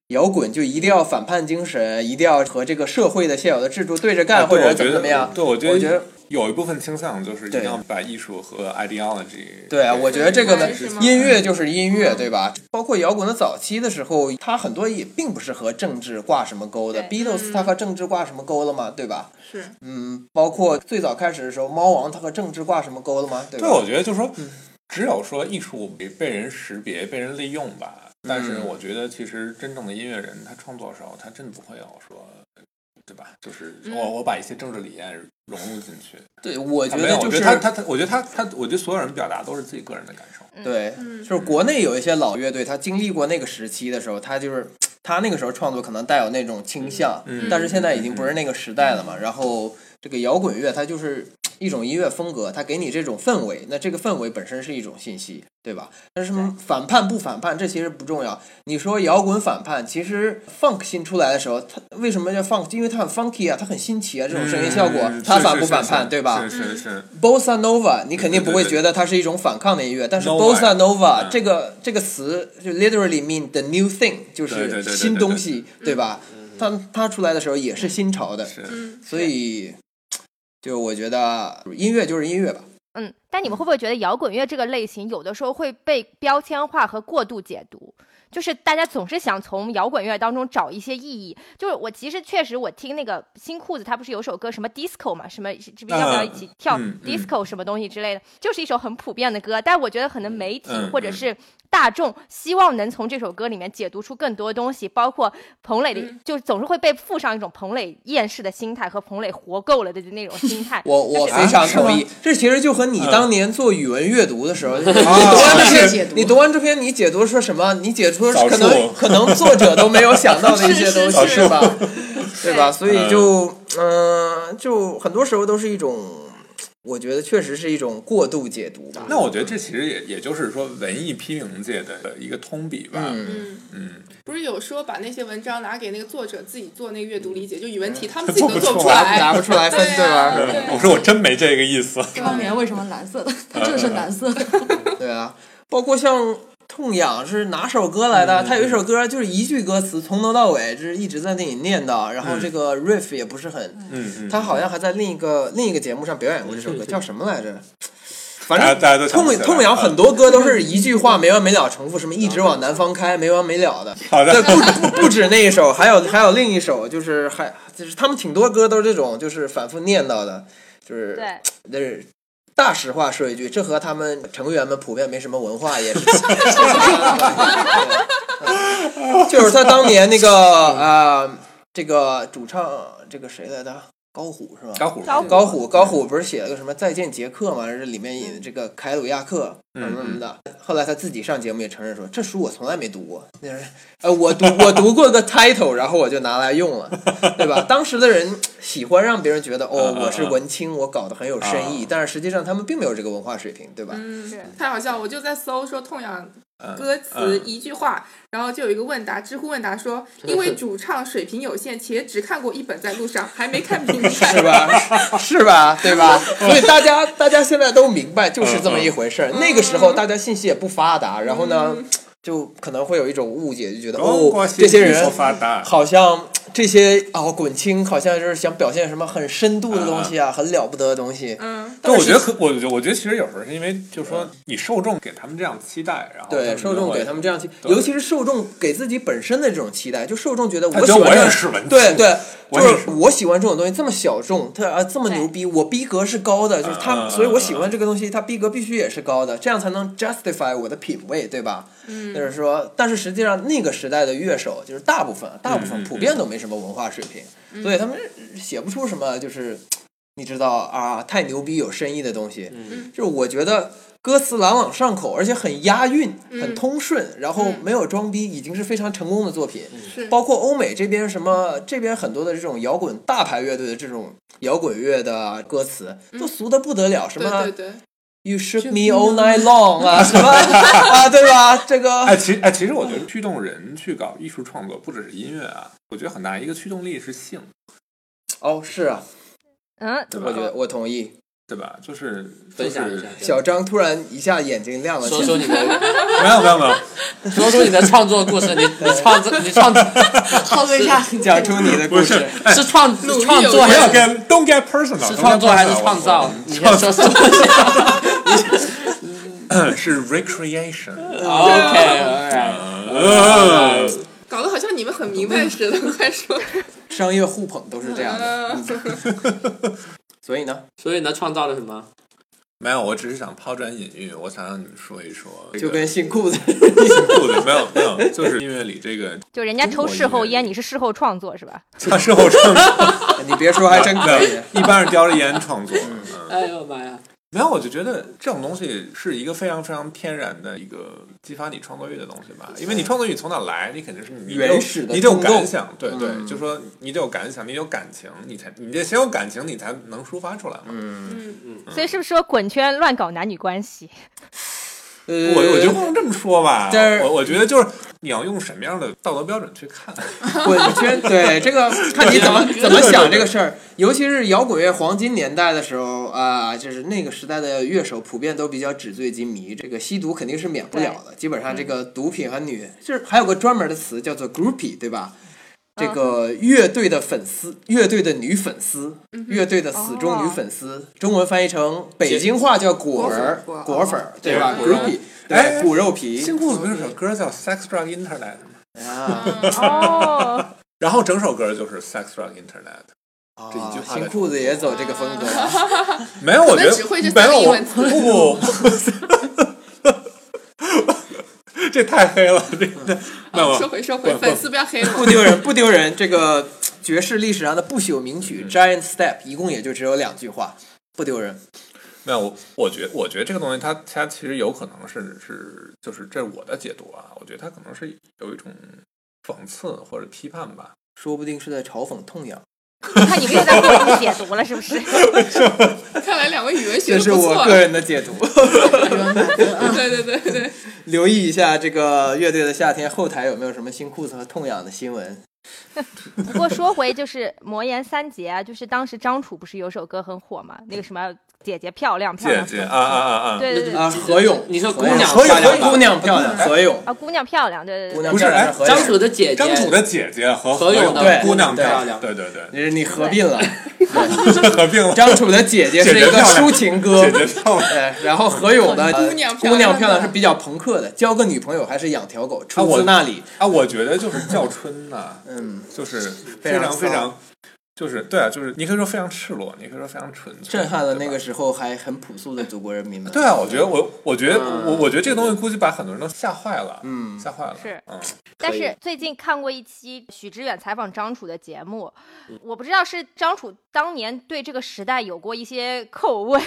Speaker 5: 摇滚就一定要反叛精神，一定要和这个社会的现有的制度对着干，
Speaker 4: 啊
Speaker 5: 或
Speaker 4: 对
Speaker 5: 者
Speaker 4: 我
Speaker 5: 怎
Speaker 4: 觉
Speaker 5: 么
Speaker 4: 得
Speaker 5: 怎么样？
Speaker 4: 对，我
Speaker 5: 我
Speaker 4: 觉
Speaker 5: 觉得
Speaker 4: 得有一部分倾向就是一
Speaker 5: 对
Speaker 4: 定要把艺术和 ideology
Speaker 5: 对啊，我觉得这个呢
Speaker 1: 是吗，
Speaker 5: 音乐就是音乐，对吧？包括摇滚的早期的时候，它很多也并不是和政治挂什么钩的。
Speaker 2: 对
Speaker 5: Beatles 它和政治挂什么钩了吗？对吧？
Speaker 1: 是
Speaker 5: 嗯，包括最早开始的时候，猫王它和政治挂什么钩了吗？对吧？
Speaker 4: 对，我觉得就是说，
Speaker 5: 嗯
Speaker 4: 只有说艺术被被人识别、被人利用吧。但是
Speaker 5: 嗯
Speaker 4: 我觉得，其实真正的音乐人，他创作的时候，他真的不会有说，对吧？就是我我把一些政治理念融入进去，
Speaker 5: 对，嗯我
Speaker 4: 他
Speaker 5: 觉
Speaker 4: 没有。
Speaker 5: 得
Speaker 4: 我
Speaker 5: 就
Speaker 4: 觉
Speaker 5: 是
Speaker 4: 得他他他，我觉得他他，我觉得所有人表达都是自己个人的感受。
Speaker 5: 对，
Speaker 1: 嗯
Speaker 5: 就是国内有一些老乐队，他经历过那个时期的时候，他就是他那个时候创作可能带有那种倾向，
Speaker 4: 嗯
Speaker 5: 但是现在已经不是那个时代了嘛。然后这个摇滚乐它就是一种音乐风格，它给你这种氛围，那这个氛围本身是一种信息，对吧？但是什么反叛不反叛，这其实不重要。你说摇滚反叛，其实 funk 新出来的时候，它为什么叫 funk？因为它很 funky 啊，它很新奇啊，这种声音效果，
Speaker 4: 嗯
Speaker 5: 它
Speaker 4: 是
Speaker 5: 反
Speaker 4: 是
Speaker 5: 不
Speaker 4: 是
Speaker 5: 反
Speaker 4: 是
Speaker 5: 叛，对吧？
Speaker 4: 是是是，
Speaker 5: Bossa Nova，你肯定不
Speaker 4: 对对
Speaker 5: 会
Speaker 4: 对
Speaker 5: 觉得它是一种反抗的音乐，但是
Speaker 4: Nova，
Speaker 5: Bossa Nova
Speaker 4: 嗯
Speaker 5: 这个这个词就 literally mean the new thing，就
Speaker 4: 对对
Speaker 5: 是
Speaker 4: 对对
Speaker 5: 新东西，对吧？它它出来的时候也是新潮的，
Speaker 4: 是
Speaker 1: 嗯，
Speaker 5: 所以就我觉得音乐就是音乐吧。。
Speaker 2: 嗯，但你们会不会觉得摇滚乐这个类型有的时候会被标签化和过度解读？就是大家总是想从摇滚乐当中找一些意义。就是我其实确实我听那个新裤子，他不是有首歌什么 disco 嘛，什么这不要不要一起跳
Speaker 4: 嗯嗯
Speaker 2: disco 什么东西之类的，就是一首很普遍的歌。但我觉得可能媒体
Speaker 4: 嗯
Speaker 2: 或者
Speaker 4: 嗯
Speaker 2: 是大众希望能从这首歌里面解读出更多东西，包括彭磊的，
Speaker 4: 嗯
Speaker 2: 就总是会被附上一种彭磊厌世的心态和彭磊活够了的那种心态
Speaker 5: 我
Speaker 2: 就
Speaker 5: 我
Speaker 2: 是
Speaker 5: 非常同意
Speaker 4: 是，
Speaker 5: 这其实就和你当年做语文阅读的时候，你读完
Speaker 3: 啊
Speaker 5: 这
Speaker 3: 是解
Speaker 5: 篇
Speaker 3: 读，
Speaker 5: 你读完这篇，你解读说什么？你解读
Speaker 4: 少数
Speaker 5: 可能可能作者都没有想到的一些东
Speaker 1: 是
Speaker 5: 西，
Speaker 1: 是是
Speaker 5: 吧？对吧？
Speaker 1: 对
Speaker 5: 所以就嗯、呃就很多时候都是一种，我觉得确实是一种过度解读吧。
Speaker 4: 那我觉得这其实也也就是说文艺批评界的一个通笔吧。
Speaker 5: 嗯，
Speaker 4: 嗯，
Speaker 1: 不是有说把那些文章拿给那个作者自己做那个阅读理解，就语文题，他们
Speaker 4: 他
Speaker 1: 自己都
Speaker 4: 做不
Speaker 1: 做
Speaker 4: 出
Speaker 1: 出
Speaker 4: 来
Speaker 1: 来，
Speaker 5: 拿嗯不出来分
Speaker 1: 对啊
Speaker 5: 对吧
Speaker 1: 对
Speaker 4: 我说我真没这个意思。
Speaker 3: 窗帘为什么蓝 [laughs]
Speaker 5: 嗯
Speaker 3: 色的？它就是蓝色的。
Speaker 5: 对啊，包括像。痛痒是哪首歌来
Speaker 4: 嗯
Speaker 5: 的？他有一首歌就是一句歌词，从头到尾就是一直在那里念叨，然后这个 riff 也不是很，
Speaker 4: 嗯嗯，
Speaker 5: 他好像还在另一个另一个节目上表演过这首歌，叫什么来着？反
Speaker 4: 大家
Speaker 5: 正
Speaker 4: 大家都想
Speaker 5: 痛
Speaker 4: 不起来
Speaker 5: 痛痒很多歌都是一句话没完没了重复，什么一直往南方开没完没了的。
Speaker 4: 好的
Speaker 5: [laughs] 但不不不止那一首，还有还有另一首，就是还就是他们挺多歌都是这种，就是反复念叨的，就是
Speaker 2: 对，
Speaker 5: 但是大实话说一句，这和他们成员们普遍没什么文化也是 [laughs] 是相关的。对就是他当年那个啊、呃这个主唱这个谁来着？高虎是吧？
Speaker 4: 高虎
Speaker 2: 高虎嗯
Speaker 5: 高虎高虎不是写了个什么《再见杰克》嘛？这里面引这个凯鲁亚克什
Speaker 4: 嗯
Speaker 5: 么什么的。后来他自己上节目也承认说，这书我从来没读过。那人，呃，我读 [laughs] 我读过个 title，然后我就拿来用
Speaker 4: [laughs]
Speaker 5: 了，对吧？当时的人喜欢让别人觉得哦
Speaker 4: 嗯，嗯
Speaker 5: 我是文青，我搞得很有深意
Speaker 4: 啊，
Speaker 5: 但是实际上他们并没有这个文化水平，对吧？
Speaker 2: 是
Speaker 1: 嗯，太好笑了！我就在搜说痛痒
Speaker 4: 嗯
Speaker 1: 歌词
Speaker 4: 嗯
Speaker 1: 一句话，然后就有一个问答，知乎问答
Speaker 5: [laughs]
Speaker 1: 说，因为主唱水平有限，且只看过一本在路上，还没看明白，
Speaker 5: [laughs] 是？
Speaker 4: [laughs]
Speaker 5: 吧？是吧？对吧？
Speaker 4: 嗯
Speaker 5: 所以大家大家现在都明白，就是这么一回事儿。那个时候大家信息也不发达，然后呢，
Speaker 4: 嗯
Speaker 5: 就可能会有一种误解，就觉得
Speaker 4: 中
Speaker 5: 哦
Speaker 4: 国，
Speaker 5: 这些
Speaker 4: 信息
Speaker 5: 人
Speaker 4: 不发达
Speaker 5: 好像这些哦滚青好像就是想表现什么很深度的东西啊，很了不得的东西。
Speaker 1: 嗯，
Speaker 4: 嗯对，我觉得可我我觉得其实有时候是因为，就是说你受众给他们这样期待，然后
Speaker 5: 对，受众给他们这样期，
Speaker 4: 对
Speaker 5: 尤其是受众给自己本身的这种期待，就受众觉得
Speaker 4: 他
Speaker 5: 我喜
Speaker 4: 觉得
Speaker 5: 欢
Speaker 4: 我
Speaker 5: 这
Speaker 4: 也
Speaker 5: 种
Speaker 4: 是文青
Speaker 5: 对对，
Speaker 4: 我
Speaker 5: 就
Speaker 4: 也
Speaker 5: 是
Speaker 4: 是
Speaker 5: 我喜欢这种东西这么小众，它啊这么
Speaker 2: 对
Speaker 5: 牛逼，我逼格是高的，就是
Speaker 4: 嗯嗯
Speaker 5: 他，
Speaker 4: 嗯
Speaker 5: 所以我喜欢这个东西，它逼格必须也是高的，这样才能 justify 我的品味，对吧？嗯，就是说，但是实际上那个时代的乐手，就是大部分大部分
Speaker 4: 嗯嗯
Speaker 5: 普遍都没什么文化水平，所以他们写不出什么就是。你知道啊，太牛逼有深意的东西，
Speaker 1: 嗯
Speaker 5: 就是我觉得歌词朗朗上口，而且很押韵，
Speaker 1: 嗯
Speaker 5: 很通顺，然后没有装逼，已经是非常成功的作品。
Speaker 1: 是
Speaker 5: 包括欧美这边什么，这边很多的这种摇滚大牌乐队的这种摇滚乐的歌词，都俗的不得了，什
Speaker 1: 对
Speaker 5: 么
Speaker 1: 嗯对对，
Speaker 5: You shoot me all night
Speaker 1: [laughs]
Speaker 5: long 啊，什么啊，对吧？这个
Speaker 4: 哎，其实哎，其实我觉得驱动人去搞艺术创作，不只是音乐啊，我觉得很大一个驱动力是性。
Speaker 5: 哦，是啊，
Speaker 2: 嗯，
Speaker 5: 我觉得我同意。
Speaker 4: 对吧？就是
Speaker 6: 分享一下，
Speaker 5: 小张突然一下眼睛亮了起来，
Speaker 6: 说说你的，
Speaker 4: 没有没有没有，
Speaker 6: 说说你的创作故事，你你创作，你创作
Speaker 3: 浩哥一
Speaker 5: [laughs]
Speaker 3: 下，
Speaker 5: 讲出你的故
Speaker 4: 不是
Speaker 5: 事。
Speaker 6: 是创
Speaker 1: 努力
Speaker 6: 创
Speaker 1: 有
Speaker 4: 不
Speaker 6: 作还
Speaker 4: 要
Speaker 6: 是
Speaker 4: get don't get personal，
Speaker 6: 是创作还是创造？你先说说。 [laughs]
Speaker 4: 是
Speaker 6: [laughs]
Speaker 4: recreation。
Speaker 6: 哦 OK，
Speaker 4: 呃，
Speaker 1: 搞得好像你们很明
Speaker 5: 嗯
Speaker 1: 白似的，快说。
Speaker 5: 商业互捧都是这样的。嗯
Speaker 4: [laughs]
Speaker 5: 所以呢，
Speaker 6: 所以呢，创造了什么？
Speaker 4: 没有，我只是想抛砖引玉，我想让你们说一说这个，
Speaker 5: 就跟新裤子，
Speaker 4: 不对，没有没有，就是音乐里这个
Speaker 2: 就人家抽事后烟，你是事后创作是吧？
Speaker 4: 他是我创作，
Speaker 5: [laughs] 你别说，还真
Speaker 4: [laughs]
Speaker 5: 可以。
Speaker 4: 一般是叼着烟创作。嗯，
Speaker 6: 哎呦妈呀！
Speaker 4: 没有，我就觉得这种东西是一个非常非常天然的一个激发你创作欲的东西吧，因为你创作欲从哪来，你肯定是你得有
Speaker 5: 原始的
Speaker 4: 你得有
Speaker 5: 冲动嗯
Speaker 4: 感想，对对，就说你得有感想，你得有感情，你才你得先有感情，你才能抒发出来嘛。
Speaker 5: 嗯
Speaker 4: 嗯
Speaker 2: 所以是不是说滚圈乱搞男女关系？
Speaker 5: [laughs] 呃，
Speaker 4: 我我觉得不能这么说吧，
Speaker 5: 但是哎
Speaker 4: 我我觉得就是你要用什么样的道德标准去看，
Speaker 5: [laughs] 滚圈，对这 [laughs] 个看你怎么怎么想这个事儿。尤其是摇滚乐黄金年代的时候啊，就是那个时代的乐手普遍都比较纸醉金迷，这个吸毒肯定是免不了的。基本上这个
Speaker 3: 嗯
Speaker 5: 毒品和女，就是还有个专门的词叫做 groupie，对吧？这
Speaker 3: 嗯
Speaker 5: 个乐队的粉丝，乐队的女粉丝，
Speaker 3: 嗯
Speaker 5: 乐队的死忠女粉丝，中文翻译成北京话叫果儿
Speaker 3: 哦果粉哦
Speaker 5: 果粉儿，对吧
Speaker 4: 对果
Speaker 5: ？groupie，
Speaker 4: 粉
Speaker 5: 对
Speaker 4: 哎
Speaker 5: 骨肉皮
Speaker 4: 新裤子不是有首歌叫《Sex Drug Internet》吗？
Speaker 5: 啊。
Speaker 2: 哦，
Speaker 4: 然后整首歌就是 Sex Drug Internet。这一句
Speaker 5: 啊
Speaker 4: 话
Speaker 5: 新
Speaker 4: 的
Speaker 5: 裤子也走这个风格，
Speaker 3: [laughs]
Speaker 4: 没有，我觉
Speaker 1: 们
Speaker 4: 得
Speaker 1: 只会这
Speaker 4: 没
Speaker 1: 三个
Speaker 4: 有
Speaker 1: 英
Speaker 4: 我
Speaker 1: 文词
Speaker 4: 不不，这太黑了，这个那
Speaker 1: 收
Speaker 4: 我
Speaker 1: 嗯回收回，粉丝不要黑
Speaker 5: 不
Speaker 1: 我。
Speaker 5: 丢人，不丢人。这个爵士历史上的不朽名曲《Giant Step》，一共也就只有两句话，不丢人。
Speaker 4: 没有，我我觉我觉得这个东西它它其实有可能是是就是这是我的解读啊，我觉得它可能是有一种讽刺或者批判吧。
Speaker 5: 说不定是在嘲讽痛 [laughs] 痒，
Speaker 2: 你看你们又在过度解读了，是不
Speaker 5: [laughs]
Speaker 2: 是？
Speaker 1: 看来两位语文学
Speaker 5: 这是
Speaker 1: 的不
Speaker 5: 我
Speaker 1: 错。
Speaker 5: 个人的解读。 [laughs]
Speaker 1: 对 [laughs] 对对对，
Speaker 5: 留意一下这个乐队的夏天后台有没有什么新裤子和痛痒的新闻。
Speaker 2: 不过说回就是魔岩三杰啊，就是当时张楚不是有首歌很火嘛，那个什么姐姐漂亮漂
Speaker 4: 姐
Speaker 2: 亮，
Speaker 4: 姐啊啊啊啊！
Speaker 2: 对对对
Speaker 5: 啊，何勇，
Speaker 6: 你说姑
Speaker 5: 何勇
Speaker 6: 娘
Speaker 5: 何
Speaker 6: 漂亮
Speaker 5: 勇，
Speaker 6: 吧
Speaker 5: 姑娘漂亮，何勇，
Speaker 2: 啊，姑娘漂亮，对对
Speaker 5: 姑
Speaker 2: 对，
Speaker 5: 娘
Speaker 4: 不是
Speaker 5: 漂亮
Speaker 4: 哎
Speaker 5: 何勇
Speaker 6: 张楚的姐姐，
Speaker 4: 张楚的姐姐和
Speaker 6: 何勇
Speaker 4: 勇
Speaker 6: 的
Speaker 5: 对
Speaker 4: 姑娘
Speaker 5: 对
Speaker 4: 漂
Speaker 6: 漂亮
Speaker 4: 对对对，
Speaker 5: 你是你合并了。
Speaker 4: 合并了
Speaker 5: 张楚的姐姐是一个抒情歌，
Speaker 4: 姐姐漂亮
Speaker 5: 哎然后何勇的
Speaker 1: 姑娘漂亮
Speaker 5: 姑娘漂亮是比较朋克的，交个女朋友还是养条狗，出自那里。
Speaker 4: 啊！我觉得就是叫春呐、
Speaker 5: 嗯，
Speaker 4: 就是非
Speaker 5: 非常
Speaker 4: 常非
Speaker 5: 骚
Speaker 4: 常，就是对啊，就是你可以说非常赤裸，你可以说非常纯粹，
Speaker 5: 震撼了那
Speaker 4: 对吧
Speaker 5: 个时候还很朴素的祖国人民们。
Speaker 4: 对啊，我觉得我我觉得我我觉得这个东西估计把很多人都吓坏了，
Speaker 5: 嗯
Speaker 4: 吓坏了，
Speaker 2: 是
Speaker 4: 嗯，
Speaker 2: 但
Speaker 6: 可以
Speaker 2: 是最近看过一期许知远采访张楚的节目，
Speaker 6: 嗯
Speaker 2: 我不知道是张楚当年对这个时代有过一些叩问，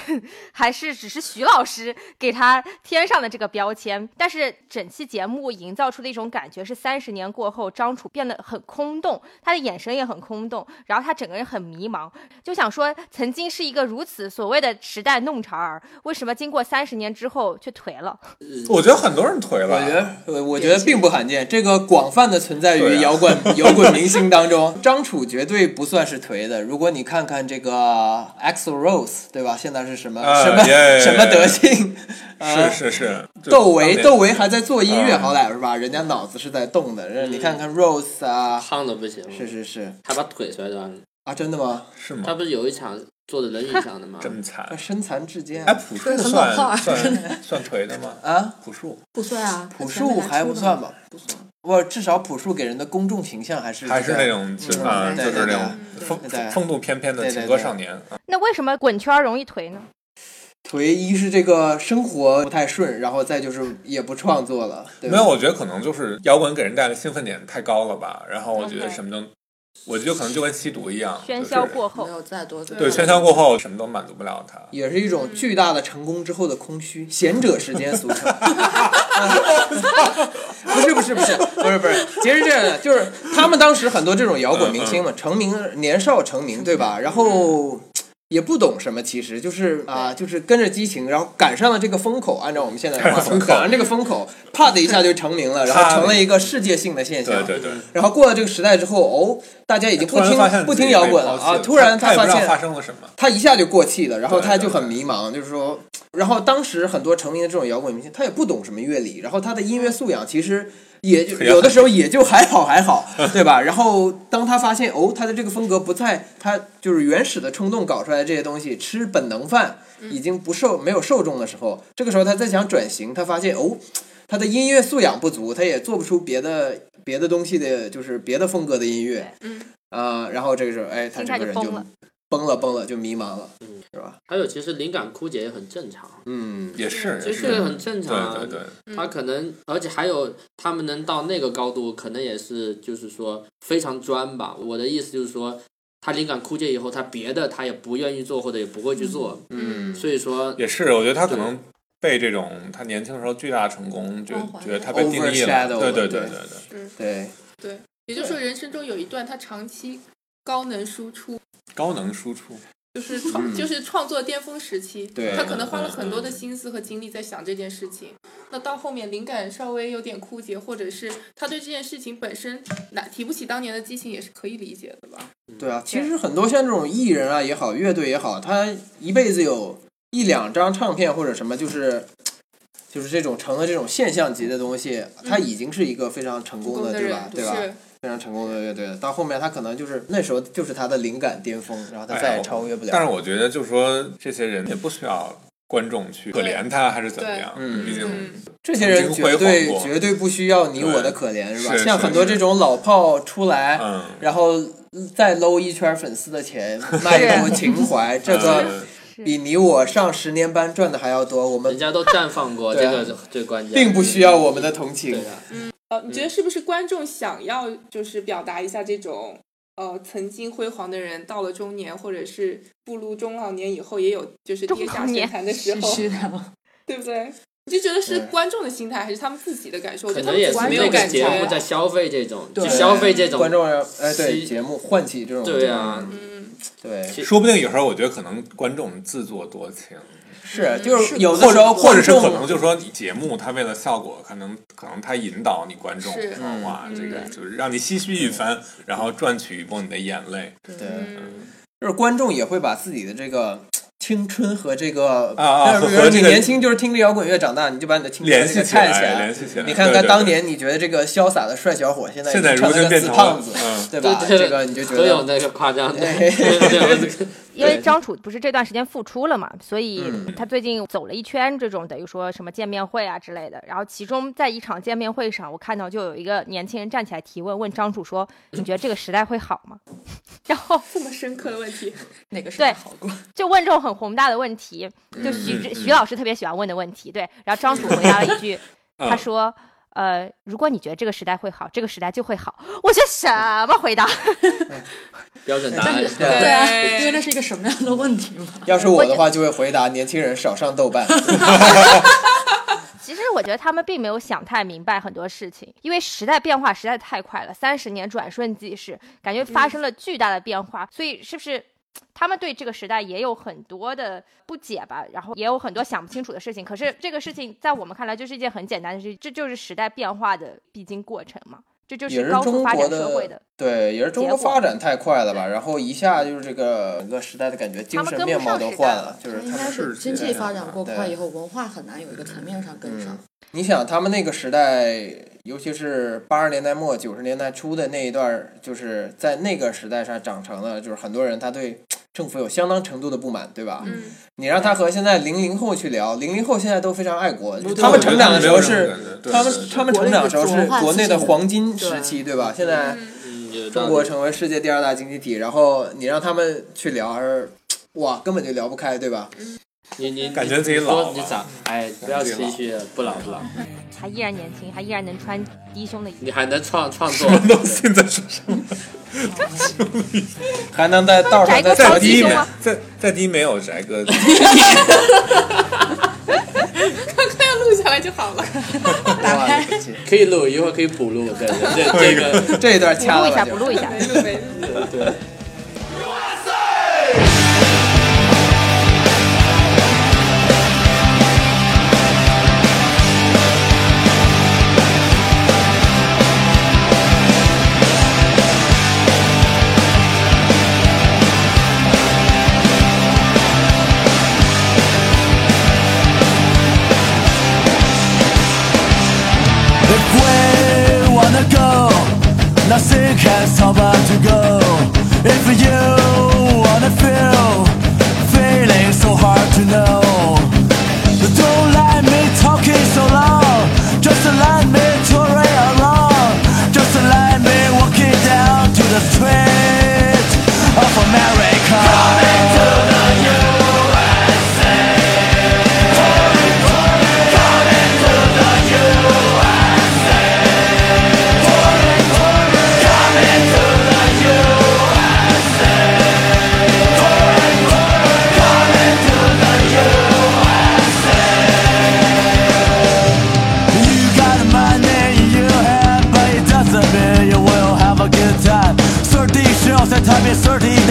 Speaker 2: 还是只是徐老师给他添上的这个标签。但是整期节目营造出的一种感觉是，三十年过后，张楚变得很空洞，他的眼神也很空洞，然后他整个人很迷茫，就想说曾经是一个如此所谓的时代弄潮儿，为什么经过三十年之后却颓了？ [laughs]
Speaker 4: 我觉得很多人颓了，
Speaker 5: 我觉得，我我觉得并不罕见，这个广泛的存在
Speaker 4: 对
Speaker 5: 于
Speaker 4: 啊
Speaker 5: 摇滚、 [laughs] 摇滚明星当中。张楚绝对不算是颓的。如果你看看这个呃 Axl Rose，对吧？现在是什么、
Speaker 4: 啊
Speaker 5: 什么
Speaker 4: yeah, yeah,
Speaker 5: 什么
Speaker 4: yeah [laughs]
Speaker 5: 德性？呃
Speaker 4: 是是是，就
Speaker 5: 窦唯，
Speaker 4: 当年
Speaker 5: 窦唯还在做音乐，
Speaker 4: 嗯
Speaker 5: 好歹是吧？人家脑子是在动的。人你看看 Rose 啊，
Speaker 6: 胖的不行，
Speaker 5: 是是是
Speaker 6: 他把腿摔断了。
Speaker 5: 啊，真的吗？
Speaker 4: 是
Speaker 6: 他
Speaker 4: 吗？
Speaker 6: 不是有一场坐在轮椅上
Speaker 5: [laughs]
Speaker 6: 的吗？
Speaker 4: 这么惨
Speaker 5: 啊，，身残志坚
Speaker 4: 哎，朴树
Speaker 3: 很老化
Speaker 4: 算算算颓的吗？
Speaker 5: 啊，
Speaker 4: 朴树
Speaker 3: 不算啊，
Speaker 5: 朴树还不算吧？不算，不，至少朴树给人的公众形象还是
Speaker 4: 还是那种就啊，
Speaker 5: 对嗯
Speaker 4: 就
Speaker 5: 对
Speaker 4: 是那
Speaker 5: 对
Speaker 4: 种风
Speaker 5: 对
Speaker 4: 风度翩翩的
Speaker 5: 对
Speaker 4: 情
Speaker 5: 对
Speaker 4: 歌
Speaker 5: 对
Speaker 4: 少年，啊
Speaker 2: 那为什么滚圈儿容易颓呢？
Speaker 5: 颓，一是这个生活不太顺，然后再就是也不创作了，对吧
Speaker 4: 没有，我觉得可能就是摇滚给人带来的兴奋点太高了吧，然后我觉得
Speaker 2: OK
Speaker 4: 什么都，我觉得可能就跟吸毒一样，
Speaker 2: 喧
Speaker 4: 就是
Speaker 2: 嚣过后
Speaker 3: 没，有再多
Speaker 4: 对，喧嚣过后什么都满足不了他。
Speaker 5: 也是一种巨大的成功之后的空虚， [laughs] 贤者时间俗称。 [laughs] 不是不是不是 [laughs] 不是不是，其实这样的就是
Speaker 4: 嗯
Speaker 5: 他们当时很多这种摇滚明星嘛，成名年少成名对吧？然后也不懂什么，其实就是啊、就是跟着激情，然后赶上了这个风口，按照我们现在的话
Speaker 4: 赶上风
Speaker 5: 说，
Speaker 4: 口
Speaker 5: 赶上这个风口，啪的一下就成名
Speaker 4: [laughs]
Speaker 5: 了，然后成了一个世界性的现象。
Speaker 4: 对对对，
Speaker 5: 然后过了这个时代之后，哦，大家已经
Speaker 4: 突
Speaker 5: 不
Speaker 4: 然发
Speaker 5: 听
Speaker 4: 现
Speaker 5: 不
Speaker 4: 自己
Speaker 5: 听
Speaker 4: 被
Speaker 5: 摇滚了
Speaker 4: 抛弃
Speaker 5: 啊！突然
Speaker 4: 他也
Speaker 5: 发
Speaker 4: 不知道
Speaker 5: 现
Speaker 4: 发生了什么，
Speaker 5: 他一下就过气了，然后他就
Speaker 4: 对
Speaker 5: 很迷茫，就是说，然后当时很多成名的这种摇滚明星，他也不懂什么乐理，然后他的音乐素养其实也就
Speaker 4: 也很
Speaker 5: 有的时候也就还好还
Speaker 4: [laughs]
Speaker 5: 好，对吧？然后当他发现哦，他的这个风格不在他就是原始的冲动搞出来的这些东西吃本能饭，已经不受没有受众的时候，这个时候他再想转型，他发现哦，他的音乐素养不足，他也做不出别的别的东西的，就是别的风格的音乐，
Speaker 1: 嗯，
Speaker 5: 啊、然后这个时候哎，他
Speaker 2: 心
Speaker 5: 整
Speaker 2: 态
Speaker 5: 个
Speaker 2: 就
Speaker 5: 人就
Speaker 2: 崩了
Speaker 5: 崩了崩了，就迷茫了，是吧？
Speaker 6: 还有，其实灵感枯竭也很正常，
Speaker 5: 嗯，
Speaker 4: 也是
Speaker 6: 其
Speaker 4: 也
Speaker 6: 实
Speaker 4: 是，
Speaker 6: 这个很正常啊。
Speaker 4: 对对对，
Speaker 6: 他可能，而且还有他们能到那个高度，可能也是就是说非常专吧。我的意思就是说，他灵感枯竭以后，他别的他也不愿意做，或者也不会去做。
Speaker 5: 嗯
Speaker 6: 所以说，
Speaker 4: 也是，我觉得他可
Speaker 6: 对
Speaker 4: 能被这种他年轻时候巨大的成功，觉得
Speaker 3: 光环
Speaker 4: 觉得他被定义了，
Speaker 5: overshadow
Speaker 4: 对对对
Speaker 5: 了
Speaker 4: 对对，
Speaker 5: 对，
Speaker 1: 对，也就是说人生中有一段他长期高能输出，
Speaker 4: 高能输出，
Speaker 1: 就是创、就是创作巅峰时期，
Speaker 5: 嗯对
Speaker 1: 他可能花了
Speaker 4: 嗯
Speaker 1: 很多的心思和精力在想这件事情。那到后面灵感稍微有点枯竭，或者是他对这件事情本身哪提不起当年的激情，也是可以理解的吧？
Speaker 5: 对啊，其实很多像这种艺人啊也好，乐队也好，他一辈子有一两张唱片或者什么，就是就是这种成了这种现象级的东西，他已经是一个非常成功的，对
Speaker 1: 人
Speaker 5: 吧？对吧？
Speaker 1: 是
Speaker 5: 非常成功的乐队了，到后面他可能就是那时候就是他的灵感巅峰，然后他
Speaker 4: 哎
Speaker 5: 再也
Speaker 4: 我
Speaker 5: 超越不了。
Speaker 4: 但是我觉得就是说这些人也不需要观众去可怜他还是怎么样，
Speaker 5: 对嗯
Speaker 4: 毕竟
Speaker 1: 嗯
Speaker 5: 这些人
Speaker 4: 曾经
Speaker 5: 绝
Speaker 4: 辉煌
Speaker 5: 对
Speaker 4: 过
Speaker 5: 绝对不需要你我的可怜，是吧？
Speaker 4: 是
Speaker 5: 像
Speaker 4: 是
Speaker 5: 很多这种老炮出来，
Speaker 4: 嗯
Speaker 5: 然后再搂一圈粉丝
Speaker 4: [laughs]
Speaker 5: 的钱，卖弄情怀，这个
Speaker 4: 呃
Speaker 5: 比你我上十年班赚的还要多，我
Speaker 6: 人
Speaker 5: 们
Speaker 6: 家都绽放过，这
Speaker 5: 对啊
Speaker 6: 个是最关键。
Speaker 5: 并不需要我们的同
Speaker 6: 对
Speaker 5: 情。
Speaker 6: 啊，
Speaker 1: 呃，你觉得是不是观众想要就是表达一下这种呃曾经辉煌的人到了中年或者是步入中老年以后也有就是跌
Speaker 2: 中
Speaker 1: 下
Speaker 2: 老
Speaker 1: 神
Speaker 2: 年
Speaker 1: 坛的时候，
Speaker 3: 是的，
Speaker 1: 对不对？你就觉得是
Speaker 5: 对
Speaker 1: 观众的心态还是他们自己的感受？我觉
Speaker 6: 嗯
Speaker 1: 得他
Speaker 6: 可能
Speaker 1: 们
Speaker 6: 也
Speaker 1: 自
Speaker 6: 是
Speaker 1: 己没
Speaker 6: 那
Speaker 1: 有
Speaker 6: 个
Speaker 1: 感
Speaker 6: 节目
Speaker 1: 觉。啊
Speaker 6: 在消费这种，
Speaker 5: 对
Speaker 6: 就消费这种
Speaker 5: 观众要，哎，对
Speaker 6: 吸
Speaker 5: 节目唤起这种
Speaker 6: 对啊
Speaker 1: 嗯，
Speaker 5: 对
Speaker 6: 其
Speaker 4: 说不定有时候我觉得可能观众自作多情，
Speaker 5: 是就是
Speaker 3: 是
Speaker 6: 嗯
Speaker 5: 有的
Speaker 4: 或
Speaker 5: 时候
Speaker 4: 者或者是
Speaker 5: 观
Speaker 4: 可
Speaker 5: 众
Speaker 4: 能就是说你节目他为了效果，可能可能他引导你观众
Speaker 1: 是
Speaker 4: 说哇这个就是让你唏嘘一番，然后赚取一波你的眼泪，
Speaker 5: 对，
Speaker 1: 嗯
Speaker 5: 就是观众也会把自己的这个。青春和这个
Speaker 4: 啊啊
Speaker 5: 比如
Speaker 4: 和和
Speaker 5: 你
Speaker 4: 这个
Speaker 5: 年轻就是听着摇滚乐长大，你就把你的青春
Speaker 4: 联系
Speaker 5: 这个
Speaker 4: 起
Speaker 5: 看起
Speaker 4: 来，联系起来。
Speaker 5: 你看
Speaker 4: 对
Speaker 5: 看
Speaker 4: 对
Speaker 5: 当
Speaker 4: 对
Speaker 5: 年你觉得这个潇洒的帅小伙，现在
Speaker 4: 现在
Speaker 5: 已经
Speaker 4: 如
Speaker 5: 成
Speaker 4: 今
Speaker 5: 了个
Speaker 4: 变
Speaker 5: 死
Speaker 4: 成
Speaker 5: 胖
Speaker 4: 了
Speaker 5: 子，
Speaker 4: 嗯，
Speaker 5: 对吧？
Speaker 6: 对
Speaker 5: 这个你就觉
Speaker 6: 都有
Speaker 5: 得
Speaker 6: 那个夸张的，
Speaker 5: 对
Speaker 6: [laughs] 对有那
Speaker 5: [laughs]
Speaker 6: 个
Speaker 2: 因为
Speaker 6: 对
Speaker 2: 张楚不是这段时间复出了嘛，所以
Speaker 5: 嗯
Speaker 2: 他最近走了一圈这种等于说什么见面会啊之类的。然后其中在一场见面会上，我看到就有一个年轻人站起来提问，问张楚说：“你觉得这个时代会好吗？” [laughs] 然后
Speaker 1: 这么深刻的问题， [laughs]
Speaker 3: 哪个是
Speaker 2: 对
Speaker 3: 好过？
Speaker 2: 就问这种很宏大的问题，就徐、
Speaker 4: 嗯嗯
Speaker 2: 徐老师特别喜欢问的问题。对，然后张楚回答了一句，
Speaker 4: 嗯
Speaker 2: 他说。呃，如果你觉得这个时代会好，这个时代就会好。我这什么回答？
Speaker 6: 标准答案。
Speaker 5: 对
Speaker 3: 对啊，
Speaker 1: 对
Speaker 3: 因为那是一个什么样的问题嘛？
Speaker 5: 要是我的话，就会回答年轻人少上豆瓣。
Speaker 2: 其实我觉得他们并没有想太明白很多事情，因为时代变化实在太快了，三十年转瞬即逝，感
Speaker 5: 嗯
Speaker 2: 觉发生了巨大的变化，所以是不是？他们对这个时代也有很多的不解吧，然后也有很多想不清楚的事情。可是这个事情在我们看来就是一件很简单的事，这就是时代变化的必经过程嘛，这就
Speaker 5: 也
Speaker 2: 是
Speaker 5: 是
Speaker 2: 高
Speaker 5: 中
Speaker 2: 速发
Speaker 5: 国
Speaker 2: 展社会的。
Speaker 5: 对，也是中国
Speaker 2: 结果
Speaker 5: 发展太快了吧？然后一下就是这个整个时代的感觉，精神面貌都换了，就是
Speaker 3: 应
Speaker 5: 他
Speaker 3: 该
Speaker 5: 们
Speaker 3: 是经济发展过快
Speaker 5: 对
Speaker 3: 以后，文化很难有一个层面上跟上。
Speaker 5: 你想他们那个时代，尤其是八十年代末九十年代初的那一段儿，就是在那个时代上长成了，就是很多人他对政府有相当程度的不满，对吧？
Speaker 1: 嗯，
Speaker 5: 你让他和现在零零后去聊，零零后现在都非常爱国，
Speaker 4: 对
Speaker 5: 他们成长的时候
Speaker 4: 我觉得他们没有这种感觉
Speaker 5: 是
Speaker 4: 对
Speaker 5: 他们
Speaker 4: 对对
Speaker 5: 他们成长的时候是国内的黄金时期，对吧？现在
Speaker 6: 嗯有道
Speaker 5: 中
Speaker 6: 理
Speaker 5: 国成为世界第二大经济体，然后你让他们去聊，还是哇，根本就聊不开，对吧？
Speaker 6: 你你
Speaker 4: 感觉自己老了
Speaker 6: 你说你咋？哎，不要唏嘘，不老
Speaker 4: [laughs]
Speaker 6: 不老，
Speaker 2: 还依然年轻，还依然能穿低胸的衣服。
Speaker 6: 你还能创创作。
Speaker 4: 都现在说什么？
Speaker 5: 还能在道上
Speaker 2: 宅哥
Speaker 5: 再
Speaker 2: 超
Speaker 5: 找
Speaker 4: 再
Speaker 2: 级
Speaker 4: 低
Speaker 2: 胸
Speaker 4: 没
Speaker 2: 啊！
Speaker 4: 再再低没有翟哥，
Speaker 1: 快快要录下来就好了。 [laughs]
Speaker 5: 哇，
Speaker 6: 可以录，一会儿可以补录，
Speaker 4: [laughs]
Speaker 6: 对对对，这个
Speaker 5: 这一段
Speaker 2: 补 [laughs]
Speaker 5: 掐
Speaker 2: 录
Speaker 5: 了
Speaker 2: 一下，
Speaker 5: 吧就
Speaker 2: 补录一下。
Speaker 1: 没录没录。
Speaker 6: 对。
Speaker 8: has nowhere to go. If you wanna feel feelings so hard to know, don't let me talking so loud. Just let me touring around. Just let me walking down to the street of America. Coming to the You got money in your hand, but it doesn't mean you will have a good time. 30 shows and time is 30